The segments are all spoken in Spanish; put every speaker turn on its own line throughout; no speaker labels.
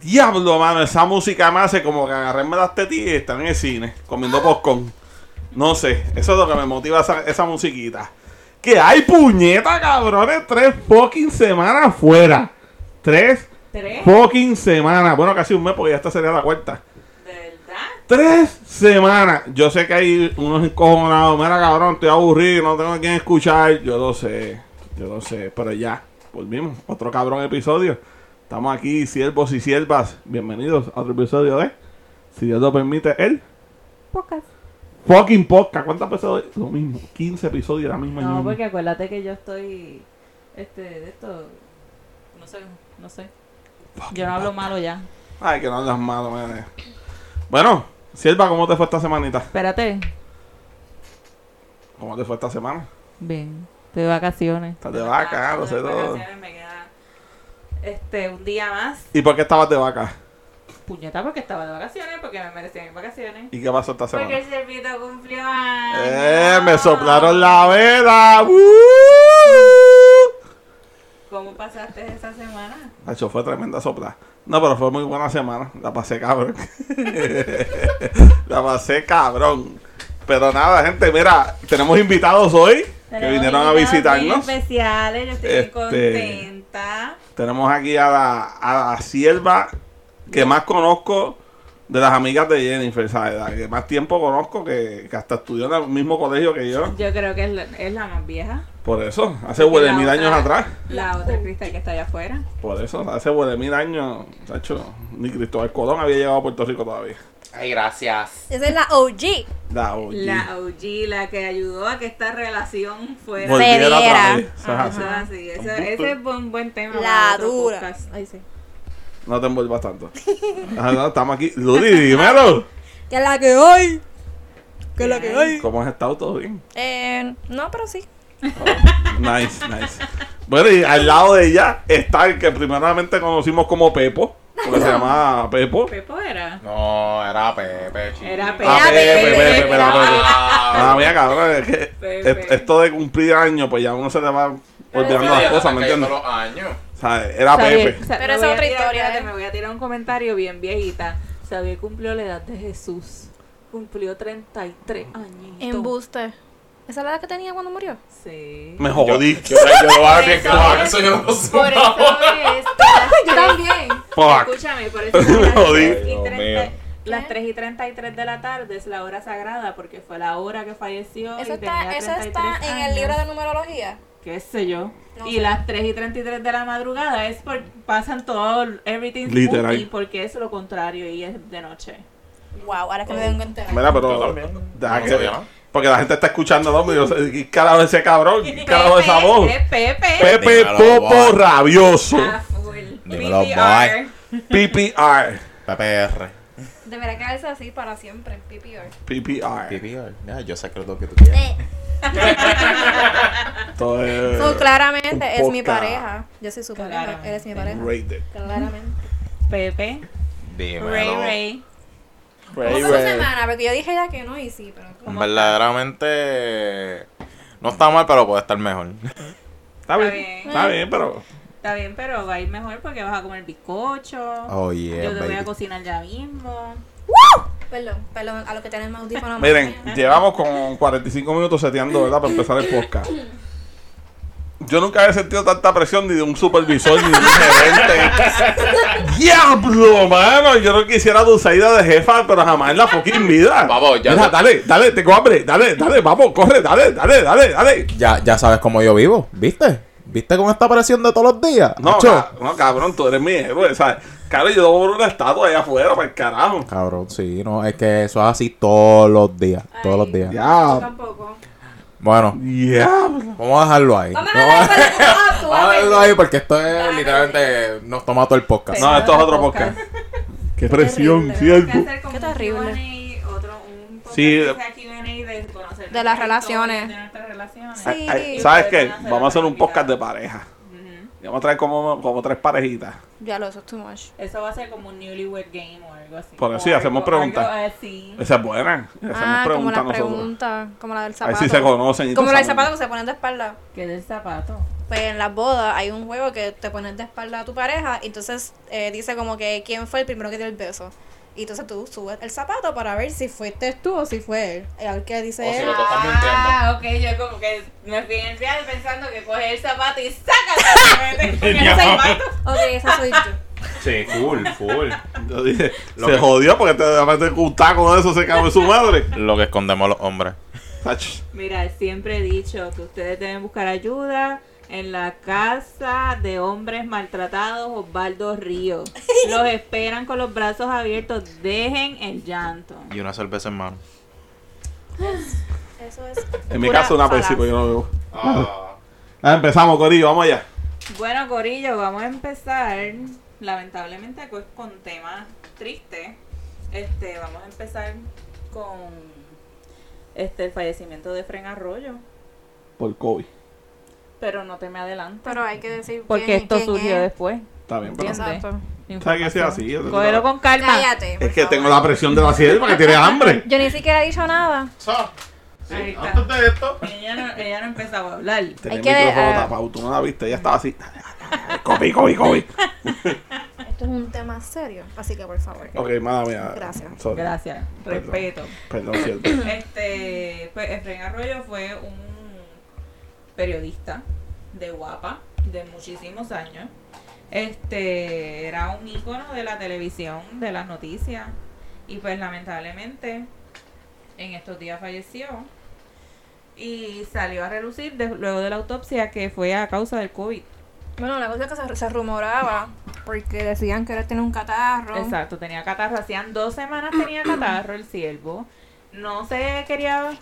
Diablo, mano, esa música me hace como que agarrarme las tetillas y estar en el cine comiendo popcorn. No sé, eso es lo que me motiva esa, esa musiquita. Que hay puñeta, cabrones, tres fucking semanas fuera. Tres
¿Tres?
fucking semanas. Bueno, casi un mes porque ya esta sería la cuarta.
¿De verdad?
Tres semanas. Yo sé que hay unos encojonados. Mira, cabrón, estoy aburrido, no tengo a quien escuchar. Yo lo sé, yo lo sé. Pero ya, volvimos. Otro cabrón episodio. Estamos aquí, siervos y siervas. Bienvenidos a otro episodio de, si Dios lo permite, el
Pocas.
fucking podcast. ¿Cuántos episodios? Lo mismo, 15 episodios ahora mismo.
No, porque acuérdate que yo estoy. Este, de esto. No sé, no sé. Yo no hablo malo ya.
Ay, que no andas malo, madre. Bueno, sierva, ¿cómo te fue esta semanita?
Espérate.
¿Cómo te fue esta semana?
Bien. Estoy de vacaciones.
Estás de vaca, lo sé
Estoy de
todo.
vacaciones, Me queda este, un día más.
¿Y por qué estabas de vaca?
Puñeta, porque estaba de vacaciones, porque me merecía mis vacaciones.
¿Y qué pasó esta semana?
Porque el servito cumplió años.
¡Eh! ¡Me soplaron la vela! ¡Uh!
¿Cómo pasaste esa semana?
Nacho, fue tremenda sopla. No, pero fue muy buena semana. La pasé cabrón. la pasé cabrón. Pero nada, gente, mira, tenemos invitados hoy que
Tenemos
vinieron a
invitados pues.
visitarnos.
Muy especiales, yo estoy
Este-
bien contenta.
Tenemos aquí a la, a la sierva que más conozco de las amigas de Jennifer, ¿sabes? La que más tiempo conozco, que, que hasta estudió en el mismo colegio que yo.
Yo creo que es la, es la más vieja.
Por eso, hace huele
La
mil
otra-
años atrás.
La otra cristal que está allá afuera.
Por eso, hace huele mil años, Nacho, ni Cristóbal Colón había llegado a Puerto Rico todavía.
Ay, gracias.
Esa es la OG.
La OG.
La OG, la que ayudó a que esta relación fuera.
Bueno,
Volviera otra
Severa.
vez. Eso es
Ajá,
así.
sí, ese, ese es un buen tema. para
La
otro
dura.
Ah, podcast.
Ahí sí.
No te envuelvas tanto. Ah, no, estamos aquí. Ludi, dímelo.
Que es la que hoy. Que es la que hoy.
¿Cómo has estado? ¿Todo bien?
Eh, no, pero sí.
Oh, nice, nice. Bueno, y al lado de ella está el que primeramente conocimos como Pepo, porque se llamaba Pepo.
Pepo era.
No, era Pepe, chico.
Era Pepe.
Ah, Pepe, Pepe, Pepe, Pepe, la Pepe. Ah,
Ah,
mira, cabrón, es que
Pepe.
est- esto de cumplir años, pues ya uno se le va olvidando las
ya
cosas, ¿me
están cayendo
entiendes?
los años.
O sea, era
Xavier,
Pepe.
o sea,
Pero
me
esa
voy a
otra
tirar-
historia,
espérate,
¿eh?
Me voy a tirar un comentario bien viejita. Xavier cumplió la edad de Jesús. Cumplió 33 añitos.
Embuste. ¿Esa es la edad que tenía cuando murió?
Sí.
Me
Yo,
jodí.
yo, yo lo voy a ver bien claro, eso yo no lo supo.
Por eso es. Yo también.
Fuck.
Escúchame, por eso.
Me
las
jodí.
3 y
Dios
30
mío.
Las
¿Qué?
3 y 33 de la tarde es la hora sagrada porque fue la hora que falleció.
Eso
y
está,
tenía
eso está
33
en
años.
el libro de numerología.
¿Qué sé yo?
No
y
sé.
las 3 y 33 de la madrugada es por, pasan todo, everything
Literal.
spooky porque es lo contrario y es de noche.
Wow, ahora que me vengo a enterar.
Mira, pero.
Yo también.
deja
No
que-
sabía, ¿no?
porque la gente está escuchando ¿no? yo sé, ¿qué carajo es ese cabrón? ¿Qué carajo es esa
Pepe,
voz?
es Pepe.
Pepe
Dímelo,
Popo
boy.
Rabioso.
Ah, full.
Dímelo,
PPR.
PPR.
PPR.
Deberá quedarse así para siempre, PPR.
PPR.
PPR. Ya, yo sé que es lo que tú
Eh.
quieres.
Todo es
So,
un
claramente es mi
podcast.
pareja. Yo soy su pareja.
Claramente.
Eres mi pareja.
rated.
Claramente.
Pepe.
Dímelo.
Ray Ray.
¿Cómo
Ray,
fue tu
Ray.
semana? Porque yo dije ya que no y sí, pero. ¿cómo?
Verdaderamente. No está mal, pero puede estar mejor.
Está bien.
bien.
Está bien, pero.
Está bien, pero va a ir mejor porque vas a comer bizcocho.
Oh, yeah,
Yo te voy
baby.
a cocinar ya mismo.
Perdón, perdón, a lo que tienen más audífonos.
Miren, llevamos con 45 minutos seteando, ¿verdad? Para empezar el podcast. Yo nunca había sentido tanta presión ni de un supervisor ni de un gerente. ¡Diablo, mano! Yo no quisiera tu salida de jefa, pero jamás en la fucking vida.
Vamos, ya
Mira,
te-
dale, dale, tengo hambre. Dale, dale, vamos, corre, dale, dale, dale, dale.
Ya, ya sabes cómo yo vivo, ¿viste? ¿Viste cómo está presión de todos los días?
No,
Acho.
ca- no, cabrón, tú eres mi héroe, ¿sabes? Claro, yo debo ver una estatua allá afuera, para el carajo.
Cabrón, sí, no, es que eso es así todos los días, todos los
Ay.
días.
Yo
Diablo.
tampoco.
Bueno,
Diablo.
vamos a dejarlo ahí.
Vamos a
Vamos a-
hablar de cosas
Vamos a dejarlo
suaves.
ahí porque esto es literalmente nos toma todo el podcast.
No, esto es otro podcast. Qué presión, siervo.
Qué terrible.
Q&A, Otro, un podcast
Sí. eh,
que sea Q&A de conocer
De las
nuestras historias,
relaciones.
De nuestras relaciones.
Sí.
Ay,
Y
Ah, ¿Sabes
ustedes
qué?
van a hacer
Vamos a hacer un
otra
podcast de pareja.
Ujú.
Y vamos a traer como, como tres parejitas.
Ya lo, eso es too much.
Eso va a ser como un newlywed game o algo así.
Por
O
sí, hacemos
algo-
preguntas.
algo así.
Esa es buena. Le Hacemos
Ah, como
preguntas
la
a nosotros.
pregunta, como la del
A ver
zapato.
si se conocen. y
como
todo
la del
esa
zapato
mierda.
que se ponen de espalda.
¿Qué es el zapato?
Pues en las bodas hay un juego que te pones de espalda a tu pareja y entonces eh, dice como que quién fue el primero que dio el beso. Y entonces tú subes el zapato para ver si fuiste tú o si fue él. Y a ver qué dice
O si pues.
él.
lo to- estás
Ah, ok, yo como que me fui en real pensando que coge el zapato y sácalo. y me mete en el zapato.
Ok, esa soy yo.
Sí, full, full.
Yo dije,
Lo
se
que-
jodió porque te va a meter un taco de eso, se cagó en su madre.
Lo que escondemos los hombres.
Ach,
Mira, siempre he dicho que ustedes deben buscar ayuda en la casa de hombres maltratados Osvaldo Ríos. Los esperan con los brazos abiertos. Dejen el llanto.
Y una cerveza en mano.
Eso es.
En mi
pura
caso una Pepsi,
falacia.
porque yo no bebo.
Ah,
Ah, empezamos, Corillo, vamos allá.
Bueno, Corillo, vamos a empezar. Lamentablemente pues, con temas tristes. Este, vamos a empezar con este el fallecimiento de Fren Arroyo.
Por COVID.
Pero no te me adelantes.
Pero hay que decir
Porque
quién-
esto
quién
surgió
es.
después.
Está bien, pero.
¿Entiendes?
Exacto.
¿Sabes que sea así? Yo-
Cógelo con calma.
Cállate. por
Es que
favor.
tengo la presión de la sierva que tiene hambre.
Yo ni siquiera he dicho nada.
so, sí,
Ahí está.
antes de esto,
Ella no, ella no empezaba a hablar.
Tenía el
que ver,
micrófono
ah.
tapado, tú no la viste, ella estaba así. COVID, COVID, COVID.
Esto es un tema serio, así que por favor.
Ok, mala mía.
Gracias.
Sorry.
Gracias,
Perdón.
respeto.
Perdón, cierto.
Este, pues Efraín Arroyo fue un periodista de guapa de muchísimos años. Este, era un ícono de la televisión, de las noticias. Y pues lamentablemente en estos días falleció. Y salió a relucir de- luego de la autopsia que fue a causa del COVID.
Bueno, la cosa es que se, se rumoraba porque decían que él tiene un catarro.
Exacto, tenía catarro. Hacían dos semanas tenía catarro el ciervo. No se quería,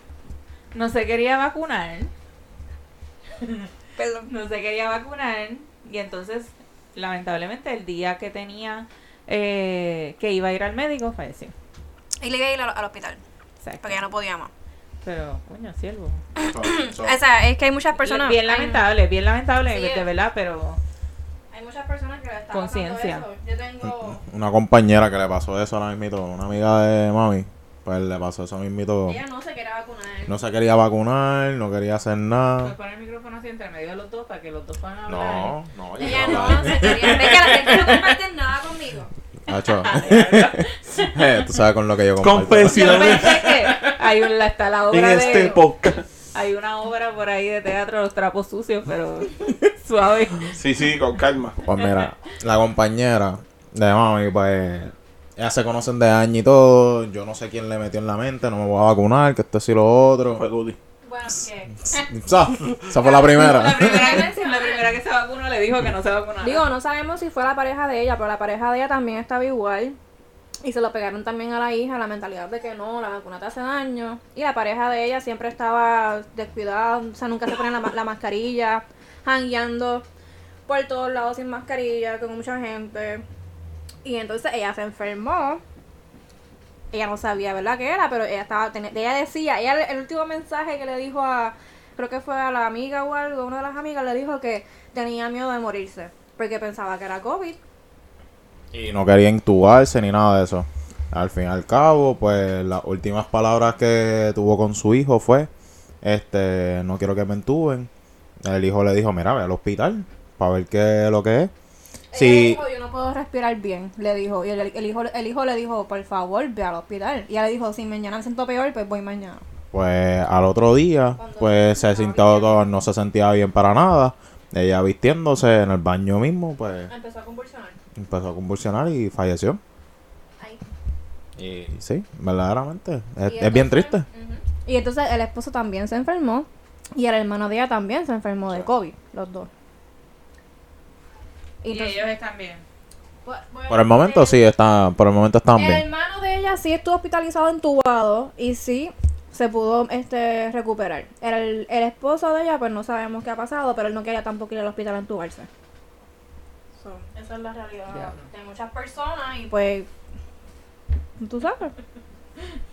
no se quería vacunar.
Perdón.
No se quería vacunar. Y entonces, lamentablemente, el día que tenía eh, que iba a ir al médico, falleció.
Y le iba a ir al, al hospital
Exacto.
porque ya no podía más.
Pero, coño, ciervo.
so, so,
este
O sea, es que hay muchas personas.
bien
hay-
lamentable, bien lamentable,
Sí,
de
es.
verdad, pero
Hay muchas personas que le están
Conciencia.
pasando eso. Yo tengo.
Una compañera que le pasó eso ahora mismito, una amiga de mami, pues le pasó eso mismito.
Ella no se quería vacunar.
No se quería vacunar, no quería hacer
voy a
nada.
poner el micrófono así entre medio de los dos para que los dos puedan hablar.
No, no, yo
Ella
no
no
hablaba.
se quería. Venga, que no compartes nada conmigo.
Hacho. Eh, Tú sabes con lo que yo comparto.
Confes-
Yo pensé que hay un- está la obra
En
de...
este podcast.
Hay una obra por ahí de teatro, los trapos sucios, pero suave.
Sí, sí, con calma.
Pues mira, la compañera de mami, pues ya se conocen de año y todo. Yo no sé quién le metió en la mente, no me voy a vacunar, que esto sí lo otro.
Fue Ludi.
Bueno, ¿qué?
Sa- Pues, Esa fue
La
la primera.
primera, que, la primera que se vacunó le dijo que no se vacunaba.
Digo, no sabemos si fue la pareja de ella, pero la pareja de ella también estaba igual. Y se lo pegaron también a la hija, la mentalidad de que no, la vacuna te hace daño. Y la pareja de ella siempre estaba descuidada, o sea, nunca se ponían la, ma- la mascarilla, jangueando por todos lados sin mascarilla, con mucha gente. Y entonces ella se enfermó. Ella no sabía, ¿verdad? qué era, pero ella estaba. teni- Ella decía, ella el último mensaje que le dijo a. Creo que fue a la amiga o algo, una de las amigas le dijo que tenía miedo de morirse. Porque pensaba que era COVID.
Y no quería intubarse ni nada de eso. Al fin y al cabo, pues las últimas palabras que tuvo con su hijo fue, este, no quiero que me entuben. El hijo le dijo, mira, ve al hospital para ver qué lo que es.
Ella
Sí,
dijo, yo no puedo respirar bien, le dijo. Y el, el hijo, el hijo le dijo, por favor, ve al hospital. Y ella le dijo, si mañana me siento peor, pues voy mañana.
pues al otro día,
Cuando
pues
se
se
estaba
sintió todo, no se sentía bien para nada. Ella vistiéndose en el baño mismo, pues
Empezó a convulsionar.
empezó a convulsionar y falleció.
Ay.
Y sí, verdaderamente. Es,
Y
es bien
entonces-
triste.
Y entonces el esposo también se enfermó. Y el hermano de ella también se enfermó de COVID, los dos.
Y
entonces-
ellos están bien.
pues,
Por el momento sí, está, por el momento están
El
bien.
hermano de ella sí estuvo hospitalizado entubado y sí se pudo este recuperar. El, el esposo de ella, pues no sabemos qué ha pasado, pero él no quería tampoco ir al hospital a entubarse. esa es la realidad
Ya.
de muchas personas y pues tú sabes.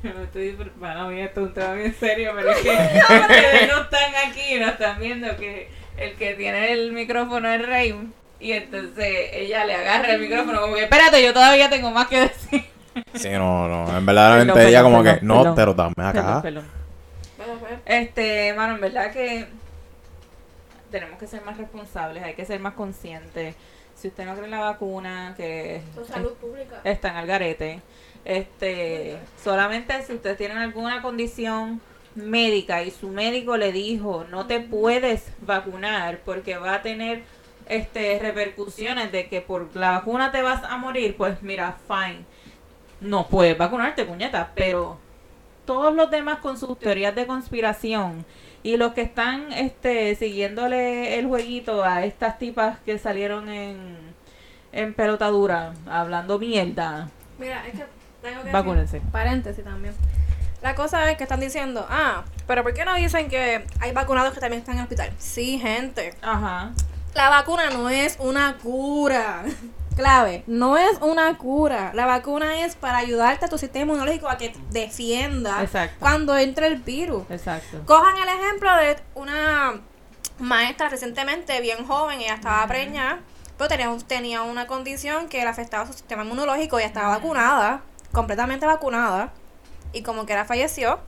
Yo no estoy disfrutando, esto es un tema bien serio, pero es que ustedes no están aquí y no están viendo que el que tiene el micrófono es Rey. Y entonces ella le agarra el micrófono como que, espérate, yo todavía tengo más que decir.
Sí, no, no. En verdad,
Perdón,
ella
perdón,
como que,
perdón,
no,
perdón.
pero dame acá.
pues.
Este, mano, en verdad que tenemos que ser más responsables, hay que ser más conscientes. Si usted no cree en la vacuna, que
Por salud pública.
están al garete. Este, solamente si usted tiene alguna condición médica y su médico le dijo no te puedes vacunar porque va a tener este repercusiones de que por la vacuna te vas a morir, pues mira, fine. No puedes vacunarte, puñeta, pero todos los demás con sus teorías de conspiración y los que están este siguiéndole el jueguito a estas tipas que salieron en en pelotadura, hablando mierda.
Mira, es que tengo que
Vacúnense.
decir- paréntesis también. La cosa es que están diciendo, ah, pero ¿por qué no dicen que hay vacunados que también están en el hospital? Sí, gente.
Ajá.
La vacuna no es una cura. Clave, no es una cura. La vacuna es para ayudarte a tu sistema inmunológico a que te defienda
Exacto.
cuando entre el virus.
Exacto.
Cojan el ejemplo de una maestra recientemente bien joven, ella estaba preñada, pero tenía, un- tenía una condición que le afectaba su sistema inmunológico, ella estaba vacunada, completamente vacunada, y como que era falleció,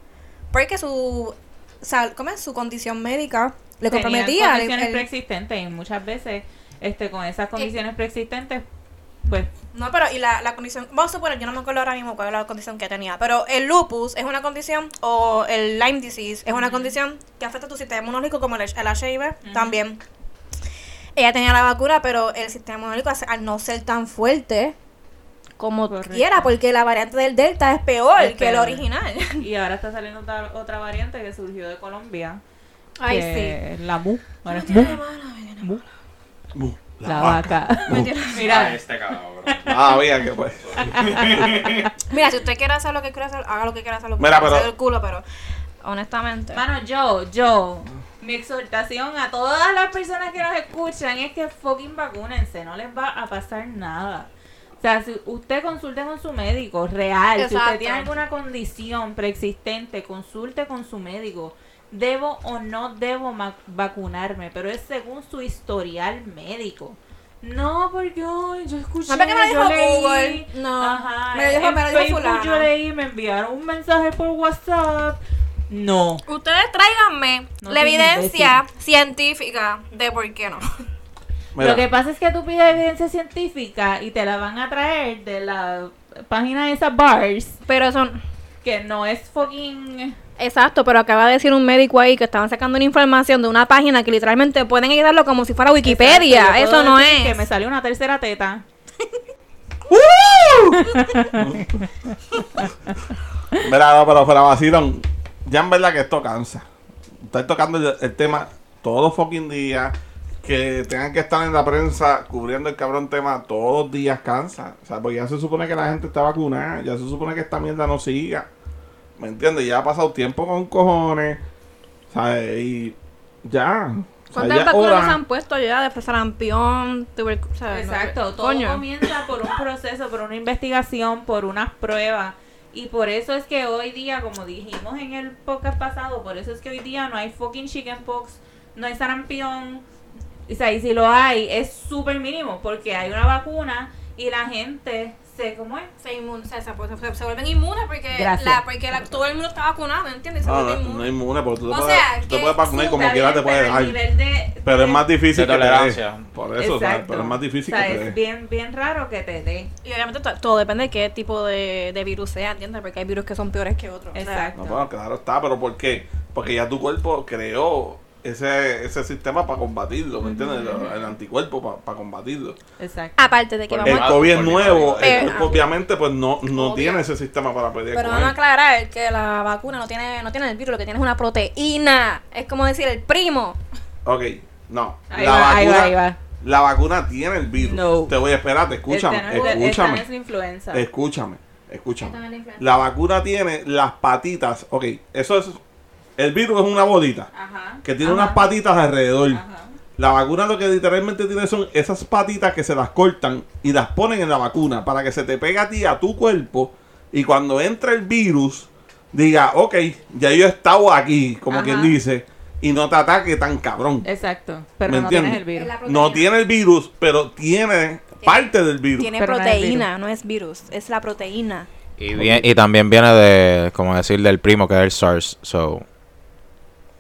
porque su, sal- ¿cómo es? su condición médica
Tenían
le comprometía. el- Eh.
condiciones
el-
preexistentes y muchas veces este con esas condiciones preexistentes pues
no, pero y la, la condición, vamos a suponer, yo no me acuerdo ahora mismo cuál es la condición que tenía, pero el lupus es una condición, o el Lyme disease es una condición que afecta tu sistema inmunológico como el, H- el HIV también. Ella tenía la vacuna, pero el sistema inmunológico hace- al no ser tan fuerte como
Correcto.
quiera, porque la variante del Delta es peor
Es
que el
peor.
original.
y ahora está saliendo otra, otra variante que surgió de Colombia.
Ay,
que es La mu, ahora es mu,
Bu,
Uh, la, vaca.
Ah,
Mira,
este cabrón.
Ah, mira que pues.
Mira, si usted quiere hacer lo que quiere hacer, haga lo que quiera hacer, lo que
Mira,
quiera
pero-
hacer el culo, pero honestamente.
mano, yo, yo mi exhortación a todas las personas que nos escuchan es que fucking vacúnense, no les va a pasar nada. O sea, si usted consulte con su médico real, si usted
Exacto.
tiene alguna condición preexistente, consulte con su médico. Debo o no debo ma- vacunarme, pero es según su historial médico. No, porque ay, yo escuché.
No, porque me lo
yo
dijo
leí,
Google. No,
ajá,
me lo dijo-
en
me lo dijo
Facebook
fulano.
Yo leí, me enviaron un mensaje por WhatsApp. No.
Ustedes tráiganme
No
la
seas
evidencia científica de por qué no.
Mira,
Lo que pasa es que tú pides evidencia científica y te la van a traer de la página de esas bars
Pero son.
que no es fucking
Exacto, pero acaba de decir un médico ahí que estaban sacando una información de una página que literalmente pueden editarlo como si fuera Wikipedia.
Exacto, yo
Eso
puedo
no
decir
es.
Que me salió una tercera teta.
Mira, no, pero fuera vacilón. Ya en verdad que esto cansa. Estar tocando el, el tema todo fucking día. Que tengan que estar en la prensa cubriendo el cabrón tema todos los días cansa. O sea, porque ya se supone que la gente está vacunada. Ya se supone que esta mierda no siga. ¿Me entiendes? Ya ha pasado tiempo con cojones. ¿Sabes? Y ya. O sea,
¿Cuántas
ya es
vacunas
hora.
nos han puesto ya? Después sarampión, tuberculosis.
Exacto, todo comienza por un proceso, por una investigación, por unas pruebas. Y por eso es que hoy día, como dijimos en el podcast pasado, por eso es que hoy día no hay fucking chickenpox, no hay sarampión. O sea, y si lo hay, es súper mínimo, porque hay una vacuna y la gente se, ¿cómo es?
Se, inmun- se, se- se- se vuelven inmunes porque,
Gracias.
la, porque la- todo el mundo está vacunado, ¿entiendes? Se
Ah, No,
vuelven
no, no
inmunes.
es inmune, porque tú te
O
puedes,
sea,
tú
que
puedes vacunar y como
Está
quieras te
bien,
puedes
pero el
dar.
nivel de-
Pero es
de-
más difícil
De
que te dé.
tolerancia.
Por eso, ¿sabes?
Exacto.
Pero es más difícil
O sea,
que te
es
dé.
bien, bien raro que te dé.
Y obviamente to- todo depende de qué tipo de, de virus sea, ¿entiendes? Porque hay virus que son peores que otros. o sea,
Exacto.
No, bueno, claro está, pero ¿por qué? Porque ya tu cuerpo creó ese, ese sistema para combatirlo, ¿me entiendes? El, el anticuerpo para combatirlo.
Exacto.
aparte de que
Por
vamos
El
a
Ah,
COVID es
por
nuevo,
favor.
el
Pero-
cuerpo
ah,
obviamente pues no, no
Obvio.
tiene ese sistema para pedir
Pero
con
vamos a
él.
aclarar que la vacuna no tiene, no tiene el virus, lo que tiene es una proteína. Es como decir el primo.
Ok, no.
Ahí
la,
va,
vacuna,
ahí va, ahí va.
la vacuna tiene el virus.
No.
Te voy a esperar, escúchame,
Esta Este no es- esta no
escúchame,
es la influenza.
escúchame,
Esta no es la
escúchame.
influenza.
La vacuna tiene las patitas, ok, eso es, el virus es una bolita
Ajá.
que tiene
Ajá.
unas patitas alrededor.
Ajá.
La vacuna lo que literalmente tiene son esas patitas que se las cortan y las ponen en la vacuna para que se te pegue a ti, a tu cuerpo. Y cuando entra el virus, diga, ok, ya yo he estado aquí, como
Ajá.
quien dice, y no te ataque tan cabrón.
Exacto. Pero
¿Me
no
entiendes?
tienes el virus.
Es la
No
proteína.
tiene el virus, pero tiene parte del virus.
Tiene
Pero no es
proteína, no es virus, es la proteína.
Y, bien- y también viene de, como decir, del primo que es el SARS. So,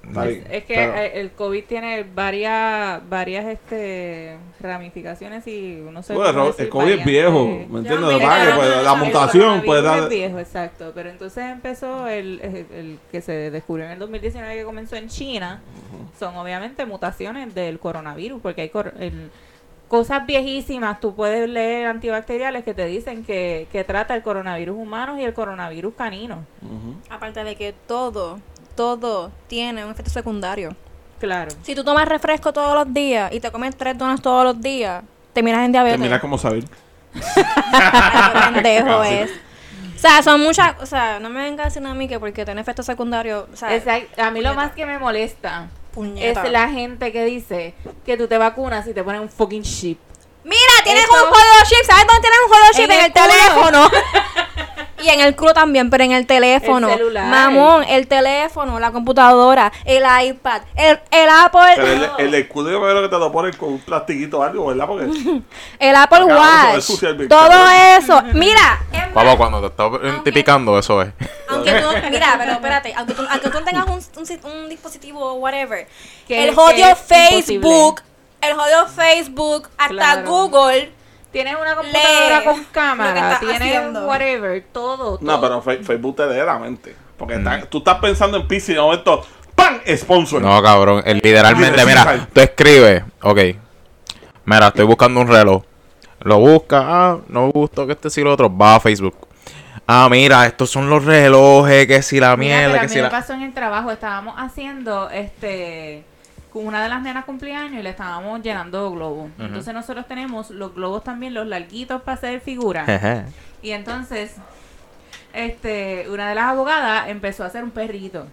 Está bien,
Es que
pero-
eh, el COVID tiene varias, varias este, ramificaciones y uno se
Bueno,
puede
el
decir eh,
COVID es
variante.
viejo, ¿me entiendes? Lo que
Mira,
pasa es que,
no,
pues,
no,
la pues,
no,
mutación
el
puede dar...
coronavirus es viejo, exacto. Pero entonces empezó el, el- el que se descubrió en el 2019 que comenzó en China. Son obviamente mutaciones del coronavirus, porque hay cor- el- cosas viejísimas. Tú puedes leer antibacteriales que te dicen que, que trata el coronavirus humano y el coronavirus canino.
Ujú.
Aparte de que todo, todo tiene un efecto secundario.
Claro.
Si tú tomas refresco todos los días y te comes tres donas todos los días, te miras en diabetes.
Mira cómo saber.
Qué pendejo es. O sea, son muchas, o sea, no me vengas a decir a mí que porque tiene efecto secundario, o sea,
Exacto. A mí lo
puñeta.
más que me molesta
puñeta.
es la gente que dice que tú te vacunas y te ponen un fucking chip.
Mira, tienes
Eso-
un hollow chip, ¿sabes dónde tienes un hollow chip?
En
En,
el
el, teléfono. y en el culo también, pero en el teléfono.
El celular.
Mamón, el teléfono, la computadora, el iPad, el, el Apple,
Pero el, el escudo yo creo que te lo ponen con un plastiquito o algo, ¿verdad? Porque
el Apple
Cabrón, eso
Watch,
es sucio, el
todo
cabrón.
eso. Mira, es más,
Papá, cuando te
Ah,
está tipicando, eso es.
aunque tú, no- mira, pero espérate, aunque tú, aunque tú no tengas un, un si- un dispositivo o whatever,
Que-
el
que
jodido
es
Facebook, el jodido Facebook, hasta
Claro.
Google,
Tienes una computadora
Lee
con
lo que
cámara,
estás
tienes
haciendo.
whatever, todo.
No,
todo.
pero Fe- Facebook te lee la mente. Porque está- tú estás pensando en pizza y de momento, ¡pam! Sponsor.
No, cabrón. eh, literalmente,
Diversify.
mira, tú escribes, ok. Mira, estoy buscando un reloj. Lo busca, ah, no me gustó que este sí lo otro. Va a Facebook. Ah, mira, estos son los relojes, que si la
Mira,
mierda,
pero a
que
mí
si
me
la.
pasó en el trabajo, estábamos haciendo este con una de las nenas cumpleaños y le estábamos llenando globos. Entonces nosotros tenemos los globos también, los larguitos para hacer figuras.
Jeje.
Y entonces, este, una de las abogadas empezó a hacer un perrito.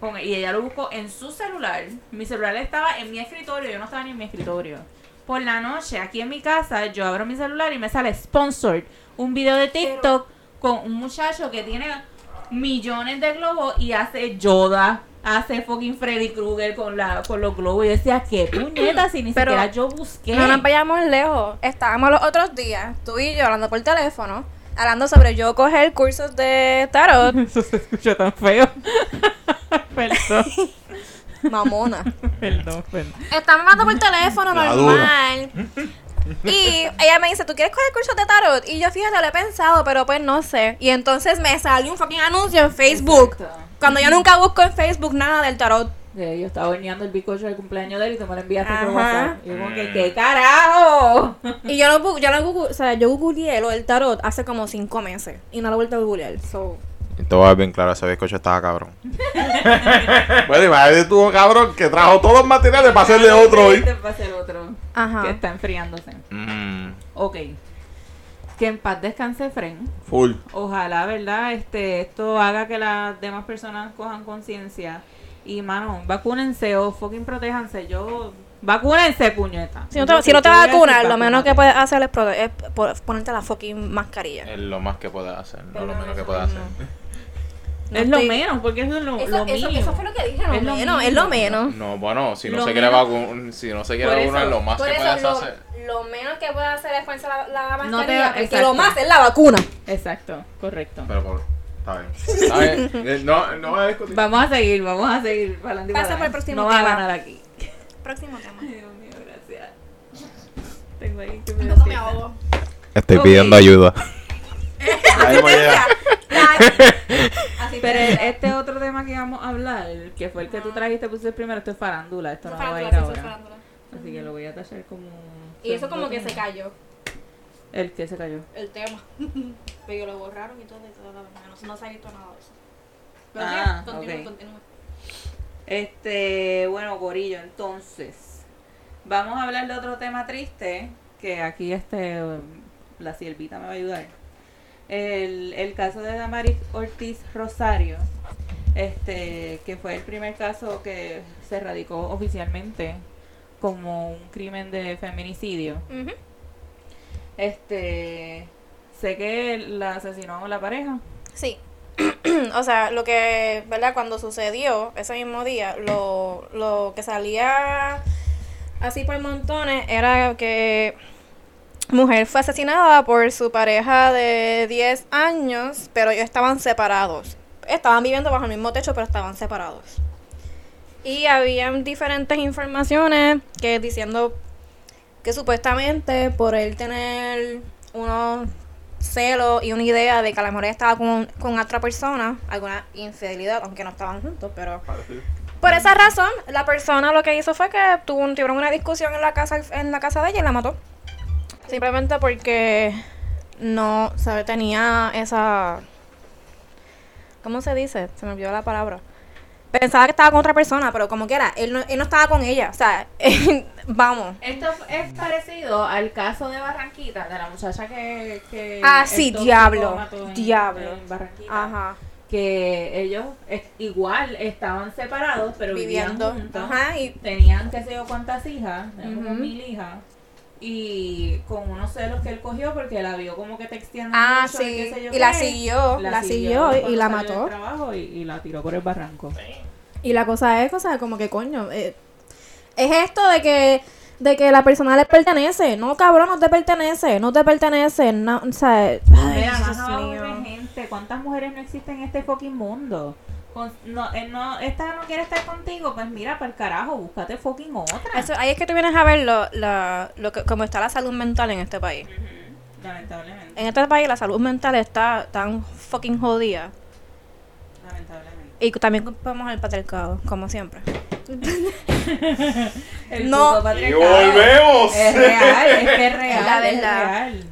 Con, y ella lo buscó en su celular. Mi celular estaba en mi escritorio, yo no estaba ni en mi escritorio. Por la noche, aquí en mi casa, yo abro mi celular y me sale sponsored. Un video de TikTok con un muchacho que tiene millones de globos y hace Yoda. Hace fucking Freddy Krueger con, la, con los globos. Y yo decía, qué puñeta, si ni
Pero-
siquiera yo busqué.
No nos vayamos lejos. Estábamos los otros días, tú y yo, hablando por teléfono, hablando sobre yo coger cursos de tarot,
Eso se escucha tan feo. Perdón.
mamona.
Perdón, perdón.
Estábamos hablando por teléfono
La
normal. Y ella me dice, ¿tú quieres coger cursos de tarot? Y yo, fíjate, lo he pensado, pero pues no sé. Y entonces me salió un fucking anuncio en Facebook.
Exacto.
Cuando yo nunca busco en Facebook nada del tarot.
Eh, yo estaba horneando el bizcocho del cumpleaños de él y tú me lo enviaste por
Ajá.
WhatsApp. Y yo como
Mm.
que, ¿qué carajo?
Y yo lo, bu- yo lo google- o sea, yo googleé lo del tarot hace como cinco meses. Y no lo he vuelto a googlear. So,
Y te voy a ver bien claro, ese bizcocho estaba cabrón.
Bueno, imagínate tú, cabrón, que trajo todos los materiales para hacerle otro hoy.
Este Va a ser otro.
ajá.
Que está enfriándose.
Mm.
Ok. Que en paz descanse Fren.
Full.
Ojalá, ¿verdad? Este, esto haga que las demás personas cojan conciencia. Y, mano, vacúnense o fucking protéjanse. Yo... Vacúnense, puñeta.
Si no te, si no te vas a vacunar, lo menos que puedes hacer es, prote- es po- ponerte la fucking mascarilla.
Eh,
Es lo más que puedes hacer, no lo menos que puedes hacer.
No
es lo
estoy-
menos, porque eso es lo,
Eso,
lo
eso-
mínimo.
eso fue lo que
Es
dije, es
lo
lo menos, es lo
mínimo.
menos.
No, bueno, si
no Lo se quiere menos-
mm, si no se
quiere Por eso, vacunar, lo
más
Por eso, lo, lo menos que puedes hacer es ponerse la, la
te-
mascarilla, porque
exacto.
lo más es la vacuna.
Exacto, correcto.
Pero por. Está bien. Está bien. Eh, No, no voy a discutir.
Vamos a seguir, vamos a seguir. pa'lante y
Pasa
pa'lante.
por el próximo
no va a
tema.
ganar aquí.
Próximo tema.
Dios mío, gracias. Tengo ahí que me
No me ahogo.
Estoy
Ok.
pidiendo ayuda.
Ahí hemos llegado.
Así
Pero
que-
este otro tema que íbamos a hablar, que fue el que tú trajiste, puse primero, esto es farándula, esto no va a
Ah.
ir
farándula, sí,
ahora.
farándula.
Así que lo voy a tachar como...
Y eso como que se cayó
El que se cayó.
el tema. Pero lo borraron y todo, y todo, no, no se ha visto nada de eso. Pero sí,
Ah,
continúa,
ok.
continúa.
Este, bueno, Gorillo, entonces, vamos a hablar de otro tema triste, que aquí este, la siervita me va a ayudar. El, el caso de Damaris Ortiz Rosario, este, que fue el primer caso que se radicó oficialmente como un crimen de feminicidio.
Ujú.
Este, sé que la asesinó la pareja.
Sí. o sea, lo que, ¿verdad? Cuando sucedió ese mismo día, lo, lo que salía así por montones era que mujer fue asesinada por su pareja de 10 años, pero ellos estaban separados. Estaban viviendo bajo el mismo techo, pero estaban separados. Y habían diferentes informaciones que diciendo que supuestamente por él tener unos celos y una idea de que a lo mejor ella estaba con, con otra persona, alguna infidelidad, aunque no estaban juntos, pero... Por esa razón, la persona lo que hizo fue que tuvo un, tuvieron una discusión en la casa en la casa de ella y la mató. Simplemente porque no, sabe, tenía esa... ¿Cómo se dice? Se me olvidó la palabra. Pensaba que estaba con otra persona, pero como quiera, él no, él no estaba con ella. O sea, vamos.
Esto es parecido al caso de Barranquita, de la muchacha que. que
Ah,
el
sí,
tóxico
diablo,
mató en-
diablo.
en Barranquita.
Ajá.
Que ellos es- igual estaban separados, pero
Viviendo.
vivían juntos.
Ajá, y
Tenían, qué sé yo, cuántas hijas, tenían como
Ujú.
mil hijas. Y con unos celos que él cogió porque la vio como que texteando.
Ah,
mucho y qué
sí.
sé yo
Y la
qué.
siguió, la siguió y
cuando
la
salió del
mató.
trabajo y, y la tiró por el barranco.
Y la cosa es, o sea, como que coño, eh, es esto de que de que la persona le pertenece. No, cabrón, no te pertenece, no te pertenece. No, o sea, ay,
Mira, más
Dios
abajo vive
mío.
gente. ¿Cuántas mujeres no existen en este fucking mundo? Con- no, eh, no, esta no quiere estar contigo. Pues mira, para el carajo, búscate fucking otra.
Eso, ahí es que tú vienes a ver lo, la, lo que, cómo está la salud mental en este país.
Lamentablemente.
En este país la salud mental está tan fucking jodida.
Lamentablemente.
Y también culpamos al patriarcado, como siempre.
El
No.
puto
Y
patriarcado
volvemos.
Es real, es que es real.
Es la
es
verdad.
real.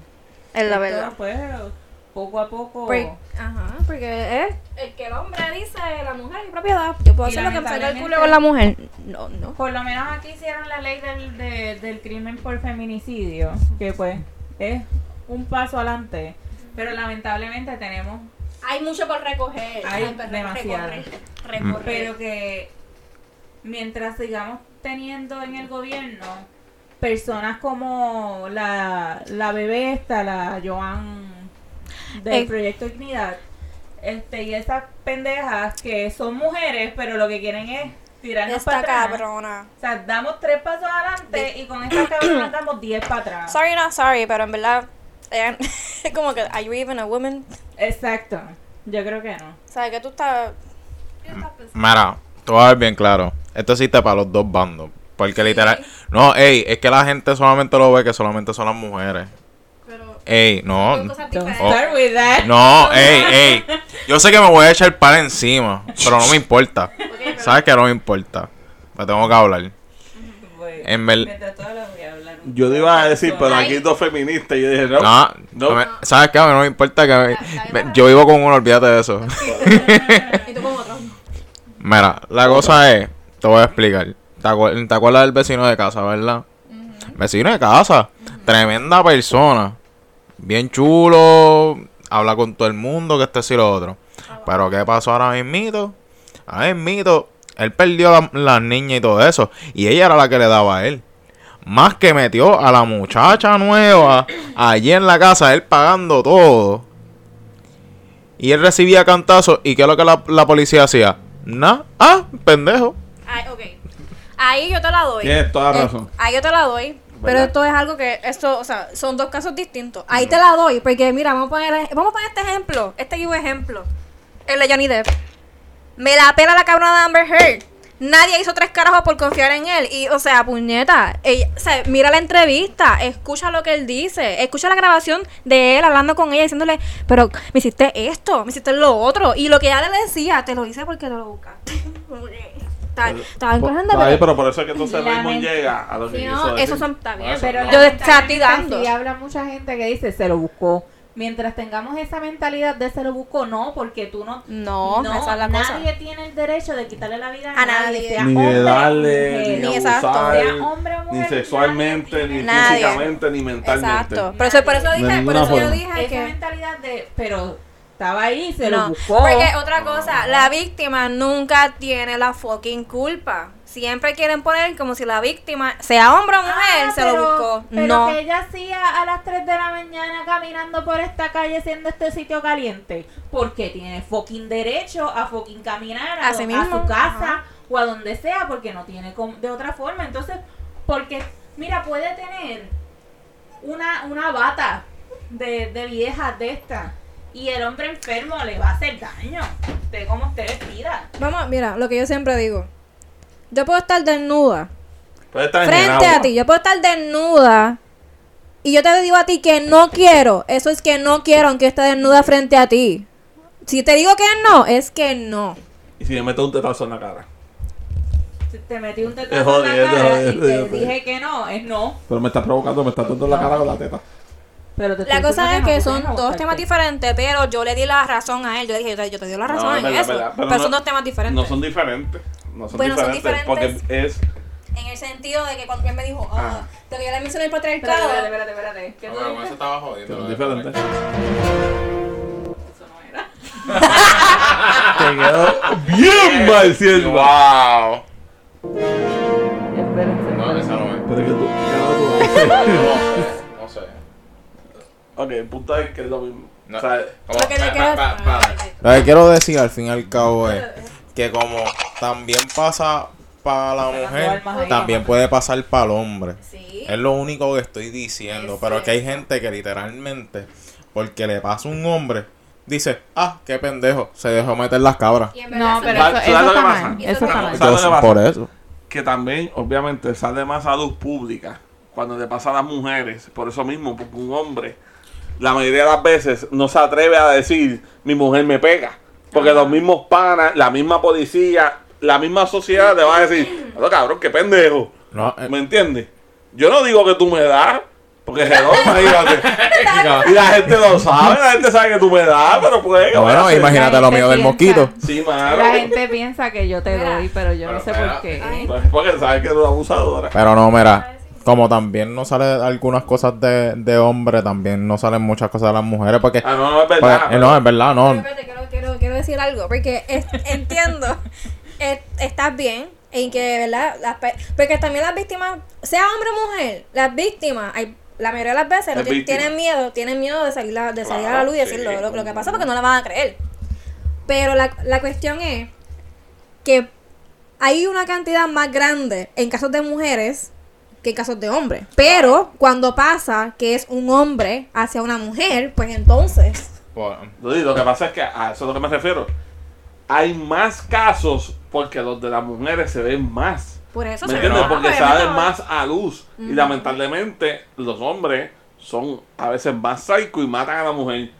Es la
Esto,
verdad.
pues, poco a poco.
Porque-
Ajá, porque es el que el hombre dice la mujer y propiedad.
propiedad. Yo puedo
Y
hacer lo que me salga el
lamentablemente-
culo con la mujer. No, no.
Por lo menos aquí hicieron la ley del, de- del crimen por feminicidio, que pues es un paso adelante. Pero lamentablemente tenemos
Hay mucho por recoger.
Hay Ay, pero demasiado. recorre- pero que mientras sigamos teniendo en el gobierno personas como la, la bebé esta, la Joan del
Eh.
Proyecto Dignidad, este, y esas pendejas que son mujeres, pero lo que quieren es tirarnos para
Esta
atrás.
cabrona.
O sea, damos tres pasos adelante y con esta cabronas damos diez para atrás.
Sorry, not sorry, pero en verdad. eh, como que, ¿are you even a woman?
Exacto. Yo creo que no.
O sea, que tú estás.
Mira, todo es bien claro. Esto existe para los dos bandos. Porque literal. No, ey, es que la gente solamente lo ve que solamente son las mujeres. Ey, no.
Don't
Oh.
start with that.
No, ey, ey. Yo sé que me voy a echar para encima, pero no me importa. ¿Sabes que no me importa? Me tengo que hablar.
Voy-
En verdad-
Pues, mientras todo lo voy a hablar un
Yo te iba a decir, pero
Ay,
aquí dos feministas. Y yo dije, no.
No,
no.
me- ¿sabes qué? A mí no me importa que... me- yo vivo con uno, olvídate de eso.
Y tú con otro.
Mira, la cosa es... Te voy a explicar. ¿Te, acuer- te acuerdas del vecino de casa, verdad? Vecino de casa. Tremenda persona. Bien chulo. Habla con todo el mundo, que este sí lo otro. Pero ¿qué pasó ahora mismito? Ahora mismito, él perdió la- las niñas y todo eso. Y ella era la que le daba a él. Más que metió a la muchacha nueva allí en la casa, él pagando todo. Y él recibía cantazos. ¿Y qué es lo que la, la policía hacía? Nada. Ah, pendejo.
Ay, ok. Ahí yo te la doy.
Tienes toda
Eh,
razón.
ahí yo te la doy. Pero
¿Verdad?
esto es algo que, esto, o sea, son dos casos distintos. Ahí
Ahí
Mm.
te la doy, porque mira, vamos a poner, vamos a poner este ejemplo.
Este es un ejemplo. El de Johnny Depp. Me la pela la cabrona de Amber Heard. Nadie hizo tres carajos por confiar en él. Y, o sea, puñeta. Ella, o sea, mira la entrevista, escucha lo que él dice, escucha la grabación de él hablando con ella, diciéndole, pero me hiciste esto, me hiciste lo otro. Y lo que ella le decía, te lo hice porque te lo buscaste. Está- Estaba
Por-
encogiendo,
por pues, ahí,
pero-
pero por eso es que entonces
Lamento.
Raymond llega a lo que
Sí,
quiso
no,
decir.
esos son- está bien,
Por Ah, eso,
Pero
no.
Yo te estaba
lamentablemente
tirando.
Sí, habla mucha gente que dice, se lo buscó. Mientras tengamos esa mentalidad de se lo buscó, no, porque tú no...
No, esa es la cosa.
nadie tiene el derecho de quitarle la vida a,
A nadie.
nadie. sea
ni
hombre
de
o
darle,
mujer.
ni,
Ni
abusar,
exacto.
Sea hombre o
ni
mujer,
sexualmente,
nadie
ni
tiene- Nadie.
físicamente, ni mentalmente.
Exacto. Por eso, por eso
De
dije, por
ninguna
eso yo
forma.
dije
Esa
que.
mentalidad de... Pero estaba ahí, se
No,
lo buscó.
Porque otra cosa, la víctima nunca tiene la fucking culpa. Si siempre quieren poner como si la víctima, sea hombre o mujer,
Ah,
se
pero-
lo buscó.
Pero
no.
que ella hacía a las 3 de la mañana caminando por esta calle siendo este sitio caliente. Porque tiene fucking derecho a fucking caminar a, do-
Así
a
mismo,
su casa
ajá.
o a donde sea porque no tiene com- de otra forma. Entonces, porque, mira, puede tener una, una bata de, de vieja de esta y el hombre enfermo le va a hacer daño de cómo usted vestida.
Vamos, mira, lo que yo siempre digo. Yo puedo estar desnuda.
Puede estar en el
Frente
agua.
a ti, yo puedo estar desnuda. Y yo te digo a ti que no quiero. Eso es que no quiero, aunque esté desnuda frente a ti. Si te digo que no, es que no.
Y si le meto un tetazo en la cara.
Te- Te metí un
Es
tetazo en
jodido,
la
es
cara y
jodido, es
te
jodido.
dije que no, es no.
Pero me está provocando, me está dando en la cara con la teta.
Pero te
La
estoy
cosa es
diciendo
que
no,
son
tú tienes
dos
abusarte.
temas diferentes, pero yo le di la razón a él. Yo le dije, yo te, yo te di la razón
No, es
en
verdad,
eso.
verdad,
Pero,
no-
son dos temas diferentes.
No son diferentes. No son,
Bueno, son
diferentes, Porque es.
En el sentido de que cuando él me dijo, ah, lo que yo le mencioné el
Espérate,
patriarcado.
espérate, espérate, espérate. ¿Qué
No,
tú
pero con
dices?
eso estaba jodiendo.
Son
¿verdad?
diferentes.
Eso no era.
Te quedó bien mal, cielo.
¡Wow!
Ah,
Espérense.
No, esa no es.
Pero es que tú. ya no tú-
No, no sé.
ok, el punto es que es lo mismo.
No.
O sea,
Vamos,
Lo que eh. te
pa-
queda-
pa- pa- pa-
Lo que quiero decir al fin y al cabo es que como también pasa para la mujer,
almas ahí,
también puede pasar para el hombre.
Sí.
Es lo único que estoy diciendo. Pero que hay gente que literalmente, porque le pasa a un hombre, dice, ah, qué pendejo, se dejó meter las cabras.
Y en verdad
No,
se-
pero
Va-
eso,
¿sabes
eso
lo que
está
pasa?
mal. Eso está
¿Sabes
mal.
lo que pasa?
Entonces, por eso.
que también, obviamente, sale más a luz pública cuando le pasa a las mujeres. Por eso mismo, porque un hombre, la mayoría de las veces, no se atreve a decir, mi mujer me pega. Porque los mismos panas, la misma policía, la misma sociedad le va a decir, "Pero, cabrón, qué pendejo.
No, eh,
¿Me entiendes? Yo no digo que tú me das, porque hello, imagínate. Y la gente lo sabe, la gente sabe que tú me das, pero pues... ¿qué voy a
Ah, bueno,
hacer?
imagínate lo mío del
piensa.
mosquito.
Sí, mano.
La gente piensa que yo te doy, pero yo no
Pero
sé por
espera.
qué.
Pues, Porque sabes que eres una abusadora.
Pero no, mira, como también no sale algunas cosas de, de hombre, también no salen muchas cosas de las mujeres, porque...
Ah, no, no, es
pues,
verdad.
eh, no, es verdad, no.
Espérate, quiero, quiero, quiero decir algo, porque es- entiendo, es- estás bien, en que, ¿verdad? Las pe- porque también las víctimas, sea hombre o mujer, las víctimas, hay, la mayoría de las veces no
Las
ti-
víctimas.
tienen miedo, tienen miedo de salir, la- de salir a la
Claro,
luz y
sí.
decirlo, lo, lo que pasa porque no la van a creer. Pero la, la cuestión es que hay una cantidad más grande en casos de mujeres que en casos de hombres. Pero cuando pasa que es un hombre hacia una mujer, pues entonces...
Bueno,
Entonces, Lo que pasa es que a eso es lo que me refiero. Hay más casos porque los de las mujeres se ven más.
Por eso
¿Me
se
entiendes?
llama,
Porque
pues,
salen
no.
más a luz. Y lamentablemente los hombres son a veces más psycho y matan a la mujer.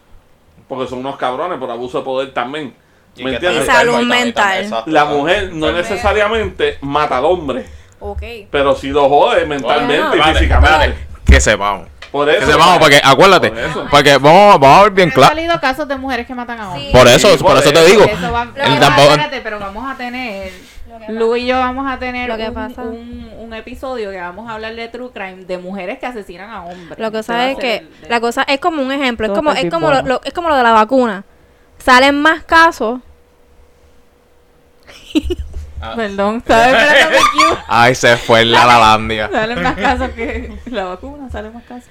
Porque son unos cabrones por abuso de poder también.
y
¿Me
que
entiendes?
está enfermo
Salud
y también,
mental.
exacto.
La mujer no necesariamente mata al hombre,
Ok.
pero sí lo jode mentalmente y
Vale,
físicamente.
vale.
Que se vamos.
Por
Que
eso.
se vamos, porque acuérdate,
Por eso.
porque vamos, vamos a ver bien
Han
claro.
salido casos de mujeres que matan a hombres.
Por eso,
Sí,
por
por
eso te digo.
Eso va-
que
no,
tampoco-
espérate, pero vamos a tener. Lu y yo vamos a tener
Lo que
un,
pasa-
un- un episodio que vamos a hablar de true crime de mujeres que asesinan a hombres.
Lo que
Ese va a
sabes es
ser
que
el- el-
la cosa es como un ejemplo, es
Todo
como
está
es
bien
como lo,
bueno.
lo- es como lo de la vacuna. Salen más casos.
Ah.
Perdón, estaba esperando que Q.
Ay, se fue la lalandia.
Salen más casos que la vacuna, salen más casos.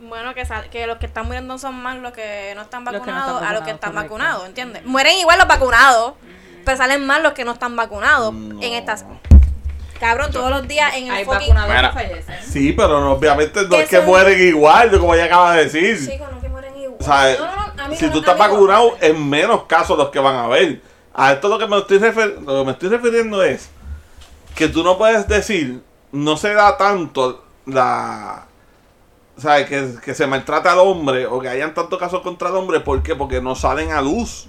Bueno, que, sal- que los que están muriendo son más los que no están
Los que no
vacunados
están
a los que
vacunados,
están
correcto.
vacunados, ¿entiendes? Mueren igual los vacunados, pero salen más los que no están vacunados en estas Cabrón, todos los días en
Hay
el fucking
vacunados
Mira.
que fallecen.
Sí, pero no, obviamente no
Que
es que
son-
mueren igual, como ella acaba de decir.
Chicos, no que mueren igual.
O sea,
No, no, no, amigo,
si
no,
tú estás
amigo.
vacunado, eh, en menos casos los que van a ver. A esto lo que me estoy, refer- lo que me estoy refiriendo es que tú no puedes decir, no se da tanto la... ¿Sabes? Que, que se maltrata al hombre o que hayan tantos casos contra el hombre. ¿Por qué? Porque no salen a luz.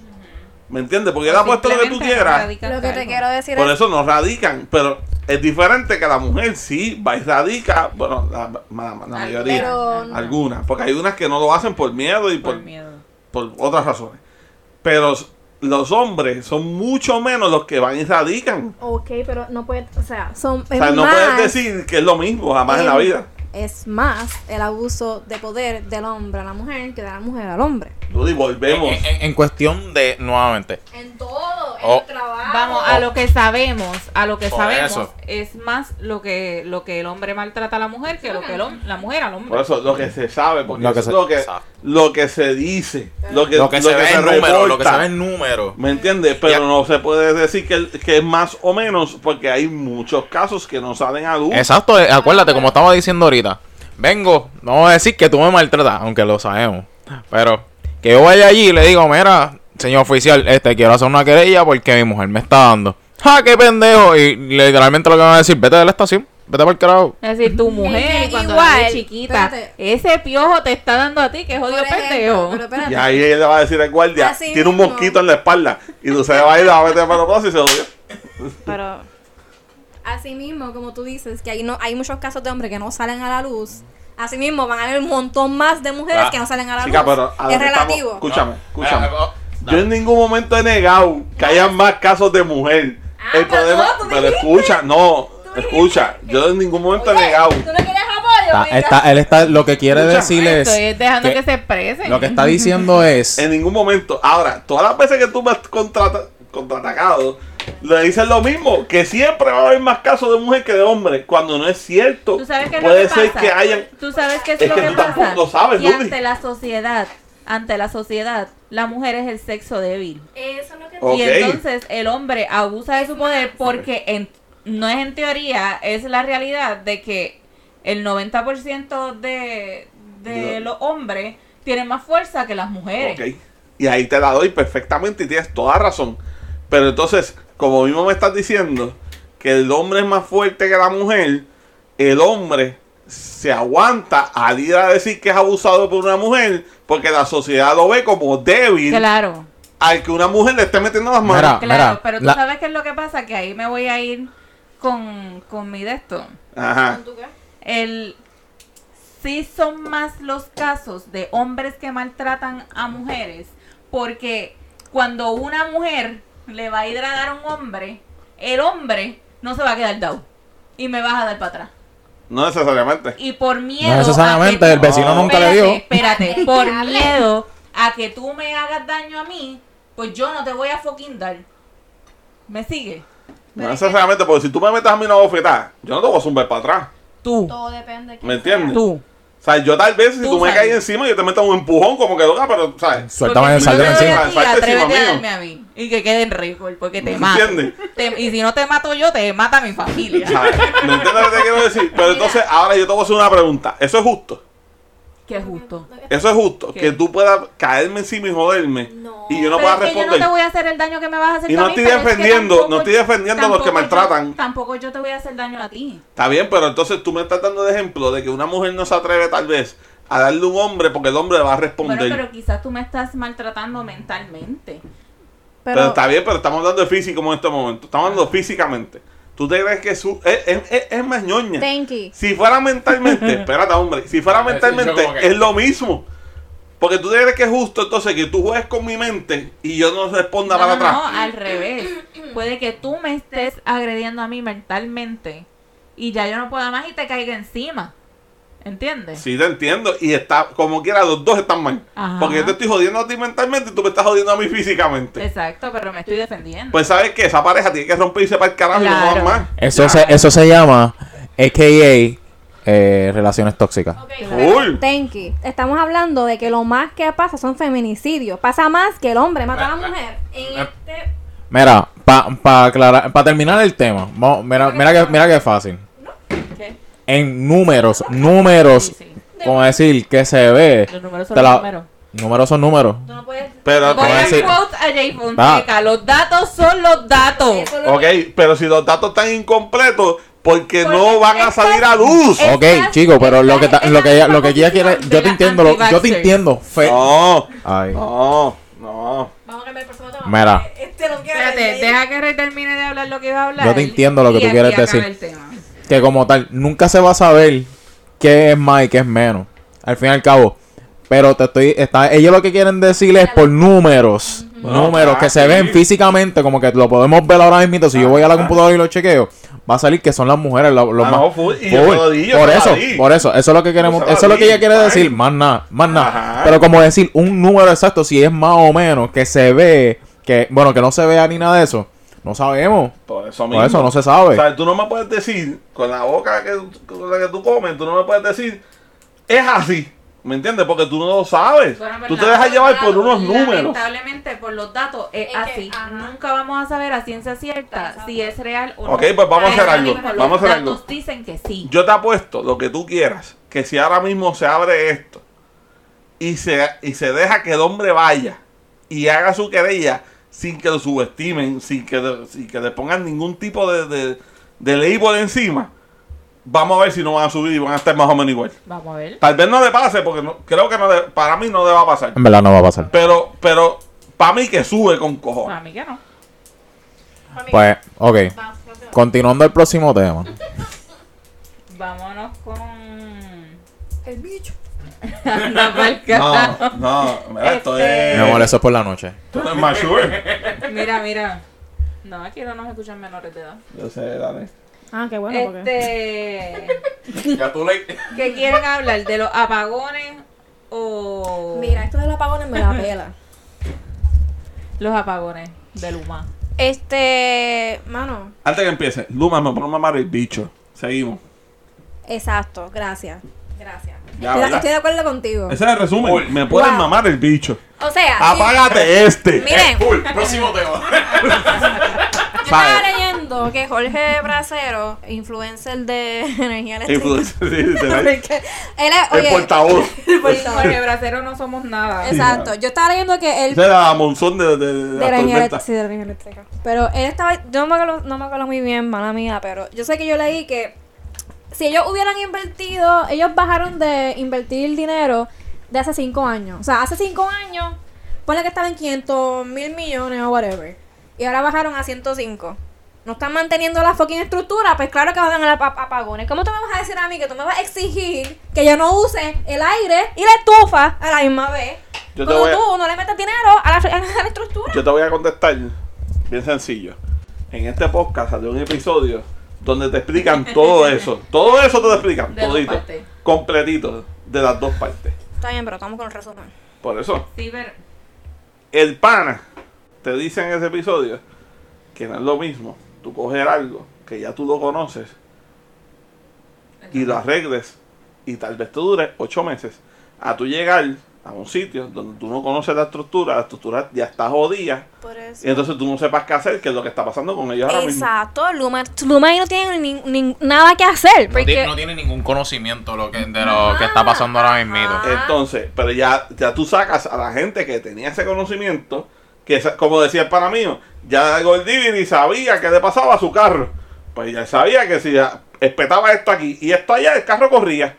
¿Me entiendes? Porque él ha puesto lo que tú
Simplemente no
quieras.
radica
Lo que te
cargo.
quiero decir
Por
es
eso no radican. Pero es diferente que la mujer sí va y radica. Bueno, la, la- la mayoría.
pero
no.
Algunas, porque hay unas que no lo hacen por miedo y por,
Por miedo.
por otras razones. Pero s- los hombres son mucho menos los que van y radican.
Ok, pero no puede, o sea,
son
O sea,
es
no
más, Eh.
puedes decir que es lo mismo jamás en la
es-
vida.
Es más el abuso de poder del hombre a la mujer que de la mujer al hombre.
Eh,
Dude, y volvemos.
En, en- en cuestión de, nuevamente,
En todo.
Oh.
Vamos, a lo que sabemos, a lo que
Por
sabemos
eso.
es más lo que lo que el hombre maltrata a la mujer que lo que el hom- la mujer al hombre.
Por eso, lo que se sabe, porque
Lo que
eso
se-
es lo que,
eh. Exacto.
lo que se dice, lo que,
Lo que se ve en número, lo que se
reporta.
ve en número.
¿Me entiendes? Pero
Ya.
no se puede decir que, que es más o menos, porque hay muchos casos que no salen a luz.
Exacto, eh, acuérdate, como estaba diciendo ahorita, vengo, no voy a decir que tú me maltratas, aunque lo sabemos, pero que yo vaya allí y le digo, mira, señor oficial, este quiero hacer una querella porque mi mujer me está dando. ¡Ja, qué pendejo! Y literalmente lo que me van a decir, vete de la estación, vete para el carajo.
Es decir, tu mujer
que
cuando
igual,
eres chiquita,
espérate.
ese piojo te está dando a ti, que
Por
jodido
ejemplo,
pendejo.
Pero espérate.
Y ahí ella le va a decir al guardia,
Así
tiene un
mismo.
mosquito en la espalda. Y tú se va a ir a meter para plaza y se jodió.
Pero asimismo, como tú dices, que hay, no, hay muchos casos de hombres que no salen a la luz. Asimismo, van a haber un montón más de mujeres
Ah,
que no salen a la
Chica,
luz.
pero a lo
es
que estamos-
relativo.
escúchame, escúchame.
Ah, ah,
Yo en ningún momento he negado que hayan más casos de mujer.
Ah,
el problema,
tú
pero escucha, no, escucha, yo en ningún momento he negado.
¿Tú no quieres apoyo? mira?
él está, lo que quiere
Escucha,
decir
Estoy dejando
que-
que, se expresen.
lo que está diciendo es,
En ningún momento. Ahora, todas las veces que tú me has contrata- contraatacado, le dicen lo mismo, que siempre va a haber más casos de mujer que de hombre, cuando no es cierto.
¿Tú sabes qué es lo
Puede
que
ser
pasa?
que hayan...
Tú sabes qué es,
Es
lo
que
que,
tú
pasa.
tampoco lo sabes,
y
Luli.
ante la sociedad, ante la sociedad, la mujer es el sexo débil.
Eso es lo que
Ok.
Y entonces el hombre abusa de su poder porque en- no es en teoría, es la realidad de que el 90% de, de
Yo-
los hombres tienen más fuerza que las mujeres.
Ok. Y ahí te la doy perfectamente y tienes toda razón. Pero entonces, como mismo me estás diciendo que el hombre es más fuerte que la mujer, el hombre se aguanta al ir a decir que es abusado por una mujer porque la sociedad lo ve como débil
Claro.
al que una mujer le esté metiendo las manos.
Ah, Mira.
Claro, pero tú
la-
sabes qué es lo que pasa, que ahí me voy a ir con, con mi de esto.
Ajá.
El sí son más los casos de hombres que maltratan a mujeres, porque cuando una mujer le va a hidratar a un hombre, el hombre no se va a quedar dado y me vas a dar para atrás.
No necesariamente.
Y por miedo
no necesariamente,
a que-
el vecino
No.
nunca le
Espérate,
dio.
Espérate, por miedo a que tú me hagas daño a mí, pues yo no te voy a fucking dar. ¿Me sigue?
No necesariamente, porque si tú me metes a mí una bofetada, yo no te voy a zumbar para atrás.
Tú,
Todo depende. de quién
¿Me entiendes?
tú.
O sea, yo tal vez si tú,
Tú
me
sabes.
caes encima, yo te meto un empujón como que loca, pero, ¿sabes?
Suéltame,
Porque si
sal
sal
yo te
de
doy
Pues encima.
a ti,
Salte encima
atrévete
mío.
a darme a mí. Y que queden ricos, porque te mato.
entiendes?
Te- y si no te mato yo, te mata mi familia.
¿Sabes? ¿Me entiendes lo que te quiero decir? Pero entonces, ahora yo te voy a hacer una pregunta. Eso es justo.
Qué justo.
Eso es justo.
¿Qué?
Que tú puedas caerme encima y joderme.
No.
Y yo no
Pero
pueda
es que yo no
responder.
te voy a hacer el daño que me vas a hacer.
Y no
tú a mí,
estoy
pero es que
defendiendo,
tampoco-
no estoy defendiendo a los que
tampoco yo-
maltratan.
Tampoco yo te voy a hacer daño a ti.
Está bien, pero entonces tú me estás dando de ejemplo de que una mujer no se atreve tal vez a darle a un hombre porque el hombre le va a responder.
Bueno, pero quizás tú me estás maltratando mentalmente.
Pero, está bien, pero estamos hablando de físico en este momento. Estamos
Ah.
hablando físicamente. ¿Tú te crees que su- es, es, es- es más ñoña?
Thank you.
Si fuera mentalmente, espérate, hombre. Si fuera
Sí,
mentalmente,
yo como que-
es lo mismo. Porque tú te crees que es justo entonces que tú juegues con mi mente y yo no responda
No,
para
no,
atrás.
no, al revés. Puede que tú me estés agrediendo a mí mentalmente y ya yo no pueda más y te caiga encima. ¿Entiendes?
Sí, te entiendo. Y está, como quiera, los dos están mal.
Ajá.
Porque yo te estoy jodiendo a ti mentalmente y tú me estás jodiendo a mí físicamente.
Exacto, pero me estoy defendiendo.
Pues sabes que esa pareja tiene que romperse para el carajo y no
Claro.
jodan más.
Eso se, eso se llama AKA eh, relaciones tóxicas.
Pues, Cool.
Thank you. Estamos hablando de que lo más que pasa son feminicidios. Pasa más que el hombre mata a la mujer.
ah, ah.
este,
Mira, para pa aclarar, para terminar el tema, vamos- mira, mira que mira que fácil.
uh.
¿Qué?
En números, números,
Sí, sí.
como decir que se ve.
Los números son
te
los
la-
números.
Números son números.
Tú no puedes.
Pero,
Voy
a
a
decir-
quote a Jay
Ah.
Fonseca. Los datos son los datos.
eso es lo
ok,
que-
pero si los datos están incompletos, porque no
Porque
van a
estás-
salir a luz.
Estás-
Ok, chico, pero lo que, ta-
estás en
lo que
la
ella,
misma
lo que ella quiere,
posición de
yo te
la
entiendo, lo- yo te
anti-vaxxer.
entiendo. fe-
No,
Ay,
no, no.
Vamos a cambiar el próximo tema.
mira,
Este no quiere.
Espérate, deja que Rey termine de hablar lo que iba a hablar.
Yo te entiendo lo que
y
tú
aquí
quieres
acaba
decir.
el tema.
que como tal, nunca se va a saber qué es más y qué es menos. Al fin y al cabo. Pero te estoy, está, ellos lo que quieren decir es por números. Números
ah,
que se ven físicamente, como que lo podemos ver ahora mismo. Si yo voy a la computadora y lo chequeo, va a salir que son las mujeres la- los
Ah,
más.
no, full, y
full.
yo te lo di, yo
por
te lo
eso,
di.
por eso, eso es lo que queremos,
Yo te lo
eso es lo que
di,
ella quiere
ay.
decir, más nada, más nada.
Ajá.
Pero como decir un número exacto, si es más o menos, que se ve
que, bueno, que no se vea ni nada de eso, no sabemos.
Por eso mismo.
Por eso no se sabe.
O sea, tú no me puedes decir, con la boca que, con la que tú comes, tú no me puedes decir, es así. ¿Me entiendes? Porque tú no lo sabes.
Bueno, pero
tú te
la-
dejas llevar por unos números.
Lamentablemente, por los datos, es,
Es que,
así.
ajá.
Nunca vamos a saber a ciencia cierta si es real o
Ok,
no.
pues vamos a hacer
Ahora
algo,
mismo Los
vamos a hacer algo.
datos dicen que sí.
Yo te apuesto lo que tú quieras, que si ahora mismo se abre esto y se, y se deja que el hombre vaya y haga su querella sin que lo subestimen, sin que, le- sin que le pongan ningún tipo de, de, de label encima, vamos a ver si no van a subir y van a estar más o menos igual.
Vamos a ver.
Tal vez no le pase, porque no- creo que no le- para mí no le va a pasar.
En verdad no va a pasar.
Pero, pero para mí que sube con cojones.
A mí que no.
Pues, ok. Continuando el próximo tema.
Vámonos con.
El bicho.
Anda pa'l
No,
carajo.
no, mira, esto
Este-
es.
Me molesto por la noche.
Esto no es mature.
Mira, mira. No, aquí no nos escuchan menores de edad.
Yo sé, dale.
Ah, qué bueno, porque...
Este.
Ya tú le...
¿Qué quieren hablar? ¿De los apagones o.?
Mira, esto de los apagones me la pela.
Los apagones de Luma.
Este, mano,
Antes que empiece, Luma me pone a mamar el bicho. Seguimos.
exacto, gracias. Gracias.
Estoy-
Ya, Ah, ¿verdad?
Estoy de acuerdo contigo.
Ese es el resumen. Me pueden
Wow.
mamar el bicho.
O sea, si-
Apágate este.
miren, yo
Cool, próximo tema.
estaba
Vale.
leyendo que Jorge Bracero, influencer de energía eléctrica,
Influencer, sí, literal.
él es,
El
oye,
portavoz.
por
Sin
favor.
Jorge Bracero no somos nada.
exacto, yo estaba leyendo que él
Ese era Monzón de, de, de
de
la
la energía
tormenta.
elé- sí, de la energía eléctrica. Pero él estaba, yo no me acuerdo, no me acuerdo muy bien, mala mía, pero yo sé que yo leí que si ellos hubieran invertido, ellos bajaron de invertir dinero de hace cinco años. O sea, hace cinco años, ponle que estaban en 500 mil millones o whatever. Y ahora bajaron a 105. No están manteniendo la fucking estructura, pues claro que van a ap- apagones. ¿Cómo tú me vas a decir a mí que tú me vas a exigir que yo no use el aire y la estufa a la misma vez?
Yo te
cuando
voy a-
tú no le metes dinero a la- a la estructura.
Yo te voy a contestar bien sencillo. En este podcast salió un episodio donde te explican todo eso. Todo eso te lo explican,
De dos
todito.
partes.
Completito, de las dos partes.
Está bien, pero estamos con el resumen.
Por eso,
Sí, pero.
el pana te dice en ese episodio que no es lo mismo tú coger algo que ya tú lo conoces y lo arregles y tal vez te dure ocho meses a tú llegar a un sitio donde tú no conoces la estructura, la estructura ya está jodida
Por eso.
y entonces tú no sepas qué hacer, que es lo que está pasando con ellos ahora mismo.
Exacto, Luma, Luma ahí no tiene ni- ni- nada que hacer.
No,
Porque
tiene ningún conocimiento lo que, de lo que está pasando ahora mismo.
Ajá.
Entonces, pero ya, ya tú sacas a la gente que tenía ese conocimiento, que esa- como decía el pana mío, ya Goldivini sabía que le pasaba a su carro. Pues ya sabía que si ya espetaba esto aquí y esto allá, el carro corría.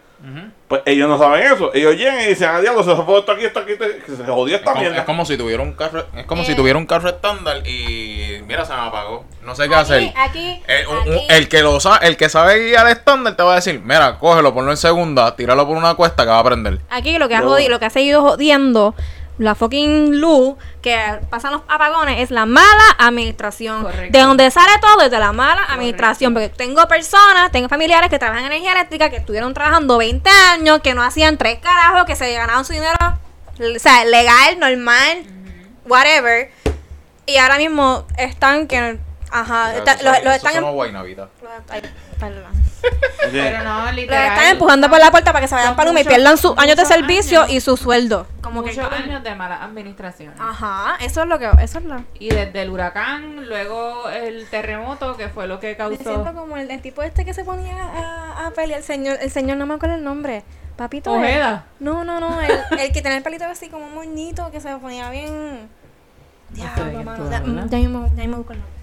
Pues ellos no saben eso. Ellos llegan y dicen, adiós, se fue esto aquí, esto aquí, esto aquí, que se jodió
Es
esta
como,
mierda.
es como si tuviera un carro, es como
Eh.
si tuviera un carro estándar y mira se me apagó. No sé qué hacer.
aquí, aquí,
El, un- un-
aquí.
el que lo sabe, el que sabe guiar estándar te va a decir, mira, cógelo, ponlo en segunda, tíralo por una cuesta que va a prender.
Aquí lo que ha
Yo-
jodido, lo que ha seguido jodiendo la fucking luz que pasan los apagones es la mala administración.
Correcto.
De donde sale todo es de la mala administración. Porque tengo personas, tengo familiares que trabajan en energía eléctrica, que estuvieron trabajando 20 años, que no hacían tres carajos, que se ganaron su dinero, o sea, legal, normal, whatever. Y ahora mismo están que. Ajá,
Mira,
está-
eso
los,
son-
los
eso
están.
son
em-
guaynavita.
ay, perdón.
Oye,
Pero no,
Los
literal.
están empujando por la puerta para que se vayan
Son
para Luma y
muchos-
pierdan sus años de
muchos
servicio
años.
y su sueldo. Como que Ah.
Muchos años de mala administración.
Ajá, eso es lo que eso es lo.
Y desde el huracán, luego el terremoto, que fue lo que
Me siento
causó.
como el, el tipo este que se ponía a, a pelear, el señor, el señor no me acuerdo el nombre. Papito. ¿eh?
Ojeda.
No, no, no, el, el que tenía el pelito así como un moñito que se ponía bien.
sé de
Diablo,
quién
mano,
tú
ya,
hablas.
ya mismo, ya mismo busco el nombre.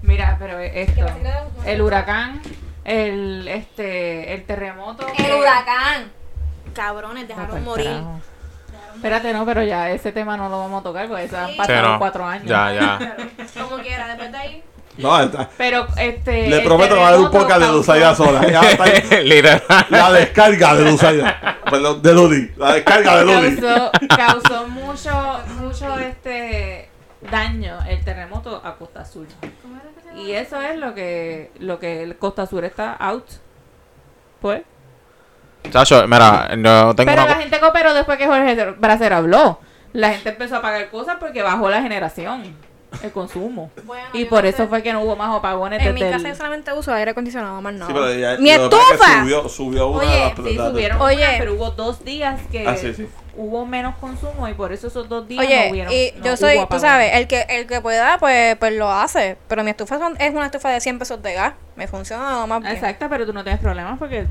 Mira, pero esto.
Que me siento-
El huracán, el este, el terremoto.
El
que-
huracán. Cabrones,
Ah,
dejaron
pa'l
morir.
carajo. Espérate, no, pero ya ese tema no lo vamos a tocar porque eso han
Sí,
pasado
no.
cuatro años.
Ya, ya.
Como quiera, después de ahí.
no, está-
Pero este.
le
el
prometo que va a haber un
terremoto
podcast de
causó-
Lusaida sola. Ya está ahí.
Literal.
La descarga de Lusaida. Perdón, de Ludi. La descarga de Ludi.
causó, causó mucho, mucho este daño el terremoto a Costa Azul. Y eso es lo que, lo que el Costa Azul está out. Pues.
Chacho, mira, no tengo
Pero
una
la gente cooperó después que Jorge Bracero habló. la gente empezó a pagar cosas porque bajó la generación, el consumo.
Bueno,
y
yo
por
no
eso
sé.
fue que no hubo más apagones
En mi
desde
casa
el-
yo solamente uso aire acondicionado, más nada.
Sí, pero ya-
¡Mi
lo que pasa es que
estufa!
Subió, subió una
Oye,
de las
sí,
plantas.
subieron
Oye.
una, pero hubo dos días que
Ah, sí, sí.
hubo menos consumo y por eso esos dos días no
Oye,
hubieron.
y
no
yo
hubo
soy, tú
apagones.
sabes, el que, el que pueda, pues, pues lo hace. Pero mi estufa son- es una estufa de 100 pesos de gas. Me funciona nada más bien.
Exacto, pero tú no tienes problemas porque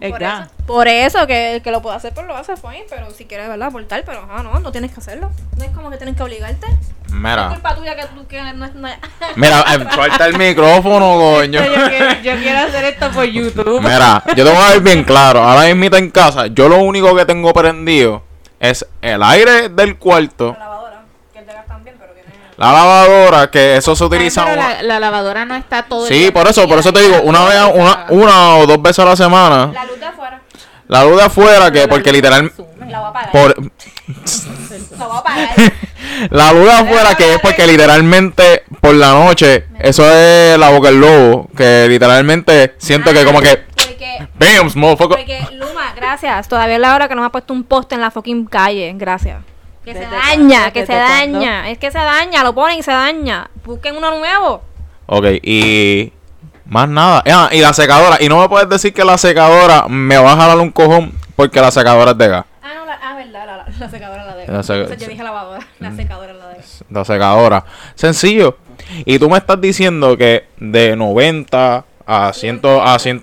es
Por
gran.
eso, por eso que el que lo pueda hacer, pues lo hace, fine. Pero si quieres, ¿verdad? Aportar, pero ajá, no, no tienes que hacerlo. No es como que tienes que obligarte. Es
Mira,
culpa tuya que tú que no es nada.
mira, eh, suelta el micrófono, coño.
Yo quiero, yo quiero hacer esto por YouTube.
Mira, yo te voy a ver bien claro. Ahora mismo en casa, yo lo único que tengo prendido es el aire del cuarto,
La lavadora, que es de gas también, pero tiene...
la lavadora, que eso se utiliza.
Pero
una-
la, la lavadora no está todo el
Sí,
día
por eso, por eso te digo, una vez, a- una, una o dos veces a la semana.
La luz de afuera,
La luz de afuera, que porque literal,
la voy a apagar.
por,
La voy a apagar.
la luz de afuera, que es porque literalmente por la noche, eso es la boca del lobo, que literalmente siento que como que,
Porque...
bam, motherfucker.
Porque, Luma, gracias. Todavía es la hora que nos ha puesto un poste en la fucking calle. Gracias. Que se
¿Desde
daña,
cuándo?
que se
¿Desde cuándo?
daña. Es que se daña, lo ponen y se daña. Busquen uno nuevo.
Ok, y más nada. Ah, y la secadora. Y no me puedes decir que la secadora me va a jalar un cojón porque la secadora es de gas.
Ah, no, la, ah, verdad, la, la- la secadora la de.
La seca-
Entonces yo dije lavadora, la secadora la de.
La secadora. Sencillo. Y tú me estás diciendo que de 90 a 100, a 100,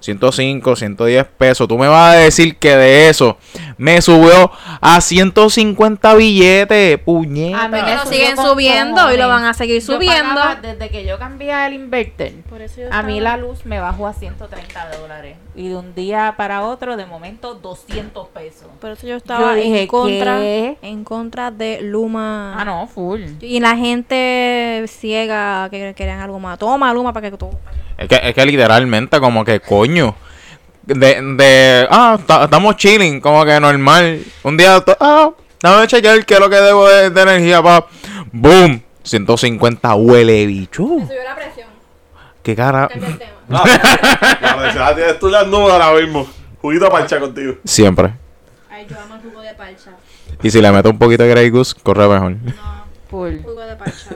105, 110 pesos, tú me vas a decir que de eso me subió a 150 billetes,
A mí
puñeta.
me
lo
subió
siguen
con
subiendo
cojones.
y lo van a seguir
Yo
subiendo.
pagaba- desde que yo cambié el inverter,
Por eso yo
a
estaba-
mí la luz me bajó a 130 dólares. Y de un día para otro, de momento, 200 pesos.
Por eso yo estaba
Yo dije,
en contra.
¿qué?
En contra de Luma.
Ah, no, full.
Y la gente ciega que querían algo más. Toma, Luma, para que tú.
Es que, es que literalmente, como que coño. De, de ah, ta- estamos chilling, como que normal. Un día, to- ah, dame chequear que lo que debo de, de energía para. ¡Boom! 150 huele bicho.
Subió la presión.
¿Qué cara?
el tema.
No, la necesidad tienes tú las nubes ahora mismo. Juguito pancha contigo.
Siempre.
Ay, yo amo el jugo de parcha.
Y si le meto un poquito de Grey Goose, corre mejor.
No,
Full.
jugo de parcha.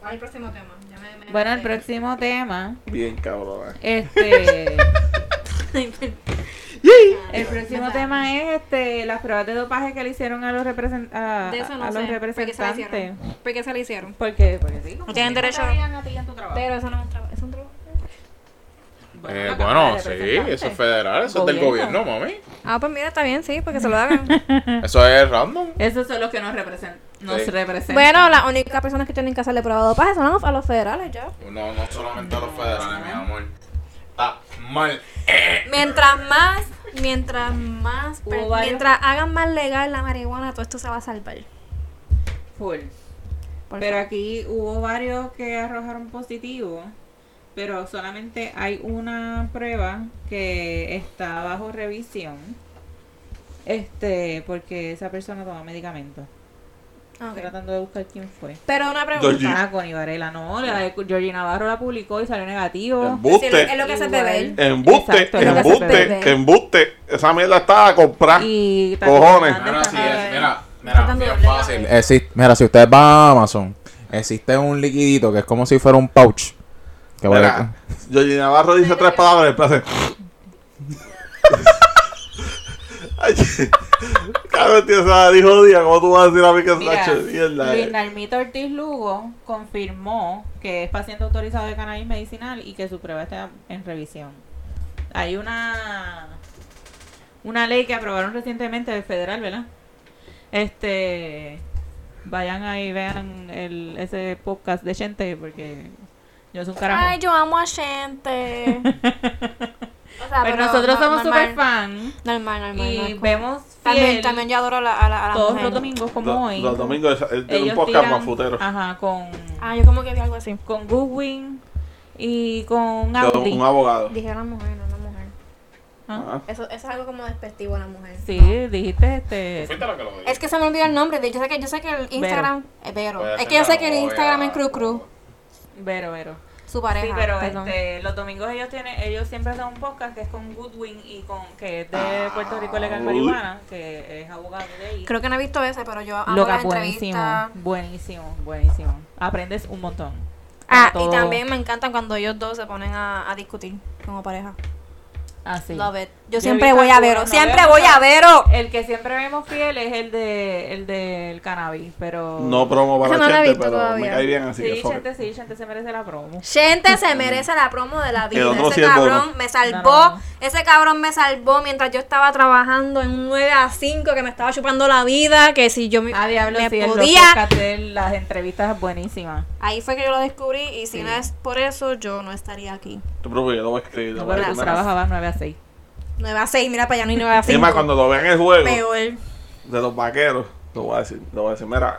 ¿Cuál es el próximo tema? Ya me- me-
Bueno, el próximo tema.
Bien, cabrón.
Este. el próximo tema es este las pruebas de dopaje que le hicieron a los, represen- a,
De eso no
a los
sé. ¿Por qué se la
representantes.
hicieron? ¿Por qué se la hicieron?
Porque, porque sí. como
tienen
que
derecho.
no te harían a ti en tu trabajo.
Pero eso no es un trabajo. Es un trabajo.
Eh,
la Cámara de Representantes.
federal,
eso es del Gobierno.
mami.
Ah, pues mira, está bien, sí, porque se lo hagan.
Eso es random.
Esos son los que nos representan. Nos
Sí.
representan.
bueno, las únicas personas que tienen que hacerle prueba de dopaje son los- a los federales, ya.
No, no solamente a los federales, mi amor. Está mal.
Mientras más, mientras más,
Hubo
per-
varios-
mientras hagan más legal la marihuana, todo esto se va a salvar.
Full.
Por
Pero
favor.
aquí hubo varios que arrojaron positivo, pero solamente hay una prueba que está bajo revisión. Este, porque esa persona toma medicamentos.
Ah, ok.
Estoy tratando de buscar quién fue.
Pero una pregunta.
Georgie.
Ah, Connie Varela, no, la de Georgie Navarro la publicó y salió negativo.
Es
Embuste.
lo que se
Igual.
bebe.
Embuste,
Exacto, lo que se
embuste,
bebe.
embuste. Esa mierda está a comprar.
Y
Cojones.
Ah,
Tatiana Hernández también.
mira, bien fácil. Exi- mira, si ustedes van a Amazon, existe un liquidito que es como si fuera un pouch. Que vale-
Mira, Georgie Navarro dice tres palabras y hace... Ay, Cabrón, tío, o sea, dijo día, ¿cómo tú vas a decir a mí que es una
Mira,
ch- mierda?
Luis
eh?
Nalmito Ortiz Lugo confirmó que es paciente autorizado de cannabis medicinal y que su prueba está en revisión. Hay una una ley que aprobaron recientemente del federal, ¿verdad? Este vayan ahí vean el, ese podcast de gente porque yo soy un carajo.
Ay, yo amo a gente. O sea,
pero, Pues nosotros
no-
somos
normal.
super fan
Normal, normal.
y
normal.
vemos
También,
fiel
también yo adoro a la, a la, a la
todos
mujer.
los domingos como
Los-
hoy.
Los domingos es, es de un
Ellos
podcast
tiran-
mafutero.
Ajá, con
Ah, yo como que vi algo así.
con Goodwin y con
de un-
Audi.
un abogado.
Dije a la mujer, no a la mujer.
Ah,
Ah.
Eso, eso es algo como despectivo a la mujer.
Sí, dijiste este.
Es que se me olvidó el nombre. de- Yo sé que, yo sé que el Instagram. eh, Vero. Es que yo sé que el Instagram es Cruz Cruz.
Vero, Vero.
Su pareja.
Sí, pero
perdón.
este, los domingos ellos tienen, ellos siempre hacen un podcast que es con Goodwin y con que es de Puerto Rico
Ah,
Legal Marihuana, que es abogado de ahí.
Creo que no he visto ese, pero yo amo
Loca,
las
buenísimo,
entrevistas.
buenísimo, buenísimo. Aprendes un montón.
Ah,
Todo-
y también me encantan cuando ellos dos se ponen a, a discutir como pareja.
así.
Love it. Yo,
he
siempre
visto
voy a
algunos,
Vero.
no
Siempre
veo
voy
mucho.
a Vero.
El que siempre vemos fiel es el de el del cannabis, pero
No promo para
Esa no la he
Chente,
visto
pero me
todavía.
cae bien así
Sí,
que fuck it.
gente, sí, gente se merece la promo.
Gente se merece la promo de la vida.
El otro
ese
sí es
cabrón
bono.
me salvó.
No, no.
Ese cabrón me salvó mientras yo estaba trabajando en un 9 a 5 que me estaba chupando la vida. Que si yo me,
A Ah, diablo,
me
sí, el
podía.
podcast de él, las entrevistas buenísimas.
Ahí fue que yo lo descubrí. Y si no es por eso, yo no estaría aquí.
Tú profe, yo lo voy a escribir.
No,
lo voy a
pero tú
mandar.
trabajabas 9 a 6.
9 a 6, mira para allá no hay 9 a 5.
Es más, cuando lo vean el juego
Peor.
de los vaqueros, lo voy a decir, lo voy a decir, mira,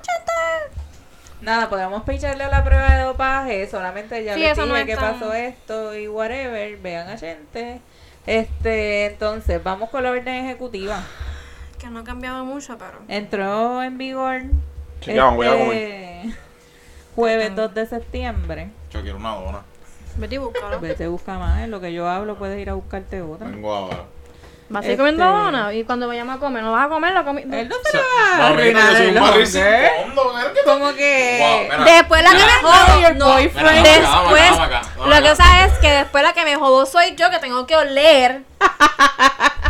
Nada, podemos picharle a la prueba de dopaje, solamente ya
Sí,
les
eso
dije
no es
que
tan-
pasó esto y whatever, vean a gente. Este, entonces, vamos con la orden ejecutiva.
Que no ha cambiado mucho, pero.
Entró en vigor
Chica, voy a
este jueves 2 de septiembre.
Yo quiero una dona.
Vete y búscalo.
Vete busca más, en lo que yo hablo puedes ir a buscarte otra.
Vengo ahora.
Va a
Este-
seguir comiendo dona. Y cuando vayamos a comer, no vas a comer, lo comi-
Él no se lo va a
Mamita,
arruinar,
yo soy un
¿no?
barril sin
¿Eh?
fondo, ¿verdad que
Como que
Wow, mira.
Después la que
Mira,
me jodo.
your
no,
boyfriend.
después,
Vamos acá, vamos acá, vamos acá, vamos
lo que
acá.
pasa es que después la que me jodó soy yo, que tengo que oler.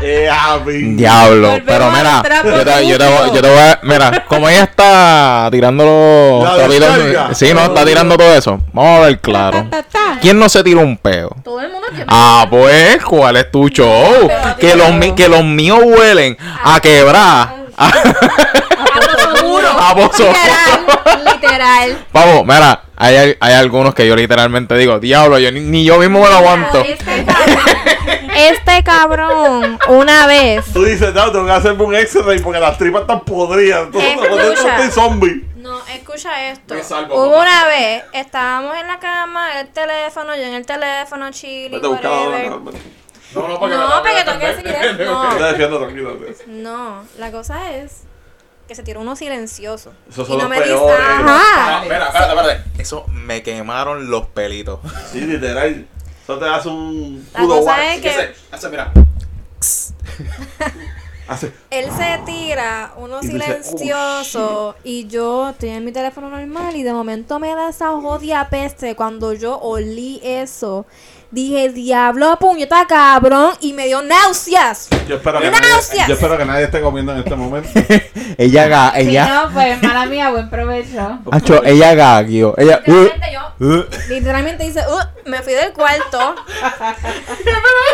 eh, Abby.
Diablo,
Volvemos
pero
al
mira,
trapo
yo te, yo te
sucio.
voy- yo te voy a, mira, como ella está tirando los
La
está tirando-
descarga.
sí, no, está tirando todo eso. Vamos a ver claro. ¿Quién no se tiró un peo?
Todo el mundo tiene.
Ah, pues, ¿cuál es tu show? Que los, mi- que los míos huelen a quebrar.
Ah,
A pozo.
Literal, literal.
Vamos, mira, hay, al- hay algunos que yo literalmente digo, diablo, yo ni, ni yo mismo me lo aguanto.
Este cabrón, este cabrón, una vez.
Tú dices, no, tengo que hacerme un X-ray porque las tripas están podridas. Entonces,
Escucha.
cuando yo estoy zombie.
No, escucha esto.
Me salvo,
Hubo
papá.
una vez, estábamos en la cama, el teléfono, yo en el teléfono, chile,
Vete a buscar la
whatever.
dona.
No, no,
No, para que toque el silencio.
Yo te
No.
defiendo, tranquilo. Eso
No, la cosa es que se tiró uno silencioso.
Esos
y
son
no
los
me dice,
peores.
ajá.
No, espera, espérate, espérate. Eso me quemaron los pelitos.
Sí, literal. Eso te hace un
La
pudo
cosa
wax.
es que-
Hace, hace, mira.
Hace-
Él se tira uno
Y dice, "Oh,
silencioso y yo estoy en mi teléfono normal y de momento me da esa jodida peste cuando yo olí eso. Dije, diablo, puñeta, cabrón, y me dio náuseas.
Yo espero, que nadie,
¡Náuseas!
yo espero que nadie esté comiendo en este momento.
Ella ga, ella,
no, pues mala mía, buen provecho.
acho, ella gagueó, ella,
Literalmente yo
uh, uh.
Literalmente dice, "Uh, me fui del cuarto.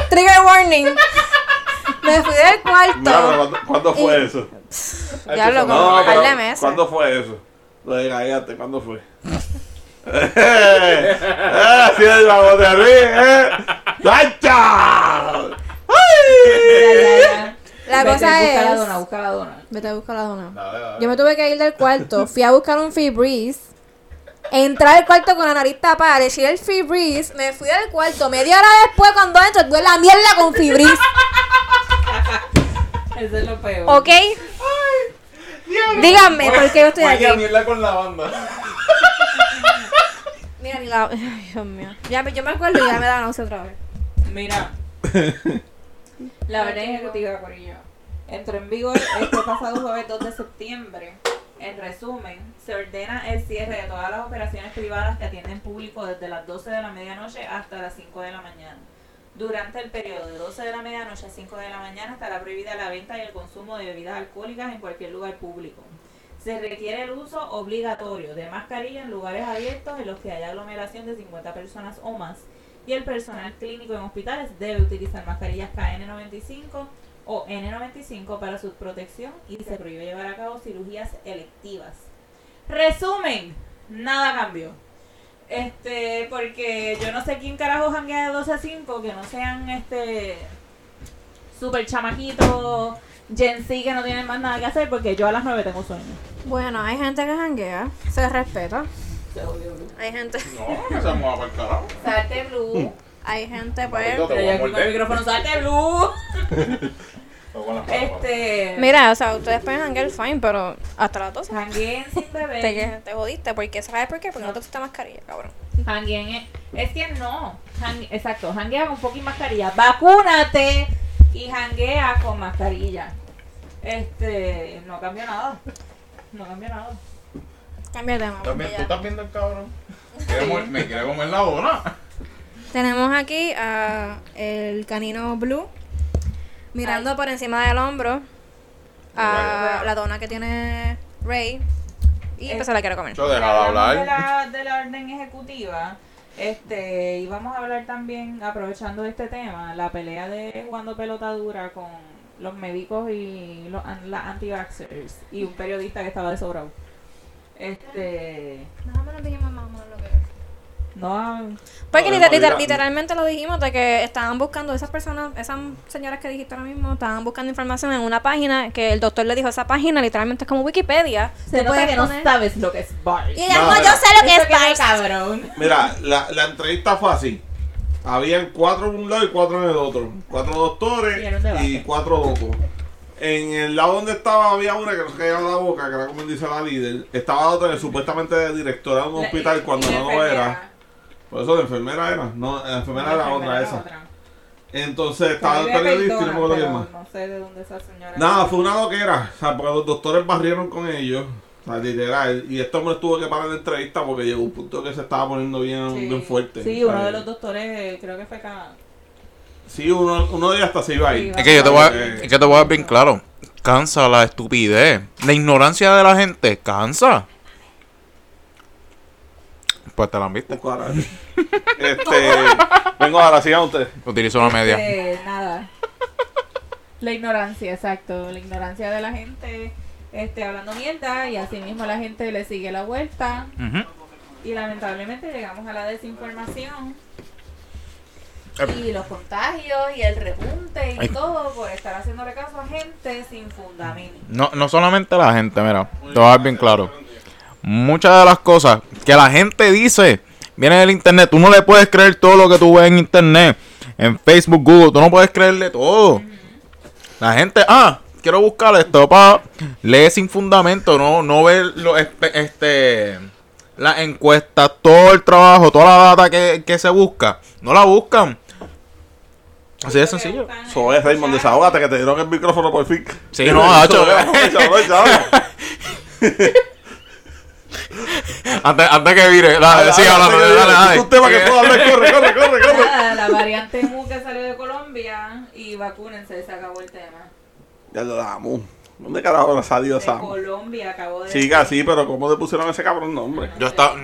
Trigger warning. Me fui del
Mira, pero
cuarto.
¿cuándo, cuándo fue eso?
Ya lo
No,
como un par
pero
de meses.
¿Cuándo fue eso? Lo de Gallate, ¿cuándo fue? ¡Eh! ¡Eh! ¡Sí, el vago de Luis! ¡Eh! ¡Lancha!
La
Vete,
cosa
busca la
es-
dona, busca la dona.
Vete a buscar la dona.
Dale, dale.
Yo me tuve que ir del cuarto. Fui a buscar un free breeze. Entrar al cuarto con la nariz tapada, eché el free breeze, me fui del cuarto. Media hora después, cuando entro, duele la mierda con free breeze.
Eso es lo peor.
¿Ok? Díganme, Eh, ¿por qué yo estoy aquí?
Vaya mierda con la banda.
Mira, ni la. Ay, Dios mío. Ya, me- yo me acuerdo y ya me da náusea otra vez.
Mira. la orden ejecutiva, Corillo. Entró en vigor este pasado jueves 2 de septiembre. En resumen, se ordena el cierre de todas las operaciones privadas que atienden público desde las 12 de la medianoche hasta las 5 de la mañana. Durante el periodo de 12 de la medianoche a 5 de la mañana estará prohibida la venta y el consumo de bebidas alcohólicas en cualquier lugar público. Se requiere el uso obligatorio de mascarilla en lugares abiertos en los que haya aglomeración de 50 personas o más y el personal clínico en hospitales debe utilizar mascarillas KN95 o N95 para su protección y se prohíbe llevar a cabo cirugías electivas. Resumen, nada cambió. Este, porque yo no sé quién carajo janguea de 12 a 5, que no sean este super chamajitos, Gen Z que no tienen más nada que hacer, porque yo a las 9 tengo sueño.
Bueno, hay gente que janguea, se respeta. Hay gente,
No, que se mueva para el carajo.
Salte Blue.
hay gente
Maldito, Mm, te
pues.
voy a
el
morder.
micrófono, salte Blue. Este.
Mira, o sea, ustedes pueden hangar fine, pero hasta las 12.
Jangueen sin beber.
Te, te jodiste, porque ¿sabes por qué? Porque no te gusta mascarilla, cabrón.
Jangueen es, es que no. Jangue- exacto, janguea con fucking mascarilla. Vacúnate y janguea con mascarilla. Este. No cambió nada. No cambió nada.
Cambia de tema. porque ya-
viendo el cabrón? Me quiere comer la bola.
Tenemos aquí a el canino blue mirando por encima del hombro a la dona que tiene Ray y pues se la quiere comer.
Yo deja de
Hablamos de
hablar.
la, de la orden ejecutiva. Este, y vamos a hablar también, aprovechando este tema, la pelea de jugando pelota dura con los médicos y los an- las anti-vaxxers y un periodista que estaba de sobrado. Este,
Más o menos dijimos más o menos lo que
no,
Porque
No,
liter-
no,
liter-
no.
literalmente lo dijimos de que estaban buscando esas personas, esas señoras que dijiste ahora mismo, estaban buscando información en una página que el doctor le dijo esa página literalmente es como Wikipedia.
se
Tú
nota
puedes
que no
poner-
sabes lo que es bar.
Y ella,
No,
no,
mira.
yo sé lo que
Eso
es Vice.
cabrón.
Mira, la, la entrevista fue así. Habían cuatro en un lado y cuatro en el otro. Cuatro
Y era un
doctores
debate.
y cuatro locos. En el lado donde estaba había una que no se caía la boca, que era como dice la líder. Estaba otra que supuestamente directora de un hospital cuando
Y la
no lo
enfermera-
era. Por eso de enfermera era. No, la enfermera
la
era otra
enfermera
esa.
otra.
Entonces estaba el
Olivia
periodista y no
Cardona,
me acuerdo quién
pero
más.
No sé de dónde esa señora.
Nada, fue una loquera. O sea, porque los doctores barrieron con ellos. O sea, literal. Y este hombre tuvo que parar la entrevista porque llegó un punto que se estaba poniendo bien,
Sí.
bien fuerte.
Sí,
O sea,
uno de los doctores, eh, creo que fue acá.
Sí, uno, uno de ellos hasta se iba ahí.
Sí,
Es que yo te voy a, es que te voy a dar bien claro. Cansa la estupidez. La ignorancia de la gente. Cansa. Pues te la han visto.
Este, vengo ahora, sigan ustedes.
Utilizo una media.
Eh, nada. La ignorancia, exacto. La ignorancia de la gente este, hablando mierda y así mismo la gente le sigue la vuelta.
Ujú.
Y lamentablemente llegamos a la desinformación. Y los contagios y el repunte y
Ay.
todo por estar haciéndole caso a gente sin fundamento.
No, no solamente la gente, mira. Te voy a dar bien claro. Muchas de las cosas que la gente dice vienen del internet. Tú no le puedes creer todo lo que tú ves en internet. En Facebook, Google. Tú no puedes creerle todo. La gente, ah, quiero buscar esto para leer sin fundamento, no, no ver los espe- este las encuestas, todo el trabajo, toda la data que, que se busca, no la buscan. Así de sencillo.
Soy Raymond, desahógate que te dieron el micrófono por fin.
Sí, no, hacho. Antes, antes que vire, dale, sí, háblame, dale, dale. Eh,
Es un tema que
Sigue.
puedo hablar, corre, corre, corre, corre.
Nada, la variante Mu que salió de Colombia y vacúnense, se acabó el tema.
Ya lo damos. ¿Dónde carajo nos salió
De
Sam?
Colombia acabó de...
Siga así, pero ¿cómo le pusieron a ese cabrón nombre?
Yo estaba.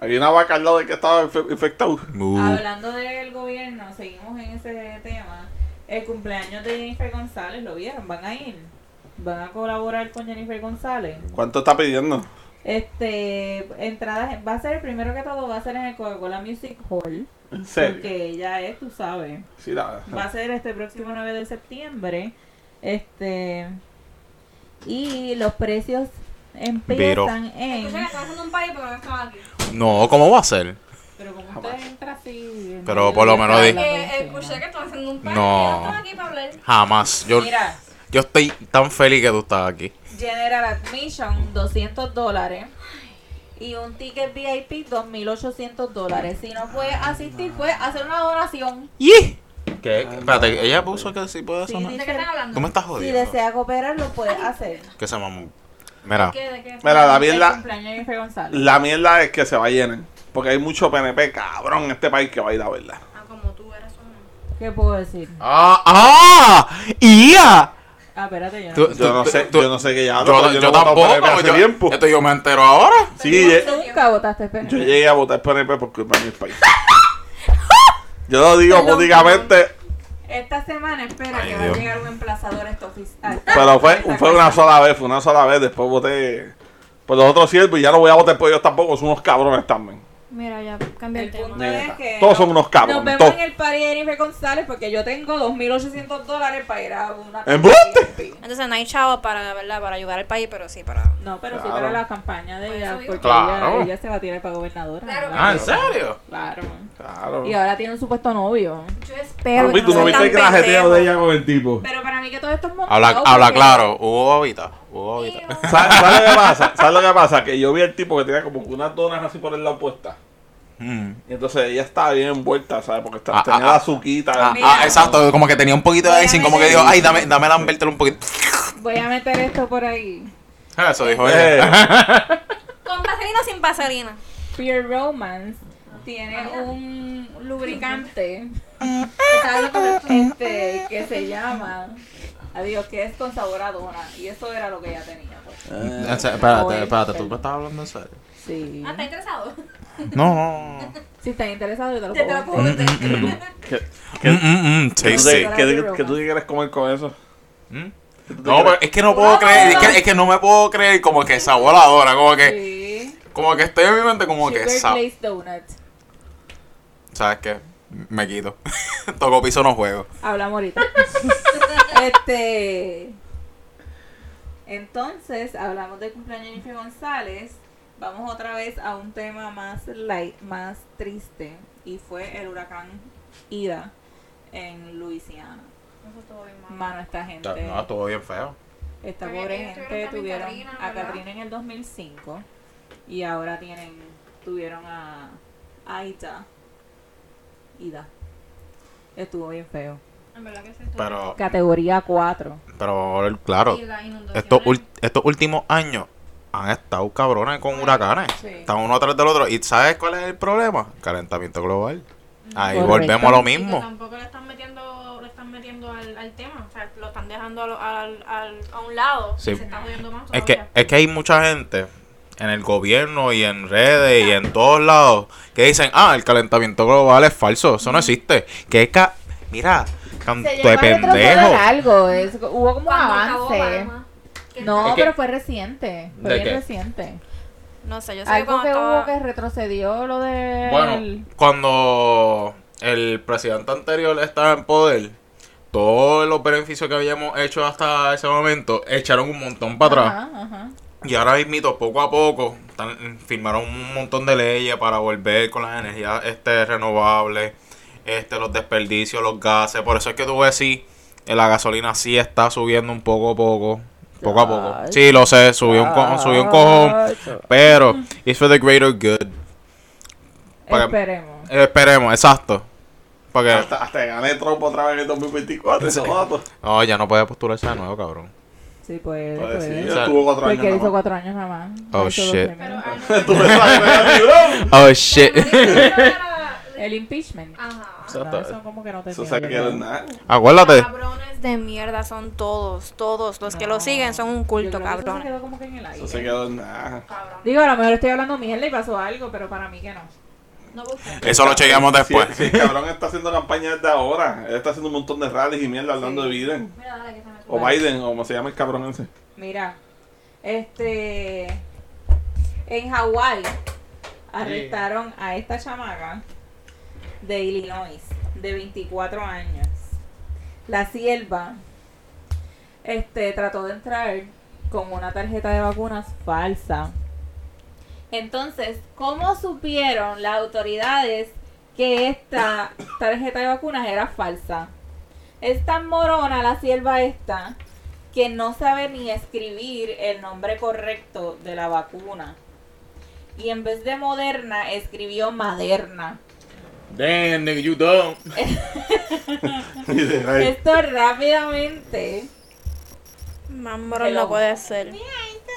Había una vaca al lado del que estaba infe- infectado.
Uh,
Hablando del gobierno, seguimos en ese tema. El cumpleaños de Jennifer González, ¿lo vieron? ¿Van a ir? ¿Van a colaborar con Jennifer González?
¿Cuánto está pidiendo?
Este, entradas, en- va a ser, primero que todo, va a ser en el Coca-Cola Music Hall.
En serio.
Porque ella es, tú sabes.
Sí, la
Ah.
Va a ser este próximo 9 de septiembre. Este. Y los precios empiezan en.
Escucha que estaba haciendo un país porque no estaba aquí.
no, ¿cómo va a ser?
Pero como usted entra así.
Pero por lo menos di-
Eh, escuché que estaba haciendo un país
No.
porque no estaba aquí para hablar.
Jamás. Yo,
Mira,
yo estoy tan feliz que tú estás aquí.
General Admission, 200 dólares. Y un ticket VIP, 2.800 dólares. Si no puedes asistir, puedes hacer una donación.
¿Qué? Espérate, ella puso que sí puede
Sí,
sonar.
dice
¿De qué
que
están hablando?
Tú me estás
si
jodiendo.
desea cooperar, lo puedes hacer.
Que se mamó. Mira,
¿Qué? ¿De qué?
Mira, Ah, David,
El
la,
cumpleaños de Jennifer González.
la mierda es que se va a llenar. Porque hay mucho PNP cabrón en este país que va a ir a verla.
Ah, como tú eras una.
¿Qué puedo decir?
¡Ah! ¡Ah! ¡Ia!
Ah, espérate, yo no-
Tú-
Yo no
tú-
sé,
tú-
yo no sé qué ya habla,
Yo,
porque
yo
no he votado
tampoco.
PNP hace
yo,
tiempo.
esto yo me entero ahora.
Sí, ye-
Nunca votaste PNP.
yo llegué a votar PNP por culpa de mi país. Yo lo digo
Perdón,
políticamente,
Esta semana espera
Ay,
que va
Dios.
a llegar un emplazador a esta oficina.
pero fue, fue una sola vez, fue una sola vez. Después voté por los otros siervos y ya no voy a votar por ellos tampoco, son unos cabrones también.
Mira, ya cambié el,
El
tema.
punto
Neta.
es que
Todos
no-
son unos cabrones,
Nos vemos
todos.
en el party de Jennifer González porque yo tengo 2.800 dólares para ir a una.
¡Embuste!
campaña.
Entonces, no hay chavo para, ¿verdad? Para ayudar al país, pero sí para...
No, pero sí
Claro.
para la campaña de ella porque
Claro.
ella, ella se va a tirar para gobernadora. Claro.
Ah, ¿en serio?
Claro.
Y ahora tiene un supuesto novio.
Yo
Pero,
espero
¿Tú no
sean
viste
tan
el grajeteo
pendejos.
de ella con el tipo?
Pero para mí que todo esto es montado.
Habla, habla
porque-
claro, hubo hábitat, hubo hábitat.
¿Sabes sabes lo que pasa? ¿Sabes lo que pasa? Que yo vi al tipo que tenía como que unas donas así por el lado puesta.
Mm.
Y entonces ella estaba bien envuelta, ¿sabes? Porque está,
Ah,
tenía
ah,
la
ah.
suquita. Eh,
Ah, ah, exacto, como que tenía un poquito de icing, como que dijo, ay, dame, dame lambértelo un poquito.
Voy a meter esto por ahí.
Eso dijo
Eh,
ella.
¿Con vaselina o sin vaselina?
Pure Romance tiene un lubricante este, que se llama adiós que es con sabor a dona y eso era lo que ella tenía pues.
En serio, Espérate, espérate, ¿tú me estás hablando en serio?
sí
Ah, ¿está interesado?
No, no, no.
si están interesados yo te lo
Te
puedo
puedo meter.
que, que,
Mm, mm,
que
mm,
tú te-
tasty.
que- que- que tú te quieres comer con eso.
¿Mm?
Que tú te
No, pero
quieres-
es que no puedo creer, es que, es que no me puedo creer como que esa voladora, como que,
sí
como que estoy en mi mente Mm, como que
sugar
esa,
glazed donut
¿sabes qué? Me quito. Toco piso, no juego.
hablamos ahorita este entonces hablamos de cumpleaños de Jennifer González vamos otra vez a un tema más light más triste y fue el huracán Ida en Luisiana
Eso estuvo bien mal.
Mano, esta gente,
estuvo bien feo.
esta
Porque
pobre
ellos
gente
tuvieron también
tuvieron
Katrina,
a
¿verdad?
Katrina en el 2005 y ahora tienen, tuvieron a, a Ita. Ida. Estuvo bien feo.
En verdad que sí estuvo
Pero,
Categoría 4.
pero claro,
Y la inundación.
estos, ul- estos últimos años han estado cabrones con huracanes.
Sí.
Están uno tras del otro. ¿Y sabes cuál es el problema? Calentamiento global. Ahí
Correcto.
volvemos a lo
Y que
mismo.
tampoco le están metiendo, le están metiendo al, al tema. O sea, lo están dejando al, al, al- a un lado.
Sí.
Y se está jodiendo más.
Es que,
todavía.
es que hay mucha gente en el gobierno y en redes y en todos lados que dicen, ah, el calentamiento global es falso, eso no existe. Que es ca mira, canto de pendejo.
algo. es- hubo como un
Cuando acabó
avance.
Palma, que
No,
Es que-
pero fue reciente. Fue
¿De
bien
qué?
reciente.
está- No sé, yo sé que
Algo
cuando
que
estaba...
hubo que retrocedió lo de.
Bueno, cuando el presidente anterior estaba en poder, todos los beneficios que habíamos hecho hasta ese momento echaron un montón para atrás.
Ajá, ajá.
Y ahora mismito, poco a poco, tan- firmaron un montón de leyes para volver con las energías este, renovables, este, los desperdicios, los gases. Por eso es que tú ves, sí, eh, la gasolina sí está subiendo un poco a poco. Poco a poco. Sí, lo sé, subió un, co- subió un cojón. Pero, it's for the greater good. Para que-
Esperemos.
eh, esperemos, exacto. Porque,
Hasta, hasta que gané Trump otra vez en el 2024. ese vato.
no, ya no puede postularse de nuevo, cabrón.
Sí, puede.
Joder, sí,
puede.
yo estuve cuatro años
pues, Porque
nada
hizo
más.
cuatro años nada más.
Oh,
Hizo dos
shit.
primeros.
Estuve cuatro años,
Oh, shit.
El impeachment.
Ajá.
No, eso como que no te
bro. Eso se
sirve.
queda en nada.
Acuérdate.
Cabrones de mierda son todos, todos. Los que lo
No.
siguen son un
Yo
culto,
creo que eso se
cabrones.
quedó como que en el aire.
Eso se quedó en nada.
Digo, a lo mejor estoy hablando mierda y pasó algo, pero para mí que no.
No busquen.
Eso lo chequeamos
Si-
después.
Si, el cabrón está haciendo campaña desde ahora. Él está haciendo un montón de rallies y mierda hablando de Biden.
Mira, dale que se me
O Biden, o como se llama el cabrón ese.
Mira, este. En Hawái arrestaron a esta chamaca de Illinois, de 24 años. La sierva este, trató de entrar con una tarjeta de vacunas falsa. Entonces, ¿cómo supieron las autoridades que esta tarjeta de vacunas era falsa? Esta morona, la sierva esta, que no sabe ni escribir el nombre correcto de la vacuna. Y en vez de Moderna, escribió Maderna.
Damn, nigga, you don't.
Y de ahí,
Esto rápidamente.
Más morón no puede ser.
Esto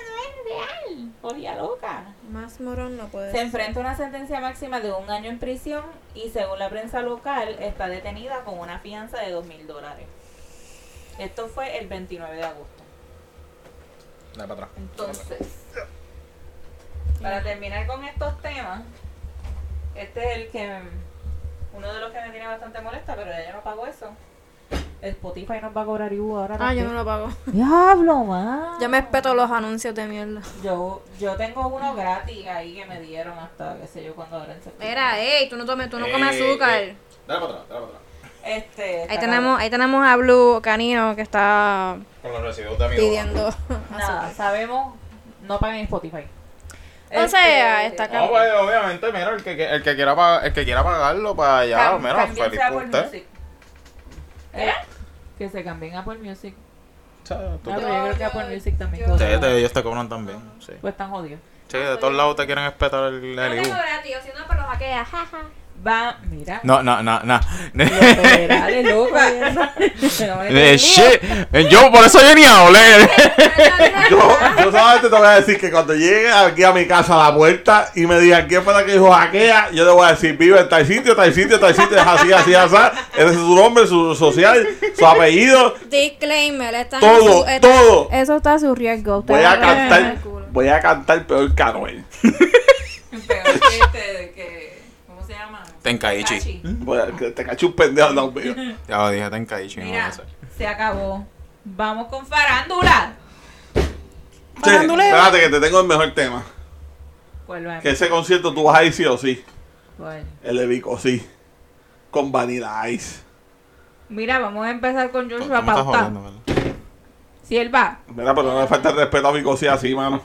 no es real. Jodia loca.
Más morón no puede
Se
ser.
enfrenta a una sentencia máxima de un año en prisión y según la prensa local está detenida con una fianza de dos mil dólares. Esto fue el 29 de agosto. Entonces, para terminar con estos temas, este es el que uno de los que me tiene bastante molesta, pero ella no pagó eso. Spotify nos va a cobrar IBU ahora
Ah, yo
también.
no lo pago.
Diablo, man.
Yo me espeto los anuncios de mierda.
Yo, yo tengo uno gratis ahí que me dieron hasta, qué sé yo, cuando ahora en septiembre.
Mira, eh. ey, tú no, tomes, tú no comes
Eh,
azúcar.
Eh, Dale para atrás, dale para atrás.
Este,
Ahí
está
tenemos, ahí tenemos a Blue Canino que está
Con los residuos de
pidiendo.
cabrón. Nada, sabemos, no paguen Spotify.
Ah, O
Este,
sea, está
No,
acá.
pues obviamente, mira, el que, el que, quiera, pa- el que quiera pagarlo para allá,
Cam-
mira,
cámbiense
feliz
a
por
Apple
usted.
Music. ¿Eh? Que se cambien a Apple Music.
O sea, tú-
Ah, pero yo creo que Apple Music también
Sí,
cobra.
te- ellos te cobran también. Sí.
Pues están jodidos.
Sí, de todos lados te quieren espetar el, el IBU.
gratis, si no, pero hackea, jaja.
Va, mira.
No, no, no, no.
Dale, loca. No me
Eh, shit. Eh, Yo, por eso yo ni hablé.
Yo, yo solamente te voy a decir que cuando llegue aquí a mi casa a la puerta y me digan quién fue la que dijo hackea, yo le voy a decir vive en tal sitio, tal sitio, tal sitio, es así, así, así. Ese es su nombre, su social, su apellido,
Disclaimer, está
todo,
en su-
todo.
Eso está a su riesgo. Usted
Voy
va
a
ver en el
cantar,
culo.
voy a cantar peor que Anuel.
Peor que este, que... ¿Cómo se llama?
Tenkaichi. Mm,
Tachi.
Voy a- que te caché un pendejo al lado mío.
Ya lo dije, Tenkaichi. no
Mira,
sé.
se acabó. Vamos con farándula.
Che, espérate que te tengo el mejor tema.
¿Cuál va?
Que ese concierto tú vas a ir sí o sí.
¿Cuál?
El de Vico sí. Con Vanilla Ice.
Mira, vamos a empezar con
Tú- tú
Joshua
me estás
Pauta.
jodiendo, ¿verdad?
Si él va.
Mira, pero no le falta el respeto a Vico sí así, mano.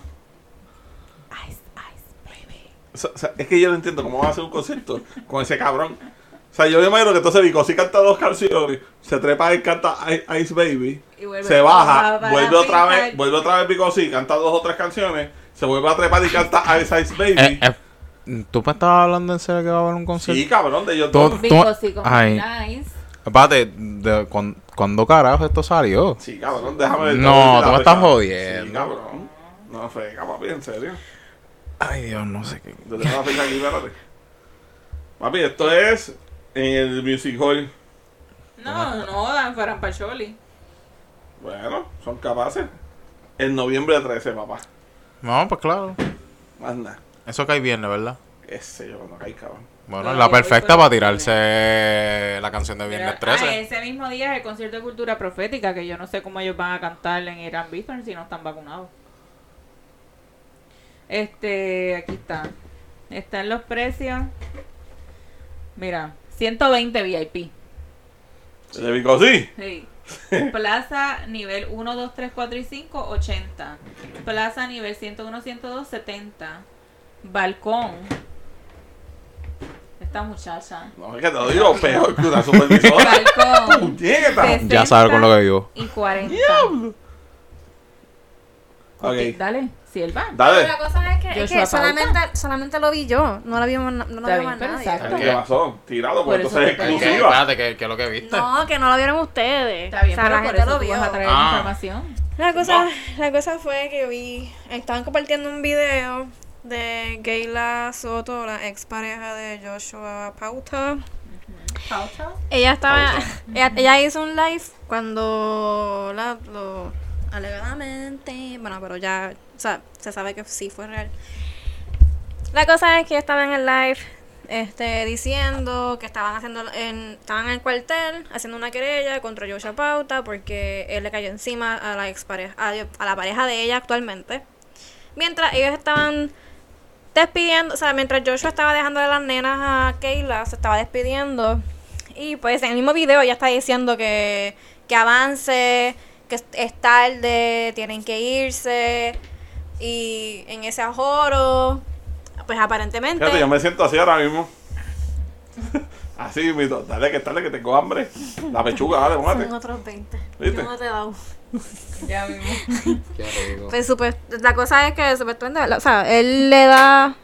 Ice, ice, baby.
O sea, o sea, es que yo no entiendo cómo va a hacer un concierto con ese cabrón. O sea, yo me imagino que entonces Vico sí canta dos canciones, se trepa y canta I- Ice Baby,
Y vuelve-
se
va
baja,
para
vuelve otra
pintar.
vez, vuelve otra vez Vico sí, canta dos o tres canciones, se vuelve a trepar y canta Ice Ice
Eh,
Baby.
eh, ¿Tú me estabas hablando en serio que va a haber un concierto?
Sí, cabrón, de ellos
Todo-
dos.
Vico, sí, como
Ay.
nice.
Espérate, de- cuan- ¿cuándo carajo esto salió?
Sí, cabrón, déjame ver.
No,
déjame ver
tú
la
me estás
fecha.
jodiendo.
Sí, cabrón. No, feca, papi, en serio.
Ay, Dios, no sé qué.
Yo tengo la fecha aquí, espérate. Papi, esto es en el Music Hall.
No, no, Dan Ferran Pacholi.
Bueno, son capaces. En noviembre 13, papá.
No, pues claro.
Más nada.
Eso cae viernes, ¿verdad?
Ese yo cuando caí, cabrón.
Bueno,
No,
es la
yo voy
perfecta
solo.
para tirarse la canción de Viernes
Pero, ah,
13.
ese mismo día es el concierto de cultura profética, que yo no sé cómo ellos van a cantar en Irán Bithorn si no están vacunados. Este, aquí está. Están los precios. Mira, 120 VIP.
El de Vico sí.
Sí. Plaza nivel 1, 2, 3, 4 y 5, 80. Plaza nivel 101, 102, 70. Balcón. Esta muchacha.
No, es que te lo digo peor que una supervisora.
Balcón.
¡Puñeta!
este
Ya sabes con lo que vivo.
Y 40.
Ok,
Dale, sierva.
Pero
dale.
la cosa es que, es
Joshua
que
Pauta.
solamente, solamente lo vi yo, no lo vimos, no, lo
Está
vimos a
bien,
nadie.
pero
¿Qué pasó? Tirado, porque
Por eso
entonces es
te digo.
exclusiva.
Pues, ¿qué, es lo que viste?
No, que no lo vieron ustedes.
Está bien,
o sea,
pero
la
por
gente
eso
lo
tú
vio.
vas a traer
Ah.
información.
La cosa, la cosa fue que vi, estaban compartiendo un video de Gayla Soto, la expareja de Joshua Pauta. Ella estaba, ella, ella hizo un live cuando la, lo alegadamente, bueno, pero ya, o sea, se sabe que sí fue real. La cosa es que estaba en el live este, diciendo que estaban haciendo en, estaban en el cuartel haciendo una querella contra Joshua Pauta porque él le cayó encima a la expareja, a, a la pareja de ella actualmente. Mientras ellos estaban despidiendo, o sea, mientras Joshua estaba dejando de las nenas a Kayla, se estaba despidiendo. Y pues en el mismo video ya está diciendo que, que avance, que es- es tarde, tienen que irse. Y en ese ajoro, pues aparentemente...
Fíjate, yo me siento así ahora mismo. Así, mi dale que dale que tengo hambre. La pechuga, dale,
Son
muérete.
otros 20.
¿Viste?
Yo no te he dado.
Ya mismo.
Pues, supuest- la cosa es que supuestamente, la- o sea, él le da,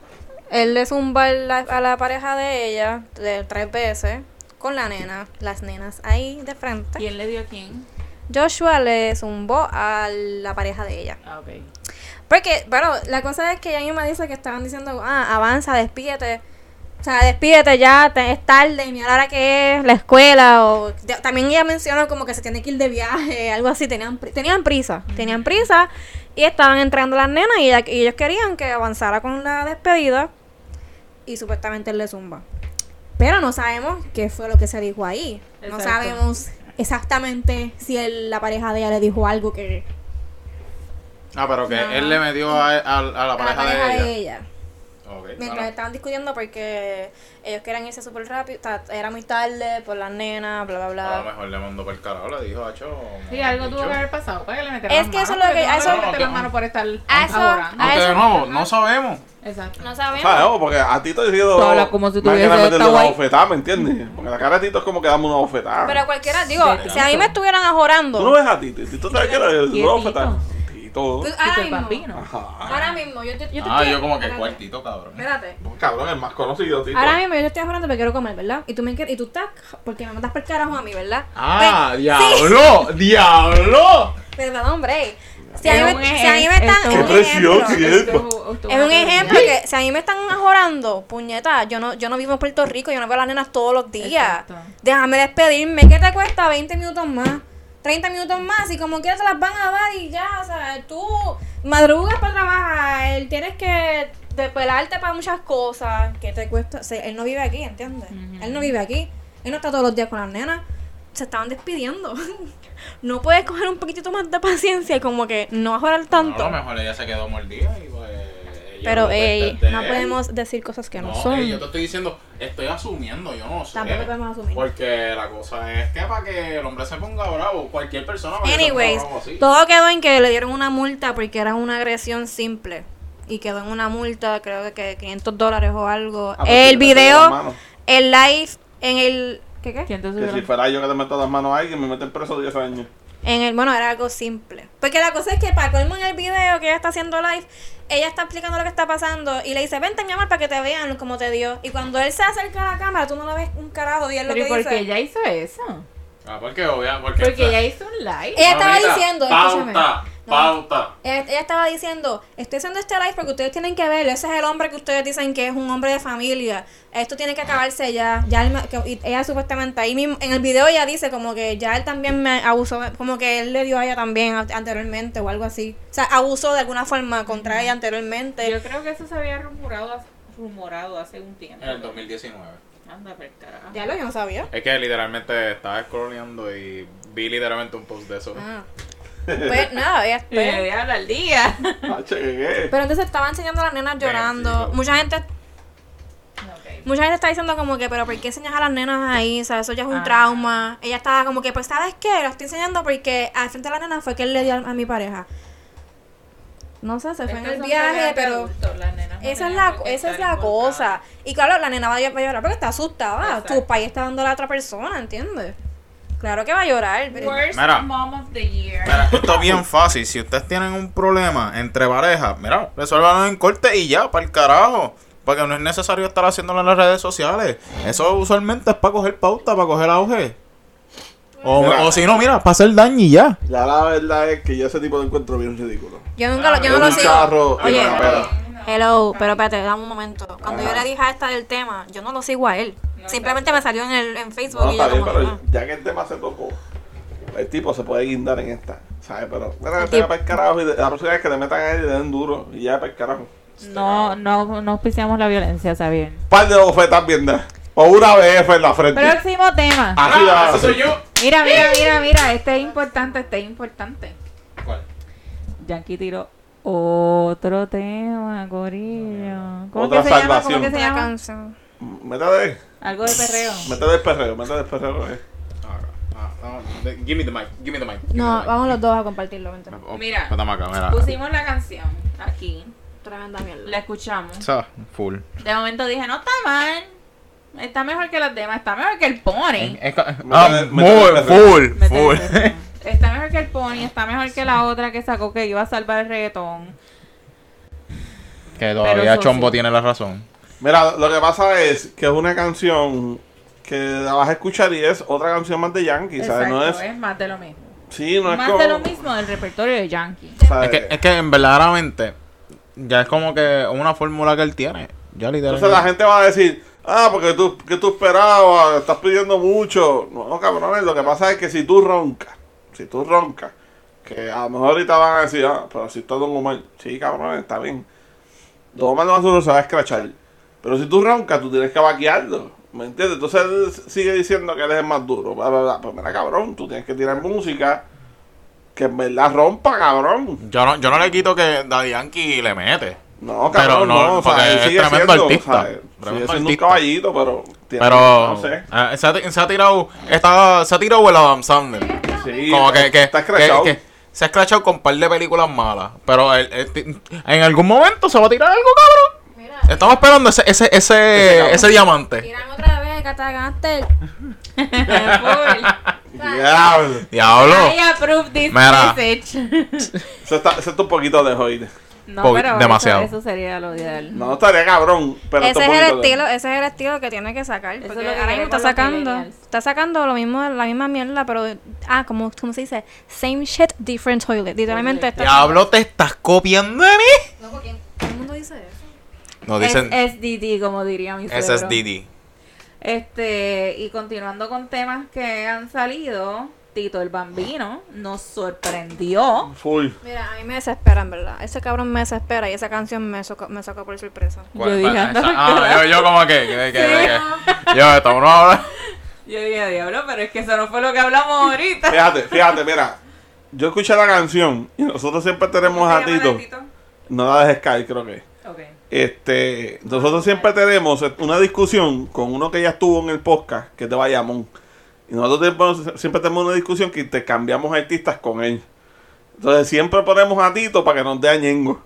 él le zumba el la- a la pareja de ella de tres veces con la nena, las nenas ahí de frente.
¿Quién le dio a quién?
Joshua le zumbó a la pareja de ella.
Ah, ok.
Porque, bueno, la cosa es que ella misma dice que estaban diciendo, ah, avanza, despídete. O sea, despídete ya, te- es tarde, y mira la hora que es, la escuela. o de- También ella mencionó como que se tiene que ir de viaje, algo así. Tenían, pri- tenían prisa, tenían prisa. Y estaban entrando las nenas y, ella- y ellos querían que avanzara con la despedida. Y supuestamente él le zumba. Pero no sabemos qué fue lo que se dijo ahí. No
Exacto.
sabemos exactamente si el- la pareja de ella le dijo algo que
Ah, pero que
Ajá.
él le metió a, a- a la
a la
pareja
pareja
de ella.
de ella.
Ok,
Mientras
claro.
estaban discutiendo porque ellos querían irse súper rápido, ta- era muy tarde por las nenas, bla, bla,
pues, A lo
bla.
mejor le mandó por el carajo, le dijo, hacho.
Sí, algo
bicho".
tuvo que haber pasado para que le metieran
Es que eso es lo que- a eso-
meter las manos por estar
a eso-
laborando.
No,
a
que de
eso-
nuevo, no sabemos.
Exacto.
No sabemos.
¿Sabes? Oh, porque a Tito he sido.
Tú hablas como si
más que
tuviese
nada meterle
esta
una
guay.
bofetada, ¿me entiendes? Porque la cara de Tito es como que dame una bofetada.
Pero cualquiera, digo,
Exacto.
si a mí me estuvieran
Tú no
ajorando,
ves a Tito. y Tito te quiere
¿Quién
una bofetada. Tito. Ah,
Tito
tú- pues, ahora
el
mismo,
Bambino.
Ajá.
ahora mismo, yo te, yo te
Ah,
estoy-
yo como que
espérate,
cuartito, cabrón.
Espérate.
Cabrón, el más conocido, Tito.
Ahora mismo yo te estoy jurando que quiero comer, ¿verdad? Y tú me quieres, y tú estás, porque me mandas por el carajo a mí, ¿verdad? pues,
Ah, diablo, diablo.
Pero perdón, hombre. Si a mí me, si a mí me
Es
están.
un
Qué
es un
presión,
ejemplo.
sí, es.
Es un ejemplo que si a mí me están ajorando, puñeta, yo no, yo no vivo en Puerto Rico, yo no veo a las nenas todos los días.
Exacto.
Déjame despedirme, ¿qué te cuesta 20 minutos más? 30 minutos más, y como quieras te las van a dar y ya, o sea, tú madrugas para trabajar, tienes que despelarte para muchas cosas, ¿qué te cuesta? O sea, él no vive aquí, ¿entiendes? Él no vive aquí, él no está todos los días con las nenas, se estaban despidiendo. no puedes coger un poquitito más de paciencia y como que no ajorar
No,
tanto.
a lo mejor ella se quedó mordida y pues. ella
Pero,
fue
ey,
parte de
no
él.
podemos decir cosas que no,
No,
son.
ey, yo Eh, te estoy diciendo, estoy asumiendo, yo no sé.
Tampoco podemos asumir.
Porque la cosa es que para que el hombre se ponga bravo, cualquier persona va a ser
Anyways,
bravo así.
todo quedó en que le dieron una multa porque era una agresión simple. Y quedó en una multa, creo que, que 500 dólares o algo.
pues
Ah, pero
el
si le meto las
video,
manos.
el live, en el... ¿Qué qué?
¿Quién te
Que si
subió?
fuera yo que te meto las manos a alguien, me meten preso 10 años.
En el, bueno, era algo simple. Porque la cosa es que para colmo en el video que ella está haciendo live, ella está explicando lo que está pasando y le dice, vente mi amor para que te vean como te dio. Y cuando él se acerca a la cámara, tú no lo ves un carajo y es lo
Pero ¿y
que
por
dice.
qué ella hizo eso?
Ah, porque obvia, porque.
Porque ella hizo un live.
Ella estaba
Mamita,
diciendo, escúchame.
Pauta,
No.
pauta.
Ella, ella estaba diciendo, estoy haciendo este live porque ustedes tienen que verlo. Ese es el hombre que ustedes dicen que es un hombre de familia. Esto tiene que acabarse ya. ya él me- que- y ella supuestamente ahí mismo, en el video ella dice como que ya él también me abusó, como que él le dio a ella también a- anteriormente o algo así. O sea, abusó de alguna forma contra ella anteriormente.
Yo creo que eso se había rumorado, hace- rumorado hace un tiempo.
En
Ah.
el 2019.
Anda, por el carajo.
Ya lo yo no sabía.
Es que literalmente estaba scrolleando y vi literalmente un post de eso.
Ah. Pues nada, ella
Y le voy a hablar al día.
Ah, che, ¿qué?
Pero entonces estaba enseñando a las nenas llorando.
Bendito.
Mucha gente Mucha gente está diciendo como que, pero ¿por qué enseñas a las nenas ahí? O sea, eso ya es un
Ah.
trauma. Ella estaba como que, pues ¿sabes qué? Lo estoy enseñando porque al frente de las nenas fue que él le dio a, a mi pareja. No sé, se fue en
Estas
el
son
viaje,
peleas de
pero...
adultos, las nenas no
Esa es
tenían
la,
por qué
esa es
estar
la
involucradas.
cosa. Y claro, la nena va a llor- va a llorar porque está asustada.
Exacto.
Tu país está dando a la otra persona, ¿entiendes? Claro que va a llorar. pero-
Worst
Mira.
mom of the year.
Mira, esto es bien fácil. Si ustedes tienen un problema entre parejas, mira, resuélvanlo en corte y ya, para el carajo. Porque no es necesario estar haciéndolo en las redes sociales. Eso usualmente es para coger pauta, para coger auge. O,
Mira.
o si no, mira, para hacer daño y ya.
Ya la verdad es que yo ese tipo lo encuentro bien ridículo.
Yo nunca lo, yo
Es
no lo
un
sigo.
charro y
Oye.
una pera.
Hello, pero espérate, dame un momento. Cuando yo le dije a esta del tema, yo no lo sigo a él. Simplemente me salió en el en Facebook
No,
y
está
yo
bien,
como que, ah.
pero ya que el tema se tocó, el tipo se puede guindar en esta, ¿sabes? Pero, bueno,
tipo-
te para el carajo y de- la próxima vez que te metan a él y le den duro y ya para el carajo.
No, no, no auspiciamos la violencia, está bien.
par de bofetas bien dadas. O una BF en la frente.
Próximo tema.
Ah,
Así la
eso Ah, soy yo.
Mira, mira, mira, mira. Este es importante, este es importante.
¿Cuál?
Yankee tiró otro tema, gorillo. ¿Cómo
Otra
que se llama? ¿Cómo
salvación.
que se
Una
llama?
canción.
Métete,
Algo de perreo.
métete el perreo, métete el perreo. eh.
Ah, give me the mic, give me the mic. Oh,
No, vamos los dos a compartirlo. vente.
Mira.
Dame acá, mira.
Pusimos la canción aquí,
Tremenda mierda.
la escuchamos.
Esa, Full.
De momento dije, no está mal. Está mejor que las demás, está mejor que el pony.
Es ca- ah,
Métele- métele
muy,
el perreo.
full,
Me tengo
full.
que decir. Está mejor que el pony, está mejor que la otra que sacó que iba a salvar el reggaetón.
Que
Pero
todavía
eso
Chombo
sí.
tiene la razón.
Mira, lo que pasa es que es una canción que la vas a escuchar y es otra canción más de Yankee, ¿sabes?
Exacto,
No
es...
es,
más de lo mismo.
sí, no es
más
como,
de lo mismo del repertorio de Yankee.
¿sabes?
Es que, es que en verdaderamente ya es como que una fórmula que él tiene. Ya literalmente.
Entonces la gente va a decir, ah, porque tú, que tú esperabas, estás pidiendo mucho. No, cabrones, lo que pasa es que si tú roncas, si tú roncas, que a lo mejor ahorita van a decir, ah, pero si está Don Omar, sí, cabrones, está bien. Don Omar no va a escrachar. Pero si tú roncas, tú tienes que vaquearlo. ¿Me entiendes? Entonces él sigue diciendo que él es el más duro. Bla, bla, bla. Pues mira, cabrón, tú tienes que tirar música que en verdad rompa, cabrón.
Yo no, yo no le quito que Daddy Yankee le mete.
No,
Pero
cabrón,
no,
no, o sea,
porque
él
es
sigue
tremendo
siendo,
artista.
o sea, sigue
Tremendo
siendo un
artista.
caballito, pero... tiene-
Pero
No sé.
eh, se, ha, ti- se ha tirado está, se ha tirado el Adam Sandler.
Ah,
Sí,
Como que, que-
está
que-
escrachado.
que se ha escrachado con un par de películas malas. Pero él- él ti- en algún momento se va a tirar algo, cabrón.
Mira,
Estamos esperando ese, ese, ese,
Ese cabrón.
ese diamante.
tiran otra vez, Catagante.
Diablo.
Diablo.
I approve this
Mira.
message.
Eso está, eso está un poquito de joide.
No,
Poqu-
pero
demasiado.
Eso, eso sería lo ideal.
No estaría cabrón, pero
ese
está un
es el
poquito de-
estilo, ese es el estilo que tiene que sacar.
Eso es
porque
lo que
ahora mismo
queremos
está
los
sacando,
millennials.
está sacando lo mismo, la misma mierda, pero ah, como, como se dice, same shit, different toilet. Literalmente está.
Diablo, te estás copiando de mí.
No, porque todo el mundo dice eso.
No dicen.
Es SDD, como diría mi
Ese es
suegro.
Didi.
Este, y continuando con temas que han salido, Tito el Bambino nos sorprendió.
Full.
Mira, a mí
Me
me
desespera, en verdad. Ese cabrón me desespera y esa canción me, soca- me sacó por sorpresa.
Yo dije, anda pa'l
ah, yo, yo como que, que, que, que- yo estamos ahora.
Yo dije, diablo, pero es que eso no fue lo que hablamos ahorita.
Fíjate, fíjate, mira. Yo escuché la canción y nosotros siempre tenemos a
¿Se llama
Tito.
de Tito?
No la dejes caer, creo que.
Ok.
Este, nosotros siempre tenemos una discusión con uno que ya estuvo en el podcast, que es de Bayamón. Y nosotros siempre- siempre tenemos una discusión que intercambiamos artistas con él. Entonces siempre ponemos a Tito para que nos dé a Ñengo.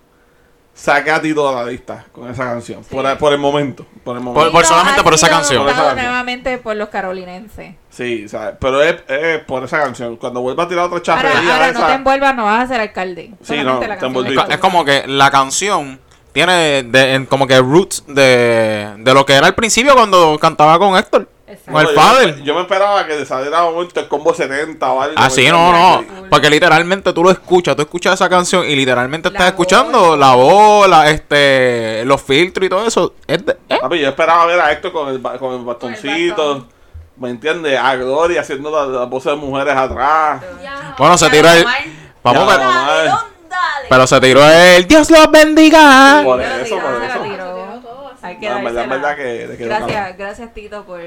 Saca a Tito de la lista con esa canción. Por, por el momento. Por el momento.
Por- por solamente por esa canción.
Por esa
Votado
canción.
nuevamente por los carolinenses.
Sí, ¿sabes? pero es, es por esa canción. Cuando vuelva a tirar otra
Ahora,
charrería
ahora no
esa-
te envuelvas, no vas a ser alcalde.
Sí, no,
Solamente la
te
canción.
Es,
envolviste.
co- es como que la canción tiene de- en- como que roots de, de lo que era al principio cuando cantaba con Héctor.
Exacto.
Con el
yo
Fader.
me- Yo me esperaba que saliera un momento el combo 70 o algo.
Ah, sí, no, no. Porque literalmente tú lo escuchas, tú escuchas esa canción y literalmente
La
estás
voz.
escuchando la bola, este, los filtros y todo eso. Es de- eh,
Papi, yo esperaba ver a Héctor con el, ba- con el bastoncito.
bastón.
¿Me entiendes? A Gloria haciendo las la voces de mujeres atrás.
Bueno, se tiró el. Vamos,
Ya,
pero,
mamá,
pero se tiró el. Dios los bendiga.
Por
Ya lo
eso,
tiró,
por
ya lo
eso.
tiró. Hay que
No, Ah, en verdad, en
dársela.
verdad que le quedó
Gracias,
cabrón.
gracias Tito por,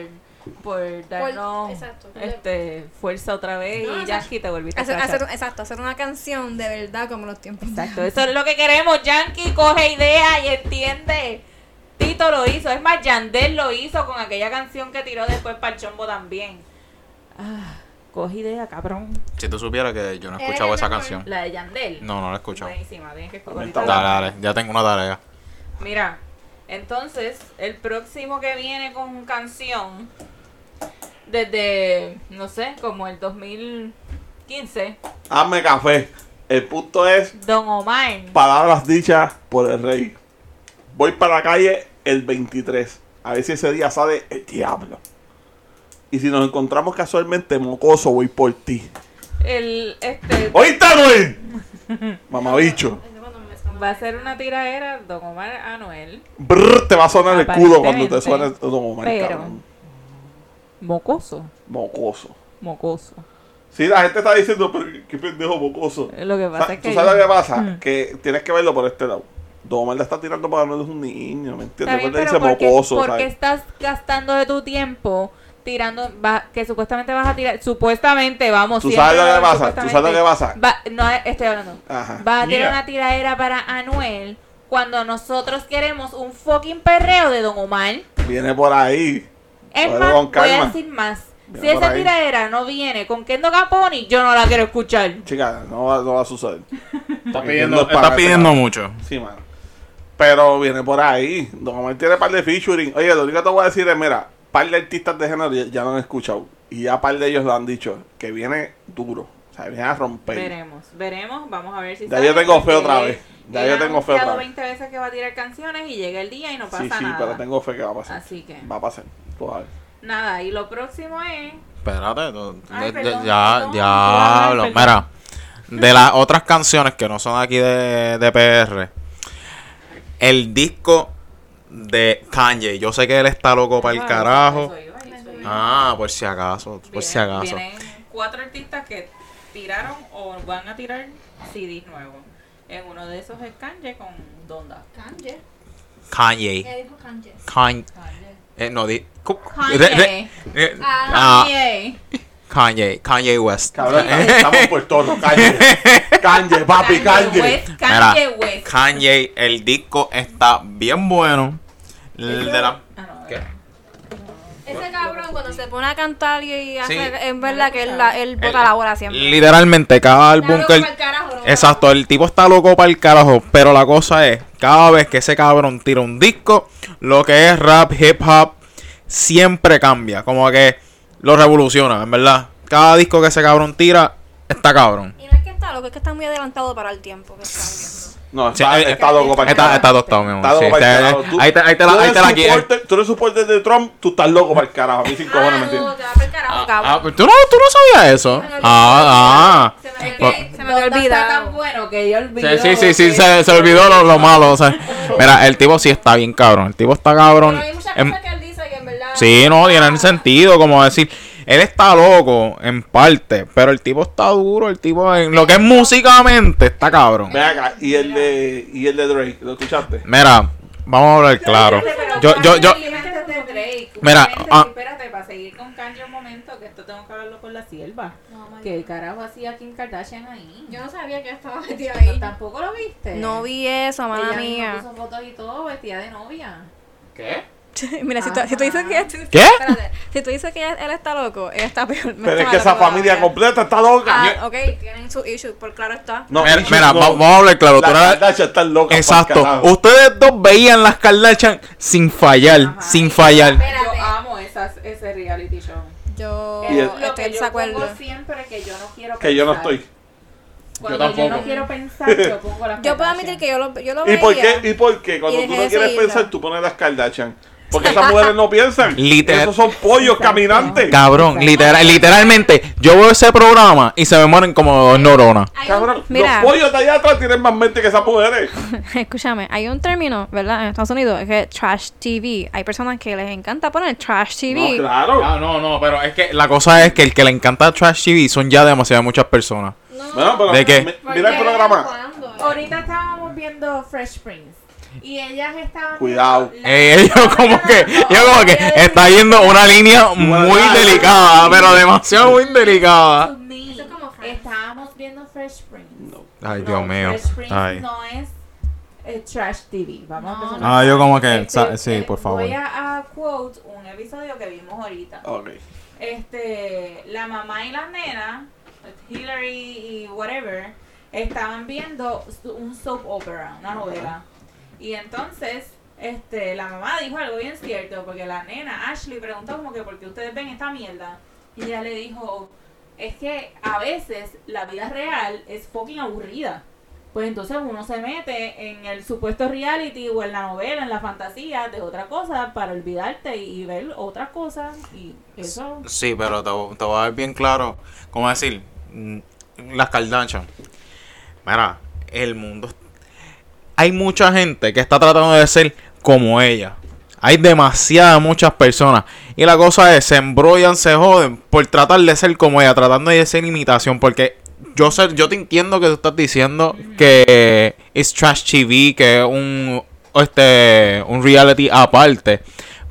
por darnos
exacto.
este, fuerza otra vez y Yankee te volviste a
Hacer-
escrachar.
hacer un- exacto, hacer una canción de verdad como los tiempos.
Exacto, eso es lo que queremos. Yankee coge idea y entiende. Tito lo hizo, es más, Yandel lo hizo con aquella canción que tiró después para el chombo también. Ah, coge idea, cabrón.
Si tú supieras que yo no he escuchado esa canción.
La de Yandel.
No, no la he escuchado.
Buenísima, tienes que escuchar.
Lamentable.
Dale, dale, ya tengo una tarea.
Mira, entonces, el próximo que viene con canción, desde, no sé, como el 2015,
Hazme café. El punto es
Don Omar.
palabras dichas por el rey. Voy para la calle el 23. A ver si ese día sale el diablo. Y si nos encontramos casualmente, mocoso, voy por ti.
El, este,
¡Oíste, Anuel! Mamabicho.
va a ser una tiradera Don Omar Anuel.
Brr, te va a sonar el culo cuando te
Aparentemente.
suene Don Omar,
Pero-
cabrón.
Mocoso,
Mocoso.
mocoso.
Sí, la gente está diciendo, pero qué- qué pendejo mocoso.
Eh, Lo que pasa
Sa-
es
Ah, ¿Tú
que...
sabes lo que pasa?
Mm.
Que tienes que verlo por este lado. Don Omar la está tirando para no es un niño, ¿me entiendes?
Está bien,
Después le
pero
dice
porque,
mocoso,
porque
¿sabes?
estás gastando de tu tiempo tirando, va- que supuestamente vas a tirar, supuestamente, vamos,
¿Tú
siempre
sabes lo que
vamos,
pasa? ¿Tú sabes lo que pasa?
supuestamente. Va- no, eh, estoy hablando.
Ajá.
Va a tener
Mira.
una tiradera para Anuel cuando nosotros queremos un fucking perreo de Don Omar.
Viene por ahí.
Es
Bueno,
más,
con
voy a
calma.
decir más.
Mira
Si
por
esa
ahí.
tiradera no viene con Kendo Caponi, yo no la quiero escuchar.
Chica, no va, no va a suceder.
Está
pidiendo-
pidiendo, está pidiendo mucho.
Sí, mano. Pero viene por ahí. Don Omar tiene par de featuring. Oye, lo único que te voy a decir es, mira, par de artistas de género ya, ya lo han escuchado. Y ya par de ellos lo han dicho. Que viene duro. O sea, viene a romper.
Veremos, veremos, vamos a ver si
Pues, Ya
sale,
yo tengo fe
porque
otra vez. Ya
él
yo
ha
tengo fe otra
anunciado
vez.
20 veces que va a tirar canciones y llega el día y no pasa
Sí, sí,
nada.
pero tengo fe que va a pasar.
Así que
Va a pasar. Tú vas a ver.
nada, y lo próximo es
Espérate, tú-
Ay,
de- de-
perdón,
ya,
perdón,
diablo.
perdón.
Mira, de las otras canciones que no son aquí de, de PR, el disco de Kanye, yo sé que él está loco para el
Ah,
carajo.
eso iba, eso iba.
Ah, por si acaso, por
Vienen-
si acaso.
Vienen cuatro artistas que tiraron o van a tirar CDs nuevos. En uno de esos es Kanye con Donda.
Kanye.
Ella dijo Kanches.
Kanye. Eh, no, di. cu-
Kanye.
re- re- eh, ah,
Kanye.
Kanye. Kanye West.
Cabrón, estamos en Puerto Rico, Kanye. Kanye, papi,
Kanye
Kanye.
pues. West. Kanye
Mira,
West.
Kanye, el disco está bien bueno. El de la-
Ah, no,
¿Qué?
Ese cabrón cuando se pone a cantar y, y hace,
Sí.
es verdad que él, la- él bota
El-
la bola siempre.
Literalmente, cada álbum que él-
Claro, pa'l carajo, no.
Exacto, el tipo está loco para el carajo. Pero la cosa es, cada vez que ese cabrón tira un disco, lo que es rap, hip hop, siempre cambia. Como que lo revoluciona, en verdad. Cada disco que ese cabrón tira, está cabrón.
Y no es que está loco, es que está muy adelantado para el tiempo que está viendo.
No,
Sí,
está,
eh,
está loco para el
Está,
carajo.
está tostado, mi amor.
Está loco
Sí,
para el
está- eh,
carajo. Tú-
ahí te, ahí te la,
tú
ahí
eres
te la quie-
supporter- Tú eres soporte de Trump, tú estás loco para el carajo. A mí sin cojones, ¿me entiendes?
Ah, no, te va pa'l carajo,
Ah,
cabrón.
¿tú, no, tú no sabías eso. Ah, ah.
Se me había
Por-
olvidado.
Se me había olvidado.
Está tan bueno que yo
Sí,
olvidé.
sí, sí, sí, se, se olvidó lo, lo malo. O sea, mira, el tipo sí está bien cabrón. El tipo está cabrón.
Pero hay muchas
Em-
cosas que él dice que en verdad. Ah.
Sí, no, tiene sentido, como decir, él está loco en parte, pero el tipo está duro, el tipo en lo que es músicamente está cabrón.
Ven acá, y el de, y el de Drake, ¿lo escuchaste?
Mira, vamos a hablar claro. Yo, yo, yo, Mira,
Mira,
ah.
este espérate, para seguir con Kanye un momento, que esto tengo que hablarlo con la sierva.
No, madre.
¿Qué carajo hacía Kim Kardashian ahí?
Yo no sabía que estaba metida
¿No-
ahí.
¿Tampoco lo viste?
No vi eso,
Ella
mala
misma
mía.
puso fotos y todo vestida de novia.
Mira, si tú, si tú dices que
Ah. ¿Qué?
espérate, si tú dices que él está loco, él está peor.
Pero es que esa familia
completa.
completa está loca.
Ah, ok, tienen sus issues, por claro está.
No,
mira,
issues
mira,
no.
va- vamos a hablar claro. tú
Las
no eras-
Kardashian están locas
exacto,
pa'l carajo.
ustedes dos veían las Kardashian sin fallar, sin fallar.
Espérate.
Yo amo esas, ese reality show.
Yo
Y el-
Lo
estoy
que
en
yo
desacuerdo.
pongo siempre que yo no quiero
Que yo no
pensar.
estoy.
Cuando
Yo tampoco.
no quiero pensar, yo pongo las
Yo puedo
Kardashian.
admitir que yo lo, yo lo
¿Y
veía.
por qué? ¿Y por qué? Cuando
Y
tú
dejé
no
de
quieres
seguirla.
pensar, tú pones las Kardashian. Porque esas mujeres no piensan.
Literal.
Esos son pollos caminantes.
Cabrón, literal, literalmente, yo veo ese programa y se me mueren como dos neuronas.
Hay un-
Cabrón,
mira,
los pollos de allá atrás tienen más mente que esas mujeres.
escúchame, hay un término, ¿verdad? En Estados Unidos, es que trash TV. Hay personas que les encanta poner trash
No,
TV.
claro.
Ah, no, no, pero es que la cosa es que el que le encanta Trash TV son ya demasiadas muchas personas.
Bueno, pero
¿De qué?
mi- mira el programa.
Ahorita estábamos viendo Fresh Prince. Y ellas estaban.
Cuidado.
viendo la-
Eh, yo como que, yo como que está yendo una línea muy delicada, pero demasiado muy delicada.
To me,
Eso es como Friends.
Estábamos viendo Fresh Prince.
Ay,
No,
Dios mío.
Fresh Prince
Ay.
no es eh, trash TV. Vamos a
No.
empezar.
Ah, yo como que,
Este,
sa- sí,
eh,
por favor.
Voy a, a quote un episodio que vimos ahorita.
Ok.
Este, la mamá y las nenas, Hillary y whatever, estaban viendo su- un soap opera, una novela. Y entonces, este, la mamá dijo algo bien cierto, porque la nena, Ashley, preguntó como que por qué ustedes ven esta mierda. Y ella le dijo, es que a veces la vida real es fucking aburrida. Pues entonces uno se mete en el supuesto reality o en la novela, en la fantasía de otra cosa para olvidarte y, y ver otras cosas y eso.
Sí, pero te, te voy a ver bien claro. ¿Cómo decir? Mm, Las Kardashian. Mira, el mundo. Hay mucha gente que está tratando de ser como ella. Hay demasiadas muchas personas. Y la cosa es, se embrollan, se joden por tratar de ser como ella, tratando de ser imitación. Porque yo sé, yo te entiendo que tú estás diciendo que es trash TV, que es un, este, un reality aparte.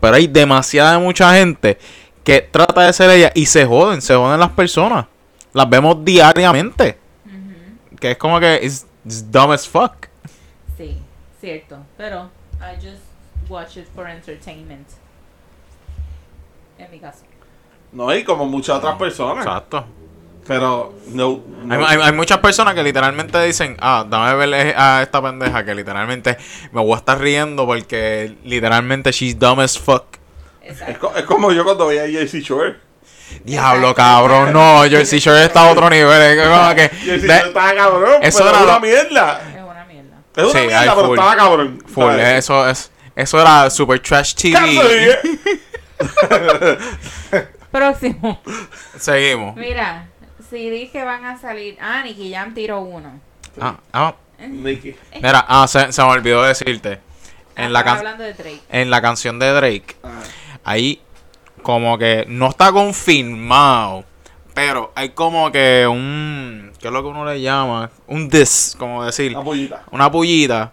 Pero hay demasiada mucha gente que trata de ser ella y se joden, se joden las personas. Las vemos diariamente. Que es como que it's, it's dumb as fuck.
Sí, cierto. Pero I just watch it for entertainment. En mi caso.
No, y como muchas otras personas.
Exacto.
Pero, no. Ah. no.
Hay, hay- hay muchas personas que literalmente dicen, ah, dame verle a esta pendeja que literalmente me voy a estar riendo porque literalmente she's dumb as fuck.
Es,
Exacto.
co- es como yo cuando veía a JC Shore.
Diablo, cabrón, no, Jersey Shore está a otro nivel. es que como que-
JC Shore
de-
estaba cabrón.
Eso
pero
era
era una
lo-
mierda.
Es una mierda.
Es una
Sí, ay,
mierda, pero
full.
estaba cabrón.
full,
¿sabes?
eso, es, eso era super trash TV.
Cancel, ¿eh?
Próximo.
Seguimos.
Mira, si dije van a salir. Ah, Nicky Jam tiró uno.
Ah, ah,
Nicky.
mira, ah, se, se me olvidó decirte. En la,
Ah, Estaba
can-
hablando de Drake.
en la canción de Drake,
Ah.
ahí como que no está confirmado, pero hay como que
Ah.
un, ¿qué es lo que uno le llama? Un diss, como decir,
La pollita.
una pullita,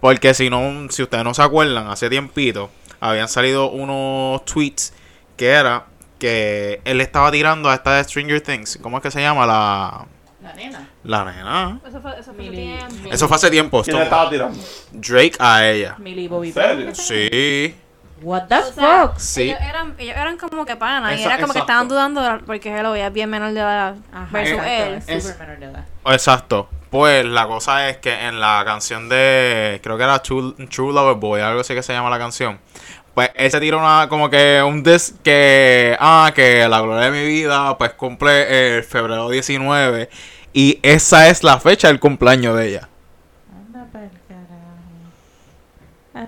Porque si no, si ustedes no se acuerdan, hace tiempito habían salido unos tweets que era que él estaba tirando a esta de Stranger Things. ¿Cómo es que se llama? La,
La nena.
la nena.
Eso fue, eso fue su
Mili-
tiempo.
Eso fue hace tiempo.
¿Quién
esto-
le estaba tirando?
Drake a ella.
Millie
¿En
Bobby
serio?
Sí,
What the
O sea,
fuck?
sí.
Ellos eran, ellos eran como que panas y
Exa-
era como que
exacto.
estaban dudando de la- porque él es bien menor de edad versus él.
él. Super menor de edad.
Exacto. Pues la cosa es que en la canción de. Creo que era True, True Lover Boy, algo así que se llama la canción. Pues él se tira una, como que un dis que. Ah, que la gloria de mi vida, pues cumple el febrero 19. Y esa es la fecha del cumpleaños de ella.
Anda pa'l carajo.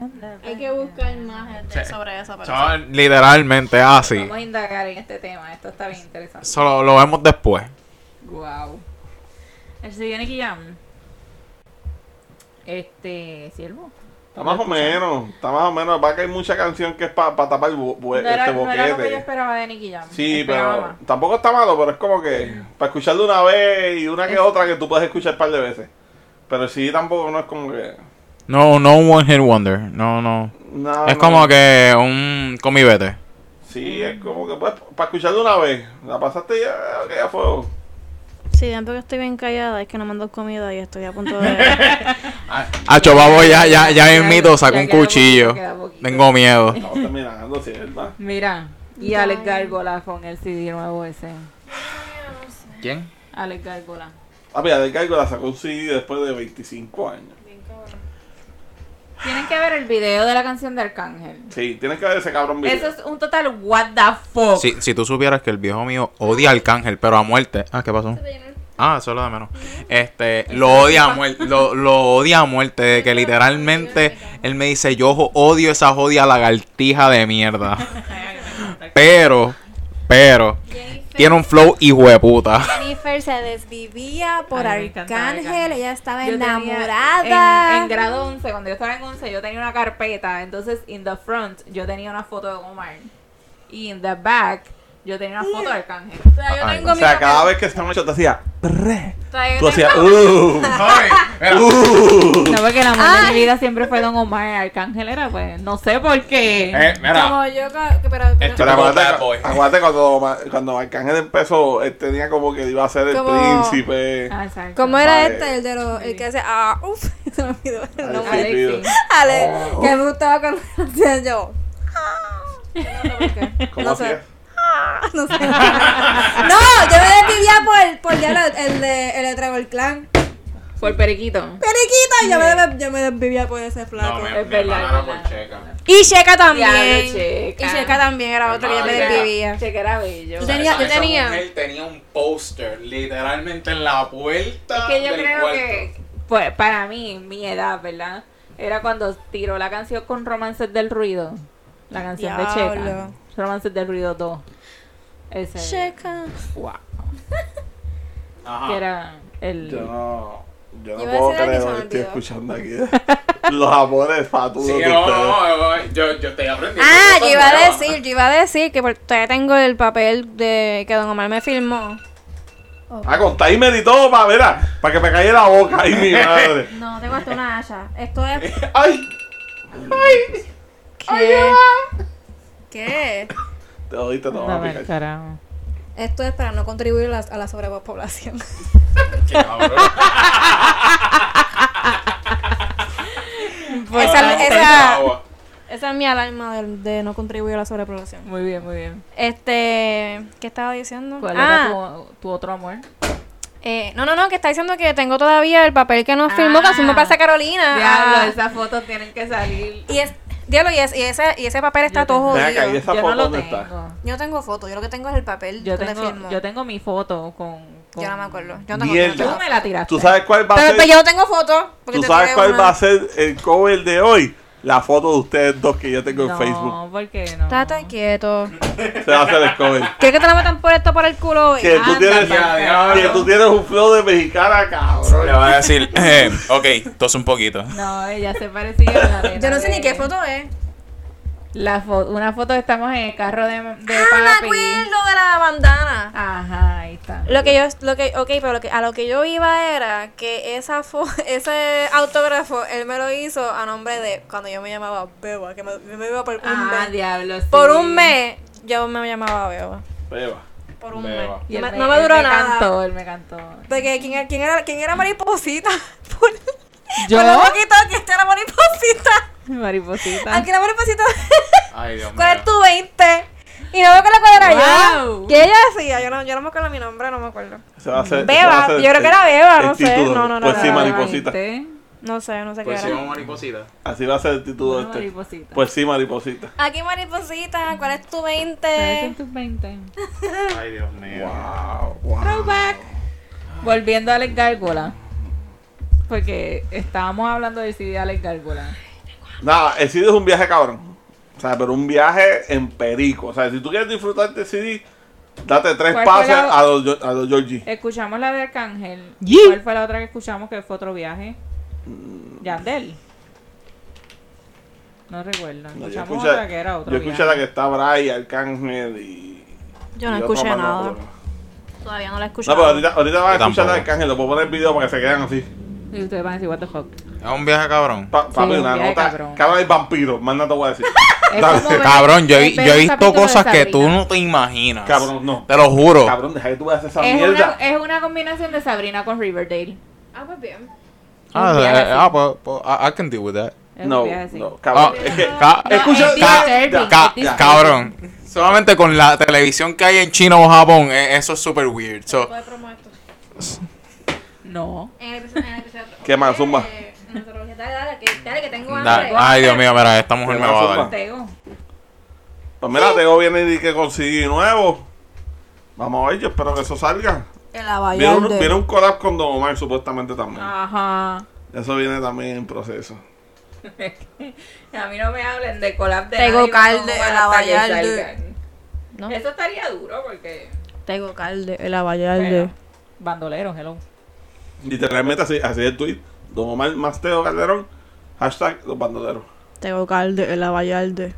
Anda
Hay
pa'l
que buscar
carajo.
más
Sí.
sobre eso. pero-
Chaval, literalmente así.
Vamos a indagar en este tema. Esto está bien interesante.
Solo lo vemos después.
Wow. El señor Nicky Jam. Este, siervo.
Está más o menos, está más o menos. Va que hay mucha canción que es para tapar bu- bu-
No era,
este
no era lo que yo
boquete.
esperaba Este de Nicky Jam.
Sí,
Esperaba
pero
más.
tampoco está malo, pero es como que para escucharlo una vez y una que
Es-
otra que tú puedes escuchar un par de veces. Pero sí, tampoco no es como que.
No, no One Hit Wonder. No, no.
no,
Es
no.
como que un comibete.
Sí, es como que pues, para escucharlo una vez. La pasaste ya, ok, ya fue.
Sí, tanto que estoy bien callada, es que no mando comida y estoy a punto de.
Acho, babo, ya, ya, ya el mito sacó
ya
un
queda
cuchillo.
poquito, queda poquito.
Tengo miedo.
Estamos terminando, sí, ¿verdad?
Mira, y Alex Gárgola con el CD nuevo ese.
¿Quién?
Alex Gárgola.
Ah, mira, del Caigo la sacó un CD después de 25 años.
Tienen que ver el video de la canción de Arcángel.
Sí, tienes que ver ese cabrón video.
Eso es un total what the fuck.
Si, si tú supieras que el viejo mío odia a Arcángel, pero a muerte. Ah, ¿qué pasó? Ah, eso es lo de menos. Este, lo odia a muerte, lo, lo odia a muerte, de que literalmente él me dice, yo jo- odio esa jodida lagartija de mierda. Pero, pero, tiene un flow hijo de puta.
Jennifer se desvivía por
Ay, me encantaba
Arcángel,
Arcángel.
ella estaba
Yo tenía-
enamorada.
En, en grado 11, cuando yo estaba en 11, yo tenía una carpeta. Entonces, in the front, yo tenía una foto de Omar. Y in the back, yo tenía una foto de Arcángel.
O sea, yo
Ay,
tengo
o
mi
sea, cada
papel-
vez que esta noche te hacía. "Prrr",
o sea, yo
Tú
tengo-
hacías. "Uh".
Uh.
No, porque la amor de mi vida siempre fue Don Omar. Arcángel era, pues, no sé por qué.
Eh.
Como yo, ca- que- pero, pero-
Esto
Pero
Como
acuérdate,
Bad Boy.
acuérdate cuando, Ma- cuando Arcángel empezó, él tenía como que iba a ser el
Como-
príncipe.
Ah, exacto.
¿Cómo era
Vale.
este? El, de lo, el que hace. Ah, uff, se me olvidó el nombre.
Alexis.
Alexis.
Ale,
Oh.
que me gustaba cuando hacían yo.
¿Cómo
No sé.
hacía?
Ah, No sé. No, yo me desvivía por, por ya lo- el de, el de Trevor Clan.
Por Periquito.
Periquita, yo me, yo me desvivía por ese flaco.
Es verdad, es verdad.
Y Checa
Diablo,
también.
Checa. Ah,
Y Checa también era otro que yo me
Hermana,
desvivía.
Checa era bello.
Yo tenía, yo tenía.
Él tenía un póster literalmente en la puerta
que yo creo que pues, para mí, mi edad, ¿verdad? Era cuando tiró la canción con Romances del Ruido. La canción de Checa.
Diablo.
Romances del Ruido 2. Ese.
Checa.
Wow. Que era el.
Ah. Yo no, yo no
Yo iba a
puedo
decir algo y
creer
se
lo
me
que estoy
olvidó.
escuchando aquí. Los amores fatuos de ustedes.
yo, yo estoy aprendiendo.
Ah, yo iba a decir, yo iba a decir que por- todavía tengo el papel de que Don Omar me filmó.
Ah, con timer y todo para, mira, para que me caiga la boca. Ay, mi madre.
No, tengo hasta una haya. Esto es.
Ay,
¿Qué? ¿Qué?
te oíste, te vamos a
Dame el
picar.
carajo.
Esto es para no contribuir a la, a la sobrepoblación. esa, esa, esa es mi alarma de, de no contribuir a la sobrepoblación.
Muy bien, muy bien.
Este, ¿qué estaba diciendo?
¿Cuál
ah,
era tu, tu otro amor?
eh, no, no, no, que está diciendo que tengo todavía el papel que nos firmó, que
Ah.
firmó para Carolina. Ah.
Diablo, esas fotos tienen que salir.
Y es, diablo, y, es- y ese, y ese papel está
Yo
todo
Ven acá, ¿y
jodido.
esa
yo
foto
no lo
dónde
tengo.
está?
Yo tengo foto, yo lo que tengo es el papel
Yo
que le
tengo,
firmó.
yo tengo mi foto con. con-
Yo no me acuerdo. Yo no tengo
Mierda.
foto.
Tú me la tiraste.
¿Tú sabes cuál va a
Pero, pero
ser?
yo no tengo foto. porque
¿Tú
te
sabes
tiré
cuál
una.
va a ser el cover de hoy? La foto de ustedes dos que yo tengo en
no,
Facebook.
¿por qué no?
Estate quieto.
Se va a hacer el cover.
¿Quieres que te la metan por esto por el culo hoy?
Que tú,
Anda,
tienes,
pa'l
que
carajo.
tú tienes un flow de mexicana, cabrón.
Le va a decir, eh, ok, tos un poquito.
No, ella se parecía a la nena
Yo no sé ni
de-
qué foto es.
La foto, una foto que estamos en el carro de, de
ah, me
papi.
acuerdo de la bandana.
Ajá, ahí está.
Lo que yo, lo que, ok, pero lo que, a lo que yo iba era que esa fo- ese autógrafo él me lo hizo a nombre de cuando yo me llamaba Beba, que me, me iba por un
Ah,
mes.
diablo. sí.
Por un mes yo me llamaba Beba.
Beba.
Por un
Beba.
Y él
mes. Me- no me duró
él
nada.
Cantó, él me cantó.
Porque quién, quién era, quién era mariposita. Por,
¿Yo?
por lo poquito que esta era mariposita.
Mariposita.
Aquí la mariposita.
Ay, Dios mío.
¿Cuál es tu 20? Y no me acuerdo cuál era
Wow.
yo. ¿Qué ella decía? Yo no, yo no me acuerdo mi nombre, no me acuerdo.
Se va a hacer-
Beba,
se va a hacer
yo creo que
el-
era Beba,
el
no sé,
título.
no, no, no,
Pues sí,
no, no,
mariposita.
No sé, no sé qué
Pues sí,
era.
vamos, mariposita.
Así va a ser el título de
Una
este.
mariposita.
Pues sí, mariposita.
Aquí mariposita, ¿cuál es tu
¿Sabes en
20?
tus 20?
Ah.
Ay, Dios mío.
Wow, wow.
Volviendo a Alex Gárgola. Porque estábamos hablando del CD de Alex Gárgola.
Nada, el CD es un viaje cabrón. O sea, pero un viaje en perico. O sea, si tú quieres disfrutar de CD, date tres
¿Cuál fue
pases
la-
a los, Yo- a los Georgie.
Escuchamos la de Arcángel.
Yee.
¿Cuál fue la otra que escuchamos que fue otro viaje?
Mm.
Yandel. No recuerdo.
No,
Escuchamos
yo escuché,
otra que era otro
yo escuché
viaje.
la que está Bray, Arcángel y.
Yo no
y otro
escuché
más, no
nada.
recuerdo.
Todavía no la he
No,
escuchado.
pero ahorita, ahorita van a
Yo
escuchar la de
tampoco.
Arcángel. Lo puedo poner en video para que se queden así.
Y ustedes van a decir, what the fuck.
Es un viaje cabrón.
Pues,
Pa- papi,
un
una
viaje
nota.
cabrón.
Cabra del vampiro. Más nada te voy a decir.
Es
Dale.
como ver-
Cabrón, yo, he-
eh,
es ver
yo he
un
visto
capítulo de
cosas que
Sabrina.
tú no te imaginas.
Cabrón, no.
Te lo juro.
Cabrón, deja que tú veas esa
Es una,
mierda.
es una combinación de Sabrina con Riverdale.
Ah, pues bien.
Ah,
Un viaje
eh,
así.
ah, pues, pues, I I can deal with that.
Es un
No,
viaje así.
no, cabrón.
Ah,
es que-
ca-
escucha,
No, es
ca-
disturbing,
ya,
es
Ca-
disturbing.
cabrón. Solamente con la televisión que hay en China o Japón, eh, eso es super weird. So,
Puede promover esto.
No.
En el episodio- en el episodio-
¿Qué más, Zumba?
Eh, en el episodio- Dale, dale, que, dale, que tengo
da-
hambre.
ay, Dios mío, mira, esta mujer me va a dar.
Teo.
Pues mira, Teo viene y que conseguí nuevo. Vamos a ver, yo espero que eso salga.
En la
Viene un,
Vallarde.
viene un collab con Don Omar, supuestamente también.
Ah. Ajá.
Eso viene también en proceso.
A mí no me hablen de collab de
Tego
nadie,
Calde,
no,
la
hasta que
Vallarde.
salgan.
No.
Eso estaría duro porque...
Tengo calde, el
Bueno, bandolero, hello.
Literalmente así, así es el tweet. Don Omar más Teo Calderón. Hashtag los bandoleros.
Tengo calde, el avallarde.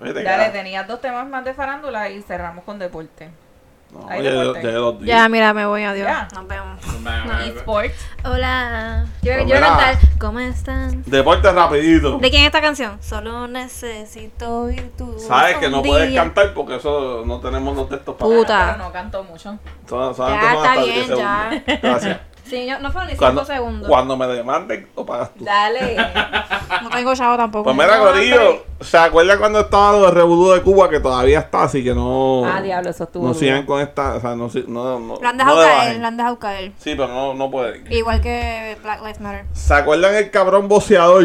Oye, te
Dale,
queda-
tenías dos temas más de farándula y cerramos con deporte.
No,
ahí
oye,
te
yo-
corté.
yo los di.
Ya, mira, me voy, adiós.
Ya.
Nos vemos.
Esports.
Hola. Yo,
Pues
yo
mira.
cantar. ¿Cómo están?
Deporte rapidito.
¿De quién es esta canción? Solo necesito oír tu
Sabes
voz
que no
un
puedes
día.
cantar porque eso no tenemos los textos para.
Puta.
Pero no cantó mucho.
Son- son-
Ya,
son
está
hasta
bien,
10 segundos.
ya.
Gracias.
Sí, yo, no fueron ni
Cuando,
cinco segundos.
cuando me demanden, lo pagas tú.
Dale.
No tengo chavo tampoco.
Pues mira,
No,
Corillo,
hombre.
¿se acuerda cuando estaba lo de Revolú de Cuba que todavía está? Así que no.
Ah, diablo, eso estuvo
No
duro.
sigan con esta. O sea, no. si- no, no
Lo han dejado
no le
caer,
bajen.
lo han dejado caer.
Sí, pero no, no pueden.
Igual que Black Lives Matter.
¿Se acuerdan el cabrón boceador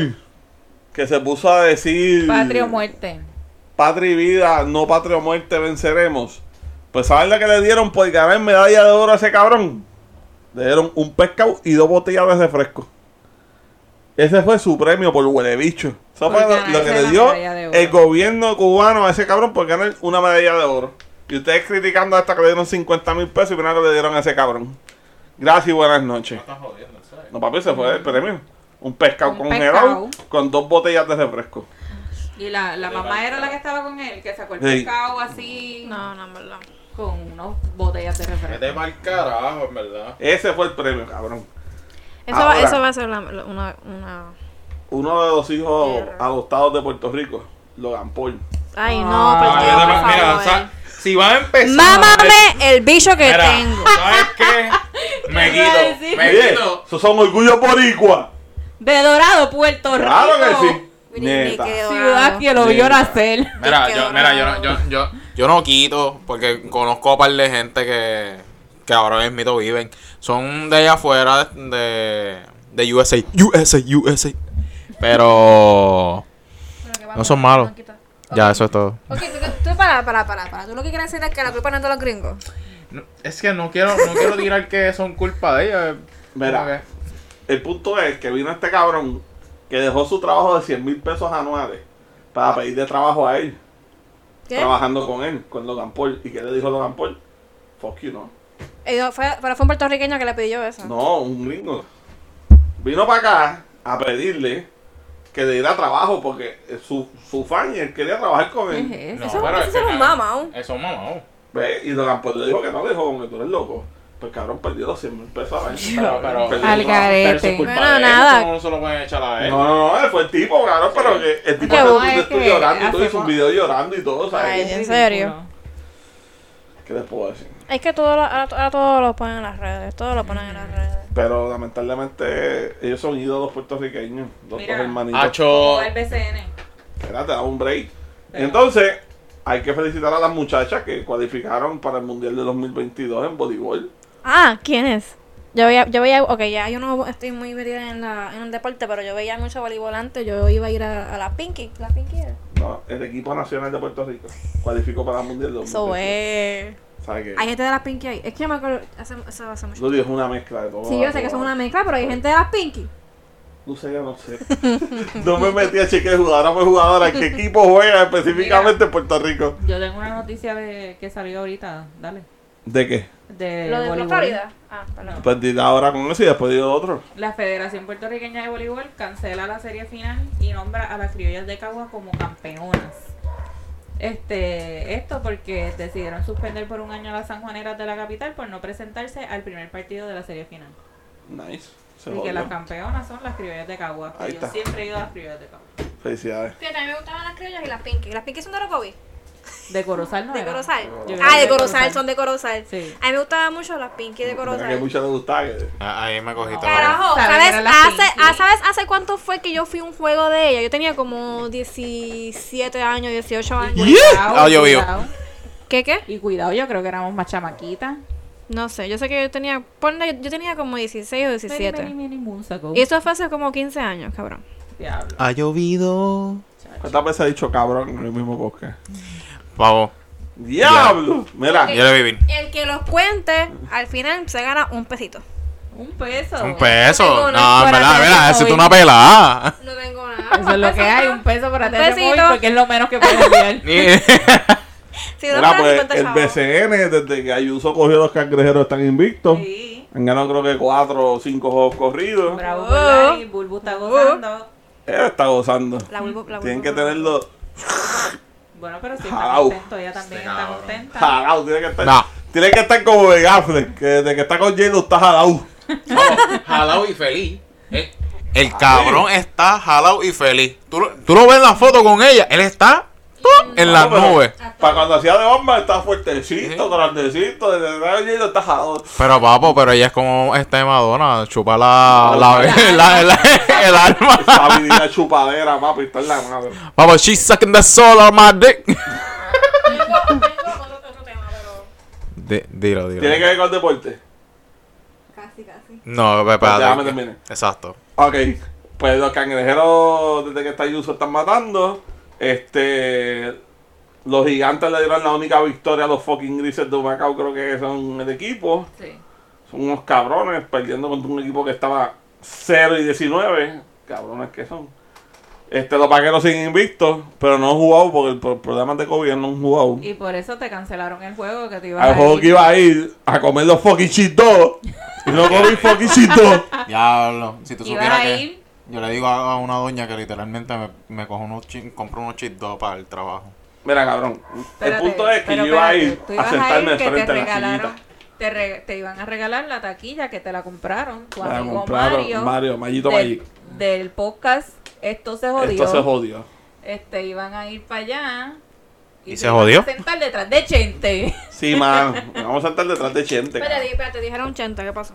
que se puso a decir.
Patria o muerte.
Patria y vida, no patria o muerte, venceremos. Pues ¿saben la que le dieron por ganar medalla de oro a ese cabrón? Le dieron un pescado y dos botellas de refresco. Ese fue su premio por huele bicho. Eso
Por
fue lo,
ganarse
lo que le
la
dio
medalla de oro.
el gobierno cubano a ese cabrón por ganar una medalla de oro. Y ustedes criticando hasta que le dieron 50 mil pesos y primero le dieron a ese cabrón. Gracias y buenas noches. No, papi, se fue el premio. Un pescado
Un
congelado
pescado.
con dos botellas de refresco.
Y la, la mamá era la que estaba con él, que sacó el
Sí.
pescado así
No, no, en verdad.
con unas botellas de refresco.
mal carajo, en verdad.
Ese fue el premio, cabrón.
Eso, va,
Ahora.
eso va a ser la- la- una, una...
uno de los hijos adoptados de Puerto Rico, Logan Paul.
Ay,
Ah,
no, por Dios, por favor.
mira, o sea, eh. si va a empezar.
Mámame el bicho que
Mira,
tengo.
¿Sabes qué? Me quito. Me
Oye,
quito.
esos son orgullos boricua.
De Dorado, Puerto Rico.
Claro que sí.
Ni
Neta.
quedó
Ciudad
nada.
que lo vio nacer.
Mira,
Qué
yo, mira, yo, no- yo,
dorado.
yo, yo no quito porque conozco a par de gente que, que ahora mismo viven. Son de allá afuera de, de USA. USA, USA. Pero no son malos. Ya, eso es todo.
Ok, tú, tú para, para, para, para. Tú lo que quieres decir es que la culpa no es de los gringos.
es que no quiero, no quiero tirar que son culpa de ella. eh,
Mira, el punto es que vino este cabrón que dejó su trabajo de 100 mil pesos anuales para pedirle trabajo a él,
Ah. ¿Qué?
trabajando con él, con Logan Paul. ¿Y qué le dijo Logan Paul? Fuck you, no.
Eh, no, fue- pero fue un puertorriqueño que le pidió eso.
No, un gringo. Vino para acá a pedirle que le diera trabajo porque su, su fan y él quería trabajar con él.
¿Qué es eso?
eso es un mamao.
Eso es Eh, mamao.
Ve, Y Logan Paul le dijo que no, le dijo, que tú eres loco. Pues cabrón, perdió 200 mil pesos. ¿eh?
Pero, pero,
Perdió-
Al garete.
pero eso es culpa
Bueno,
de él,
nada.
eso No se lo pueden echar a él.
No, no, no, fue el tipo, cabrón, pero que el tipo
Que
se-
vos
tú-
es
tú- estoy
que
llorando y todo, hizo
hacemos-
un video llorando y todo, ¿sabes?
Ay, en serio.
¿Qué les puedo decir?
Es que todo lo, ahora, ahora todo lo ponen en las redes, todo lo ponen en las redes.
Pero lamentablemente ellos son ídolos puertorriqueños, los
Mira.
dos hermanitos.
Hacho.
el BCN.
Espérate, da un break. Entonces, hay que felicitar a las muchachas que cualificaron para el Mundial de 2022 en voleibol.
Ah, ¿quién es? Yo veía, yo veía, ok, ya yo no estoy muy metida en, la, en el deporte, pero yo veía mucho voleibol antes, yo iba a ir a, a la Pinky, la Pinky era.
No, el equipo nacional de Puerto Rico cualificó para el Mundial de 2022.
Eso es.
¿Sabes qué?
Hay gente de las Pinky ahí. Es que yo me acuerdo. Hace, eso hace mucho.
Lo digo, es una mezcla de todo.
Sí, yo sé que son una mezcla, pero hay gente de las Pinky.
No sé, yo no sé. no me metí a chequear jugadora por jugadora. ¿Qué equipo juega específicamente en Puerto Rico?
Yo tengo una noticia de, que salió ahorita, dale.
¿De qué?
De
¿Lo de
Eh, voleibol.
Florida? Ah, perdón.
Pues di ahora con eso y después digo otro.
La Federación Puertorriqueña de Voleibol cancela la serie final y nombra a las criollas de Cagua como campeonas. Este, esto porque decidieron suspender por un año a las sanjuaneras de la capital por no presentarse al primer partido de la serie final.
Nice. Se
Y que
jodió.
las campeonas son las criollas de Cagua. que
Ahí
yo
está.
siempre he ido a las criollas de Cagua.
Felicidades.
Fíjate, a mí me gustaban las criollas y las Pinky. ¿Las Pinky son de Orocovi?
De Corozal no
¿De
era.
Corozal?
Yo
Ah,
era
de Corozal, son de Corozal.
Sí.
A mí me gustaban mucho las Pinky de
Mira que
Corozal.
mucho le gustaba. que-
Ah, Ahí me cogiste. ahora.
Carajo,
Sabe
¿sabes
que era la
hace,
Pinky.
ah, ¿sabes hace cuánto fue que yo fui a un juego de ella? Yo tenía como 17 años, 18
Y
años.
cuidado,
Ah, yo vi.
cuidado.
¿Qué, qué?
Y cuidado, yo creo que éramos más chamaquitas.
No sé, yo sé que yo tenía, ponle, yo tenía como 16 o 17.
Mini, mini, mini, moonsaco.
Y eso fue hace como 15 años, cabrón.
Diablo.
Ha llovido.
¿Cuántas veces ha dicho cabrón en el mismo podcast?
Pavo,
¡Diablo! Mira,
yo le viví.
El que los cuente, al final se gana un pesito.
Un peso.
Un peso.
Tengo una
No, en
para
verdad, en
hacer
verdad,
hoy.
es una pelada.
No tengo
Eso
nada.
es lo que hay, un peso para
Un
tener móvil
pesito.
porque es lo menos que puedes enviar.
Si no,
mira
para
pues
50
el
chavos.
BCN, desde que Ayuso cogió los cangrejeros, están invictos.
Sí.
Han ganado creo que cuatro o cinco juegos corridos.
Bravo
Oh.
por Larry, Bulbu está gozando.
Él está gozando.
La vuelvo, la
Tienen que
vuelvo.
tenerlo
Bueno, pero sí está
Au.
contento, ella también
Este
está
cabrón.
contenta.
jalado. Tiene que estar,
No.
tiene que estar como Ben Affleck, que desde que está con J-Lo está jalado.
Jalao y feliz. Eh, El cabrón está jalao y feliz. Tú lo, tú lo ves en la foto con ella. Él está ¡pum! en
No,
las
pero
nubes.
Para cuando hacía de bomba está fuertecito, grandecito. Desde que está con J-Lo está jalado.
Pero papo, pero ella es como este Madonna. Chupa la, la- la- la- el alma.
Esa vida chupadera, papi, está en la madre.
Papo, she's sucking the soul of my dick. Di- Dilo, dilo.
Tiene que ver con deporte.
Casi, casi.
No, espérate.
Déjame terminar.
Exacto.
Ok, pues los cangrejeros desde que está Yuso están matando. Este. Los gigantes le dieron la única victoria a los fucking grises de Macao, creo que son el equipo.
Sí.
Son unos cabrones perdiendo contra un equipo que estaba 0 y 19. Cabrones que son. Este, los vaqueros siguen invictos, pero no han jugado porque el- por problemas de COVID no han jugado.
Y por eso te cancelaron el juego que te iba
Al juego que iba a ir a comer los fucking chitos. Y no comí fucking chitos.
Diablo, si tú
Iba
supieras
a
que
ir.
yo le digo a a una doña que literalmente me, me cojo unos chips, compro unos chips dos para el trabajo.
Mira, cabrón. el
Espérate,
punto es que
pero
yo iba a ir
espérate, tú
a
ibas
sentarme
ir que
frente
te
a la
regalaron,
sillita.
te, re- te iban a regalar la taquilla que te la compraron tu
Me la
amigo
compraron,
Mario,
Mario, Mayito
del,
Magic.
del podcast Esto se jodió.
Esto se jodió.
Este, iban a ir para allá.
¿Y se jodió?
iban a sentar detrás de gente.
Sí, man. Nos vamos a sentar detrás de Chente.
Espérate, espérate, dijeron 80, ¿qué pasó?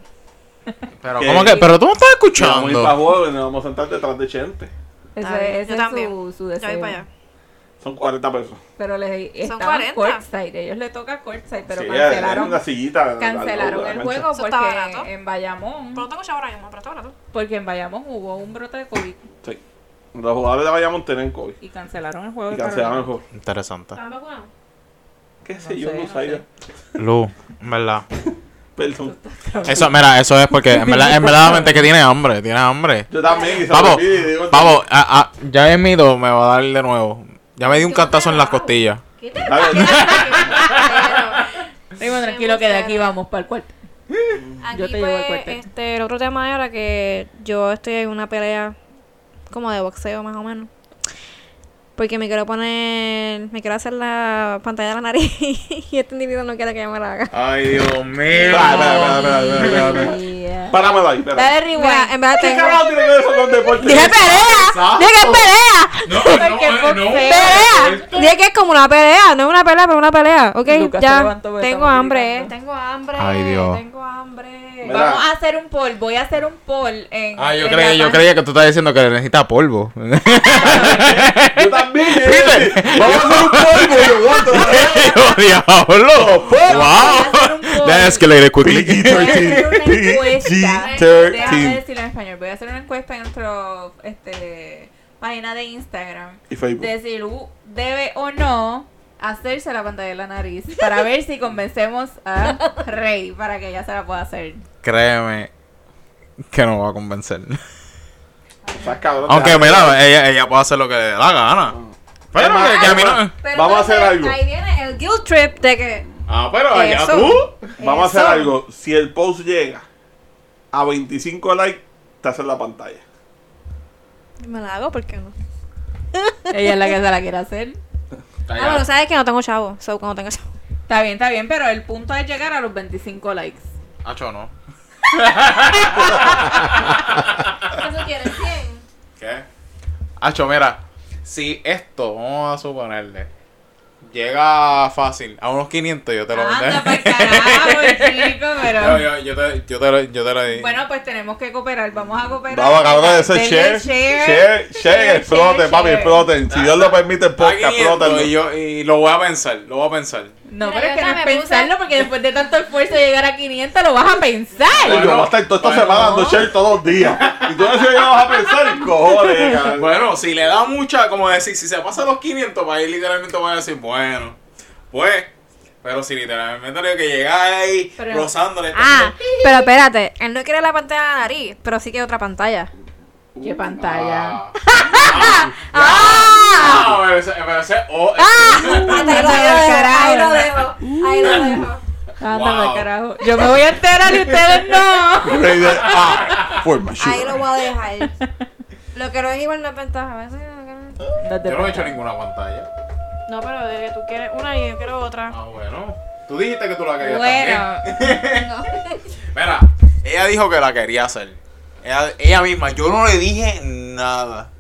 Pero,
¿Qué?
¿cómo que? Pero tú no
Vamos
estás
a ir para
escuchando.
juego y nos vamos a sentar detrás de Chente.
Ese,
bien,
ese
yo
es
también.
su, su
Yo
deseo.
voy para allá.
Son 40 pesos.
Pero les
Son
estaban
40.
courtside, ellos le toca courtside, pero
Sí, en
cancelaron,
una sillita.
cancelaron el juego
Eso está barato.
porque en Bayamón,
Pero no tengo chavo ahora mismo, pero está barato.
porque en Bayamón hubo un brote de COVID
Sí. Los jugadores de Bayamón tienen COVID.
y cancelaron el juego.
Y
de
cancelaron el
Carolina.
juego.
Interesante.
¿Qué sé
No
yo?
sé,
No
no
sabía.
sé.
Lu, en verdad.
Perdón.
Eso, mira, eso es porque en verdad, en verdad la mente que tiene hambre, tiene hambre.
Yo también. y se me
Vamos,
olvida y digo,
vamos, a- a- ya el mido me va a dar de nuevo. Ya me di un cantazo en las costillas.
dale,
Primo, tranquilo que de aquí vamos para el cuarto.
Aquí
Yo te llevo al
pues,
cuartel.
este, el otro tema era que yo estoy en una pelea como de boxeo más o menos. Porque me quiero poner. Me quiero hacer la pantalla de la nariz. y este individuo no quiere que yo me la haga.
Ay, Dios mío.
Espera, espera, espera, espera, espera, espera. Páramelo ahí, espera.
Dale rewind. en verdad
¿Qué
tengo-
carajo tiene que ver eso con deporte?
Dije pelea.
Exacto.
Dije que es pelea.
No,
Porque
no, no.
boxeo.
Pelea. Dije que es como una pelea. No es una pelea, pero una pelea. Ok,
Lucas se
ya.
levantó, porque
Tengo
estamos
hambre.
gritando.
Tengo hambre.
Ay, Dios.
Tengo hambre.
Mira.
Vamos a hacer un poll. Voy a hacer un poll. En,
Ah, yo
en
creía,
la
yo
página.
creía que tú estás diciendo que necesita polvo.
Yo también. eh. Vamos a hacer un polvo. Yo, what the hell?
¡Yo, diablo!
hacer un
¡Wow!
polvo.
That's escalated quickly.
Voy a hacer una encuesta. Déjame
PG-13.
decirlo en español. Voy a hacer una encuesta en nuestra este, página de Instagram.
Y Facebook.
De si Lu debe o no hacerse la pantalla de la nariz. Para ver si convencemos a Rey para que ella se la pueda hacer.
Créeme que no va a convencer.
Estás cabrón.
Aunque,
déjame.
mira, ella, ella puede hacer lo que le dé la gana. Pero
Es
que,
más,
que a mí
vamos
no.
a- Vamos a hacer algo.
Ahí viene el guilt trip de que.
Ah, pero allá
Eso.
tú.
Vamos a hacer
Eso.
algo. Si el post llega a 25 likes, te hacen la pantalla.
Me la hago, ¿por qué no?
Ella es la que se la quiere hacer.
Ah, bueno, sabes que no tengo chavo. So, cuando tengo chavo.
Está bien, está bien, pero el punto es llegar a los 25 likes.
Hacho, no.
¿Cuánto quieres? 100.
¿Qué? Hacho, mira. Si esto, vamos a suponerle, llega fácil a unos 500, yo te lo
Ah, Anda pues.
venderé.
para carajo, chico,
Yo,
pero...
yo, yo te, yo te lo, yo te lo di.
Bueno, pues tenemos que cooperar, vamos a cooperar.
Vamos, cabrón, ese
Denle
share.
share,
Share, share, exploten,
share,
papi,
share.
exploten. Si Dios lo permite, el
A
podcast
500
exploten.
y, yo, y lo voy a pensar, lo voy a pensar.
No,
Mira,
pero es
yo
que no es
hasta me puse-
pensarlo, porque después de tanto esfuerzo de llegar a 500 lo vas a pensar.
Yo voy a estar toda esta
Bueno,
semana dando share todos los días. Y tú no sé qué vas a pensar, cojones, cabrón.
Bueno, si le da mucha, como decir, si se pasa los 500, para ahí literalmente van a decir, bueno, pues, pero si literalmente tengo que llegar ahí
Pero-
rozándole.
Ah, pero espérate. Él no quiere la pantalla de la nariz, pero sí quiere otra pantalla.
Qué pantalla.
Ah, pero ese, pero ese- oh,
Ahí lo dejo. Ahí lo dejo.
Anda
Wow.
pa'l carajo. Yo me voy a enterar y ustedes no.
Ready, ah, for my
Ahí
shooter.
lo voy a dejar. Lo que no es igual no es ventaja. a veces no es-
yo no he hecho ninguna pantalla.
No, pero de que tú quieres una y yo quiero otra.
Ah, bueno. Tú dijiste que tú la querías
Bueno,
también. Mira, ella dijo que la quería hacer. Ella, ella misma, yo no le dije nada.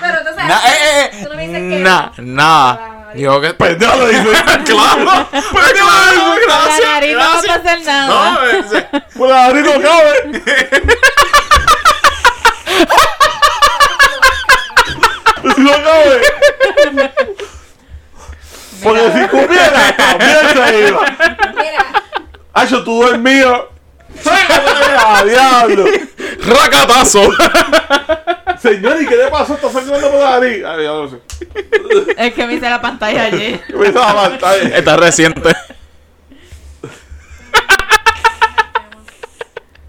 Pero entonces.
Na- eh, eh,
tú no me dices que Ah,
nada, nada.
Claro.
Dijo que pues,
Pendejo le dice,
claro, pero claro,
la
gracias,
nariz no va a
gracias.
pasar nada.
No, ese-
pues la nariz no cabe. Si no cabe. Porque si cupiera, también se iba.
Mira,
Hacho, tú dormido. ¡Ah, diablo!
Racatazo.
Señor, ¿y qué le pasó? ¿Está sangrando por la nariz? Ay, yo no sé.
Es que me hice la pantalla ayer.
Yo me estaba mal, está bien.
Está reciente.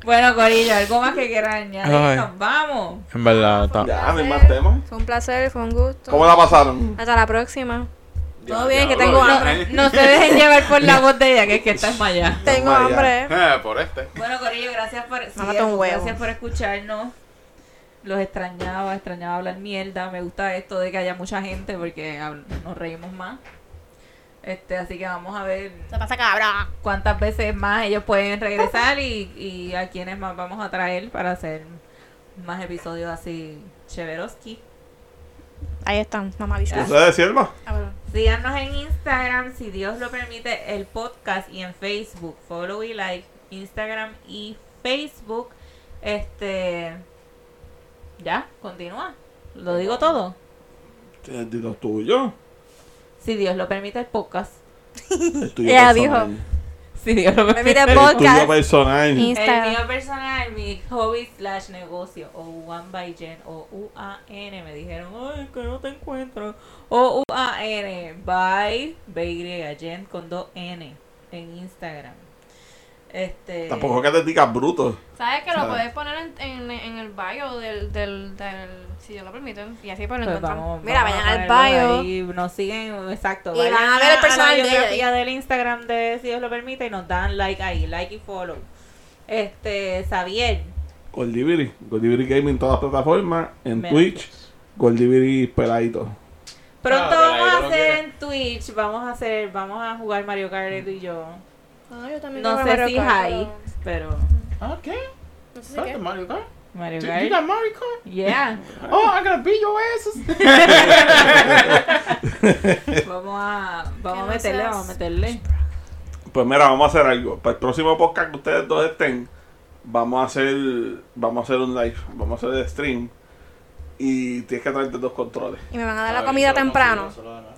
Bueno, Corillo, algo más que quieran añadir.
Ay.
Nos vamos.
En verdad, está.
Ya, no hay más temas.
fue un placer, fue un gusto.
¿Cómo la pasaron?
Hasta la próxima.
Todo
bien, que tengo hambre.
No se dejen llevar por la voz de ella, que es que está desmayada.
Tengo
María. ¿Eh?
hambre.
Por este.
Bueno, Corillo, gracias por, sí,
Mámate un
eso,
huevo.
gracias por escucharnos. Los extrañaba, extrañaba hablar mierda. Me gusta esto de que haya mucha gente porque hab- nos reímos más. Este, así que vamos a ver
Se pasa cabrón.
cuántas veces más ellos pueden regresar y, y a quienes más vamos a traer para hacer más episodios así chéveroski.
Ahí están, mamá bicho.
¿Ustedes, Sierva?
Ah, perdón.
Síganos en Instagram, si Dios lo permite, el podcast y en Facebook. Follow y like Instagram y Facebook. Este. Ya, continúa. Lo digo todo.
Dilo tuyo.
Si Dios lo permite, el podcast.
El tuyo
Ella
personal. Eh,
dijo.
Si Dios lo permite.
Mira,
El tuyo
podcast.
personal.
El
Instagram.
mío personal, mi hobby slash negocio, o One by Gen, o UAN, me dijeron, ay, que no te encuentro, o UAN, by BY Gen con dos N en Instagram. Este,
Tampoco que te digas bruto.
¿Sabes que
Sabe.
lo puedes poner en, en, en el bio del, del, del. Si Dios lo permite. Y así pues lo
pues
encontramos.
vamos-
Mira,
vamos a
vayan al
ponerlo
bio.
ahí, nos siguen, exacto.
Y van a ver el
la
personal de ella.
biografía del Instagram de Si Dios lo permite y nos dan like ahí, like y follow. Este, Xavier,
Goldibiri. Goldibiri Gaming en todas las plataformas. En
Menos.
Twitch. Goldibiri peladito.
Pronto
Claro, que la
vamos a
Hydro
hacer
quiere.
en Twitch, vamos a hacer, vamos a jugar Mario Kart él y yo.
Ah, yo también
No
tengo
sé
Mario
si
Kart,
high,
pero-
pero
Ah, ¿qué?
No sé si
¿Sabes
qué.
de Mario Kart?
Mario
You you
Kart.
got Mario Kart?
Yeah.
Oh, I'm gonna beat your asses.
Vamos a vamos a
no
meterle,
seas-
vamos a meterle.
Pues mira, vamos a hacer algo. Para el próximo podcast que ustedes dos estén, vamos a hacer, vamos a hacer un live, vamos a hacer stream. Y tienes que traerte dos controles.
Y me van a dar la comida temprano.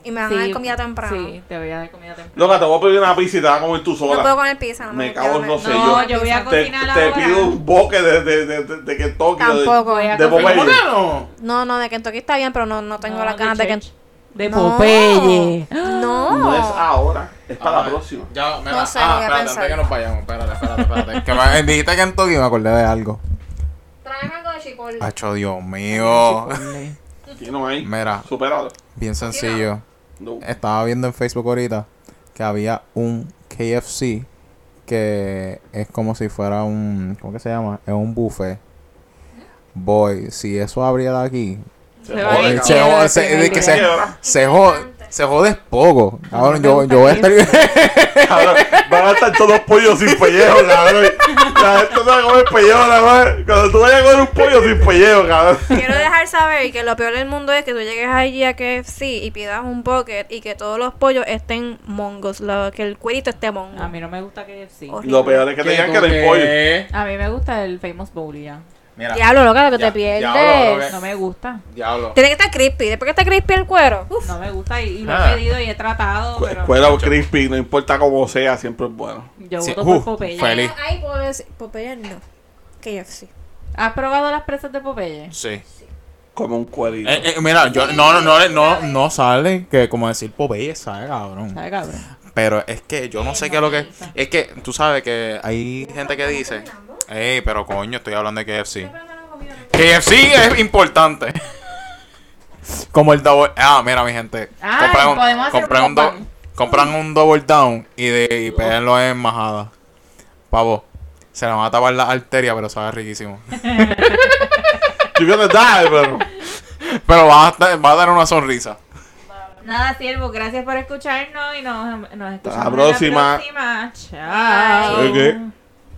Y me van a dar comida temprano.
Sí, te voy a dar comida temprano.
Loca, te voy a pedir una pizza y te vas a comer tú
No puedo
sola.
comer pizza. No
Me cago en
yo
no sé,
No,
yo-
yo voy a
Te,
cocinar
te
ahora.
pido un boque de, de, de, de, de que toque. de-
Tampoco.
Voy a
De
cocinar.
Popeye.
¡Bueno!
No, no, de Kentucky está bien, pero no, no tengo
No,
las ganas de
de
Kentucky.
Church. De
No.
Popeye.
No.
No es
Ah.
ahora, es para la próxima.
Ya, me
No
va-
sé,
ah,
voy a
espérate, antes
pensar.
que nos vayamos, espérate, espérate, espérate. que me, dijiste que en Tokio y me acordé de algo.
Tráeme algo de chipotle.
Hacho, Dios mío.
Aquí no hay.
Mira,
Superado.
bien sencillo.
No.
Estaba viendo en Facebook ahorita que había un KFC que es como si fuera un. ¿Cómo que se llama? Es un buffet. Boy, si eso abriera aquí.
Se va
o-
a ir
se-
quiebra el
se-
primer
de que
día.
se-
Quiebra.
Se, jode, se jode es poco. Cabrón, yo, yo voy a estar.
Cabrón, van a estar todos pollos sin pellejo, cabrón. La gente no va a comer pellejo, cabrón. Cuando tú vayas a comer un pollo sin pellejo, cabrón.
Quiero dejar saber que lo peor del mundo es que tú llegues allí a KFC y pidas un bucket y que todos los pollos estén mongos, la- que el cuerito esté mongo.
A mí no me gusta KFC.
Horrible.
Lo peor es que te digan que no hay pollo.
A mí me gusta el Famous Bowl y ya.
Mira,
Diablo, loca, lo que
Ya,
te pierdes.
diablo, loca.
No me gusta.
diablo.
Tiene que estar crispy. Después que está crispy el cuero. Uf.
No me gusta y, y lo
Ah. Pues-
he pedido y he tratado,
Cu-
pero
Cuero crispy, no importa cómo sea, siempre es bueno.
yo
Sí,
voto
uh,
por Popeye.
feliz.
Ay, pues, Popeye no. KFC.
¿Has probado las presas de Popeye?
Sí.
Como un cuerito.
Eh, eh, mira, yo no, no, no, no, no sale que como decir Popeye sale, cabrón.
¿Sabes, cabrón?
Pero es que yo no sé qué es lo que. Es que tú sabes que hay gente que dice. Ey, pero coño, estoy hablando de KFC. KFC es importante. Como el double. Ah, mira, mi gente.
Ah,
Compran
podemos
un,
hacer
compran un, do-
mukbang.
compran un double down y, de, y péguenlo en majada. Pavo. Se le van a tapar la arteria, pero sabe riquísimo.
You're gonna die, pero.
Pero va a, estar- va a dar una sonrisa.
Nada, siervo, gracias por escucharnos y nos, nos escuchamos
próxima.
en la próxima. Chao.
¿Sabes qué?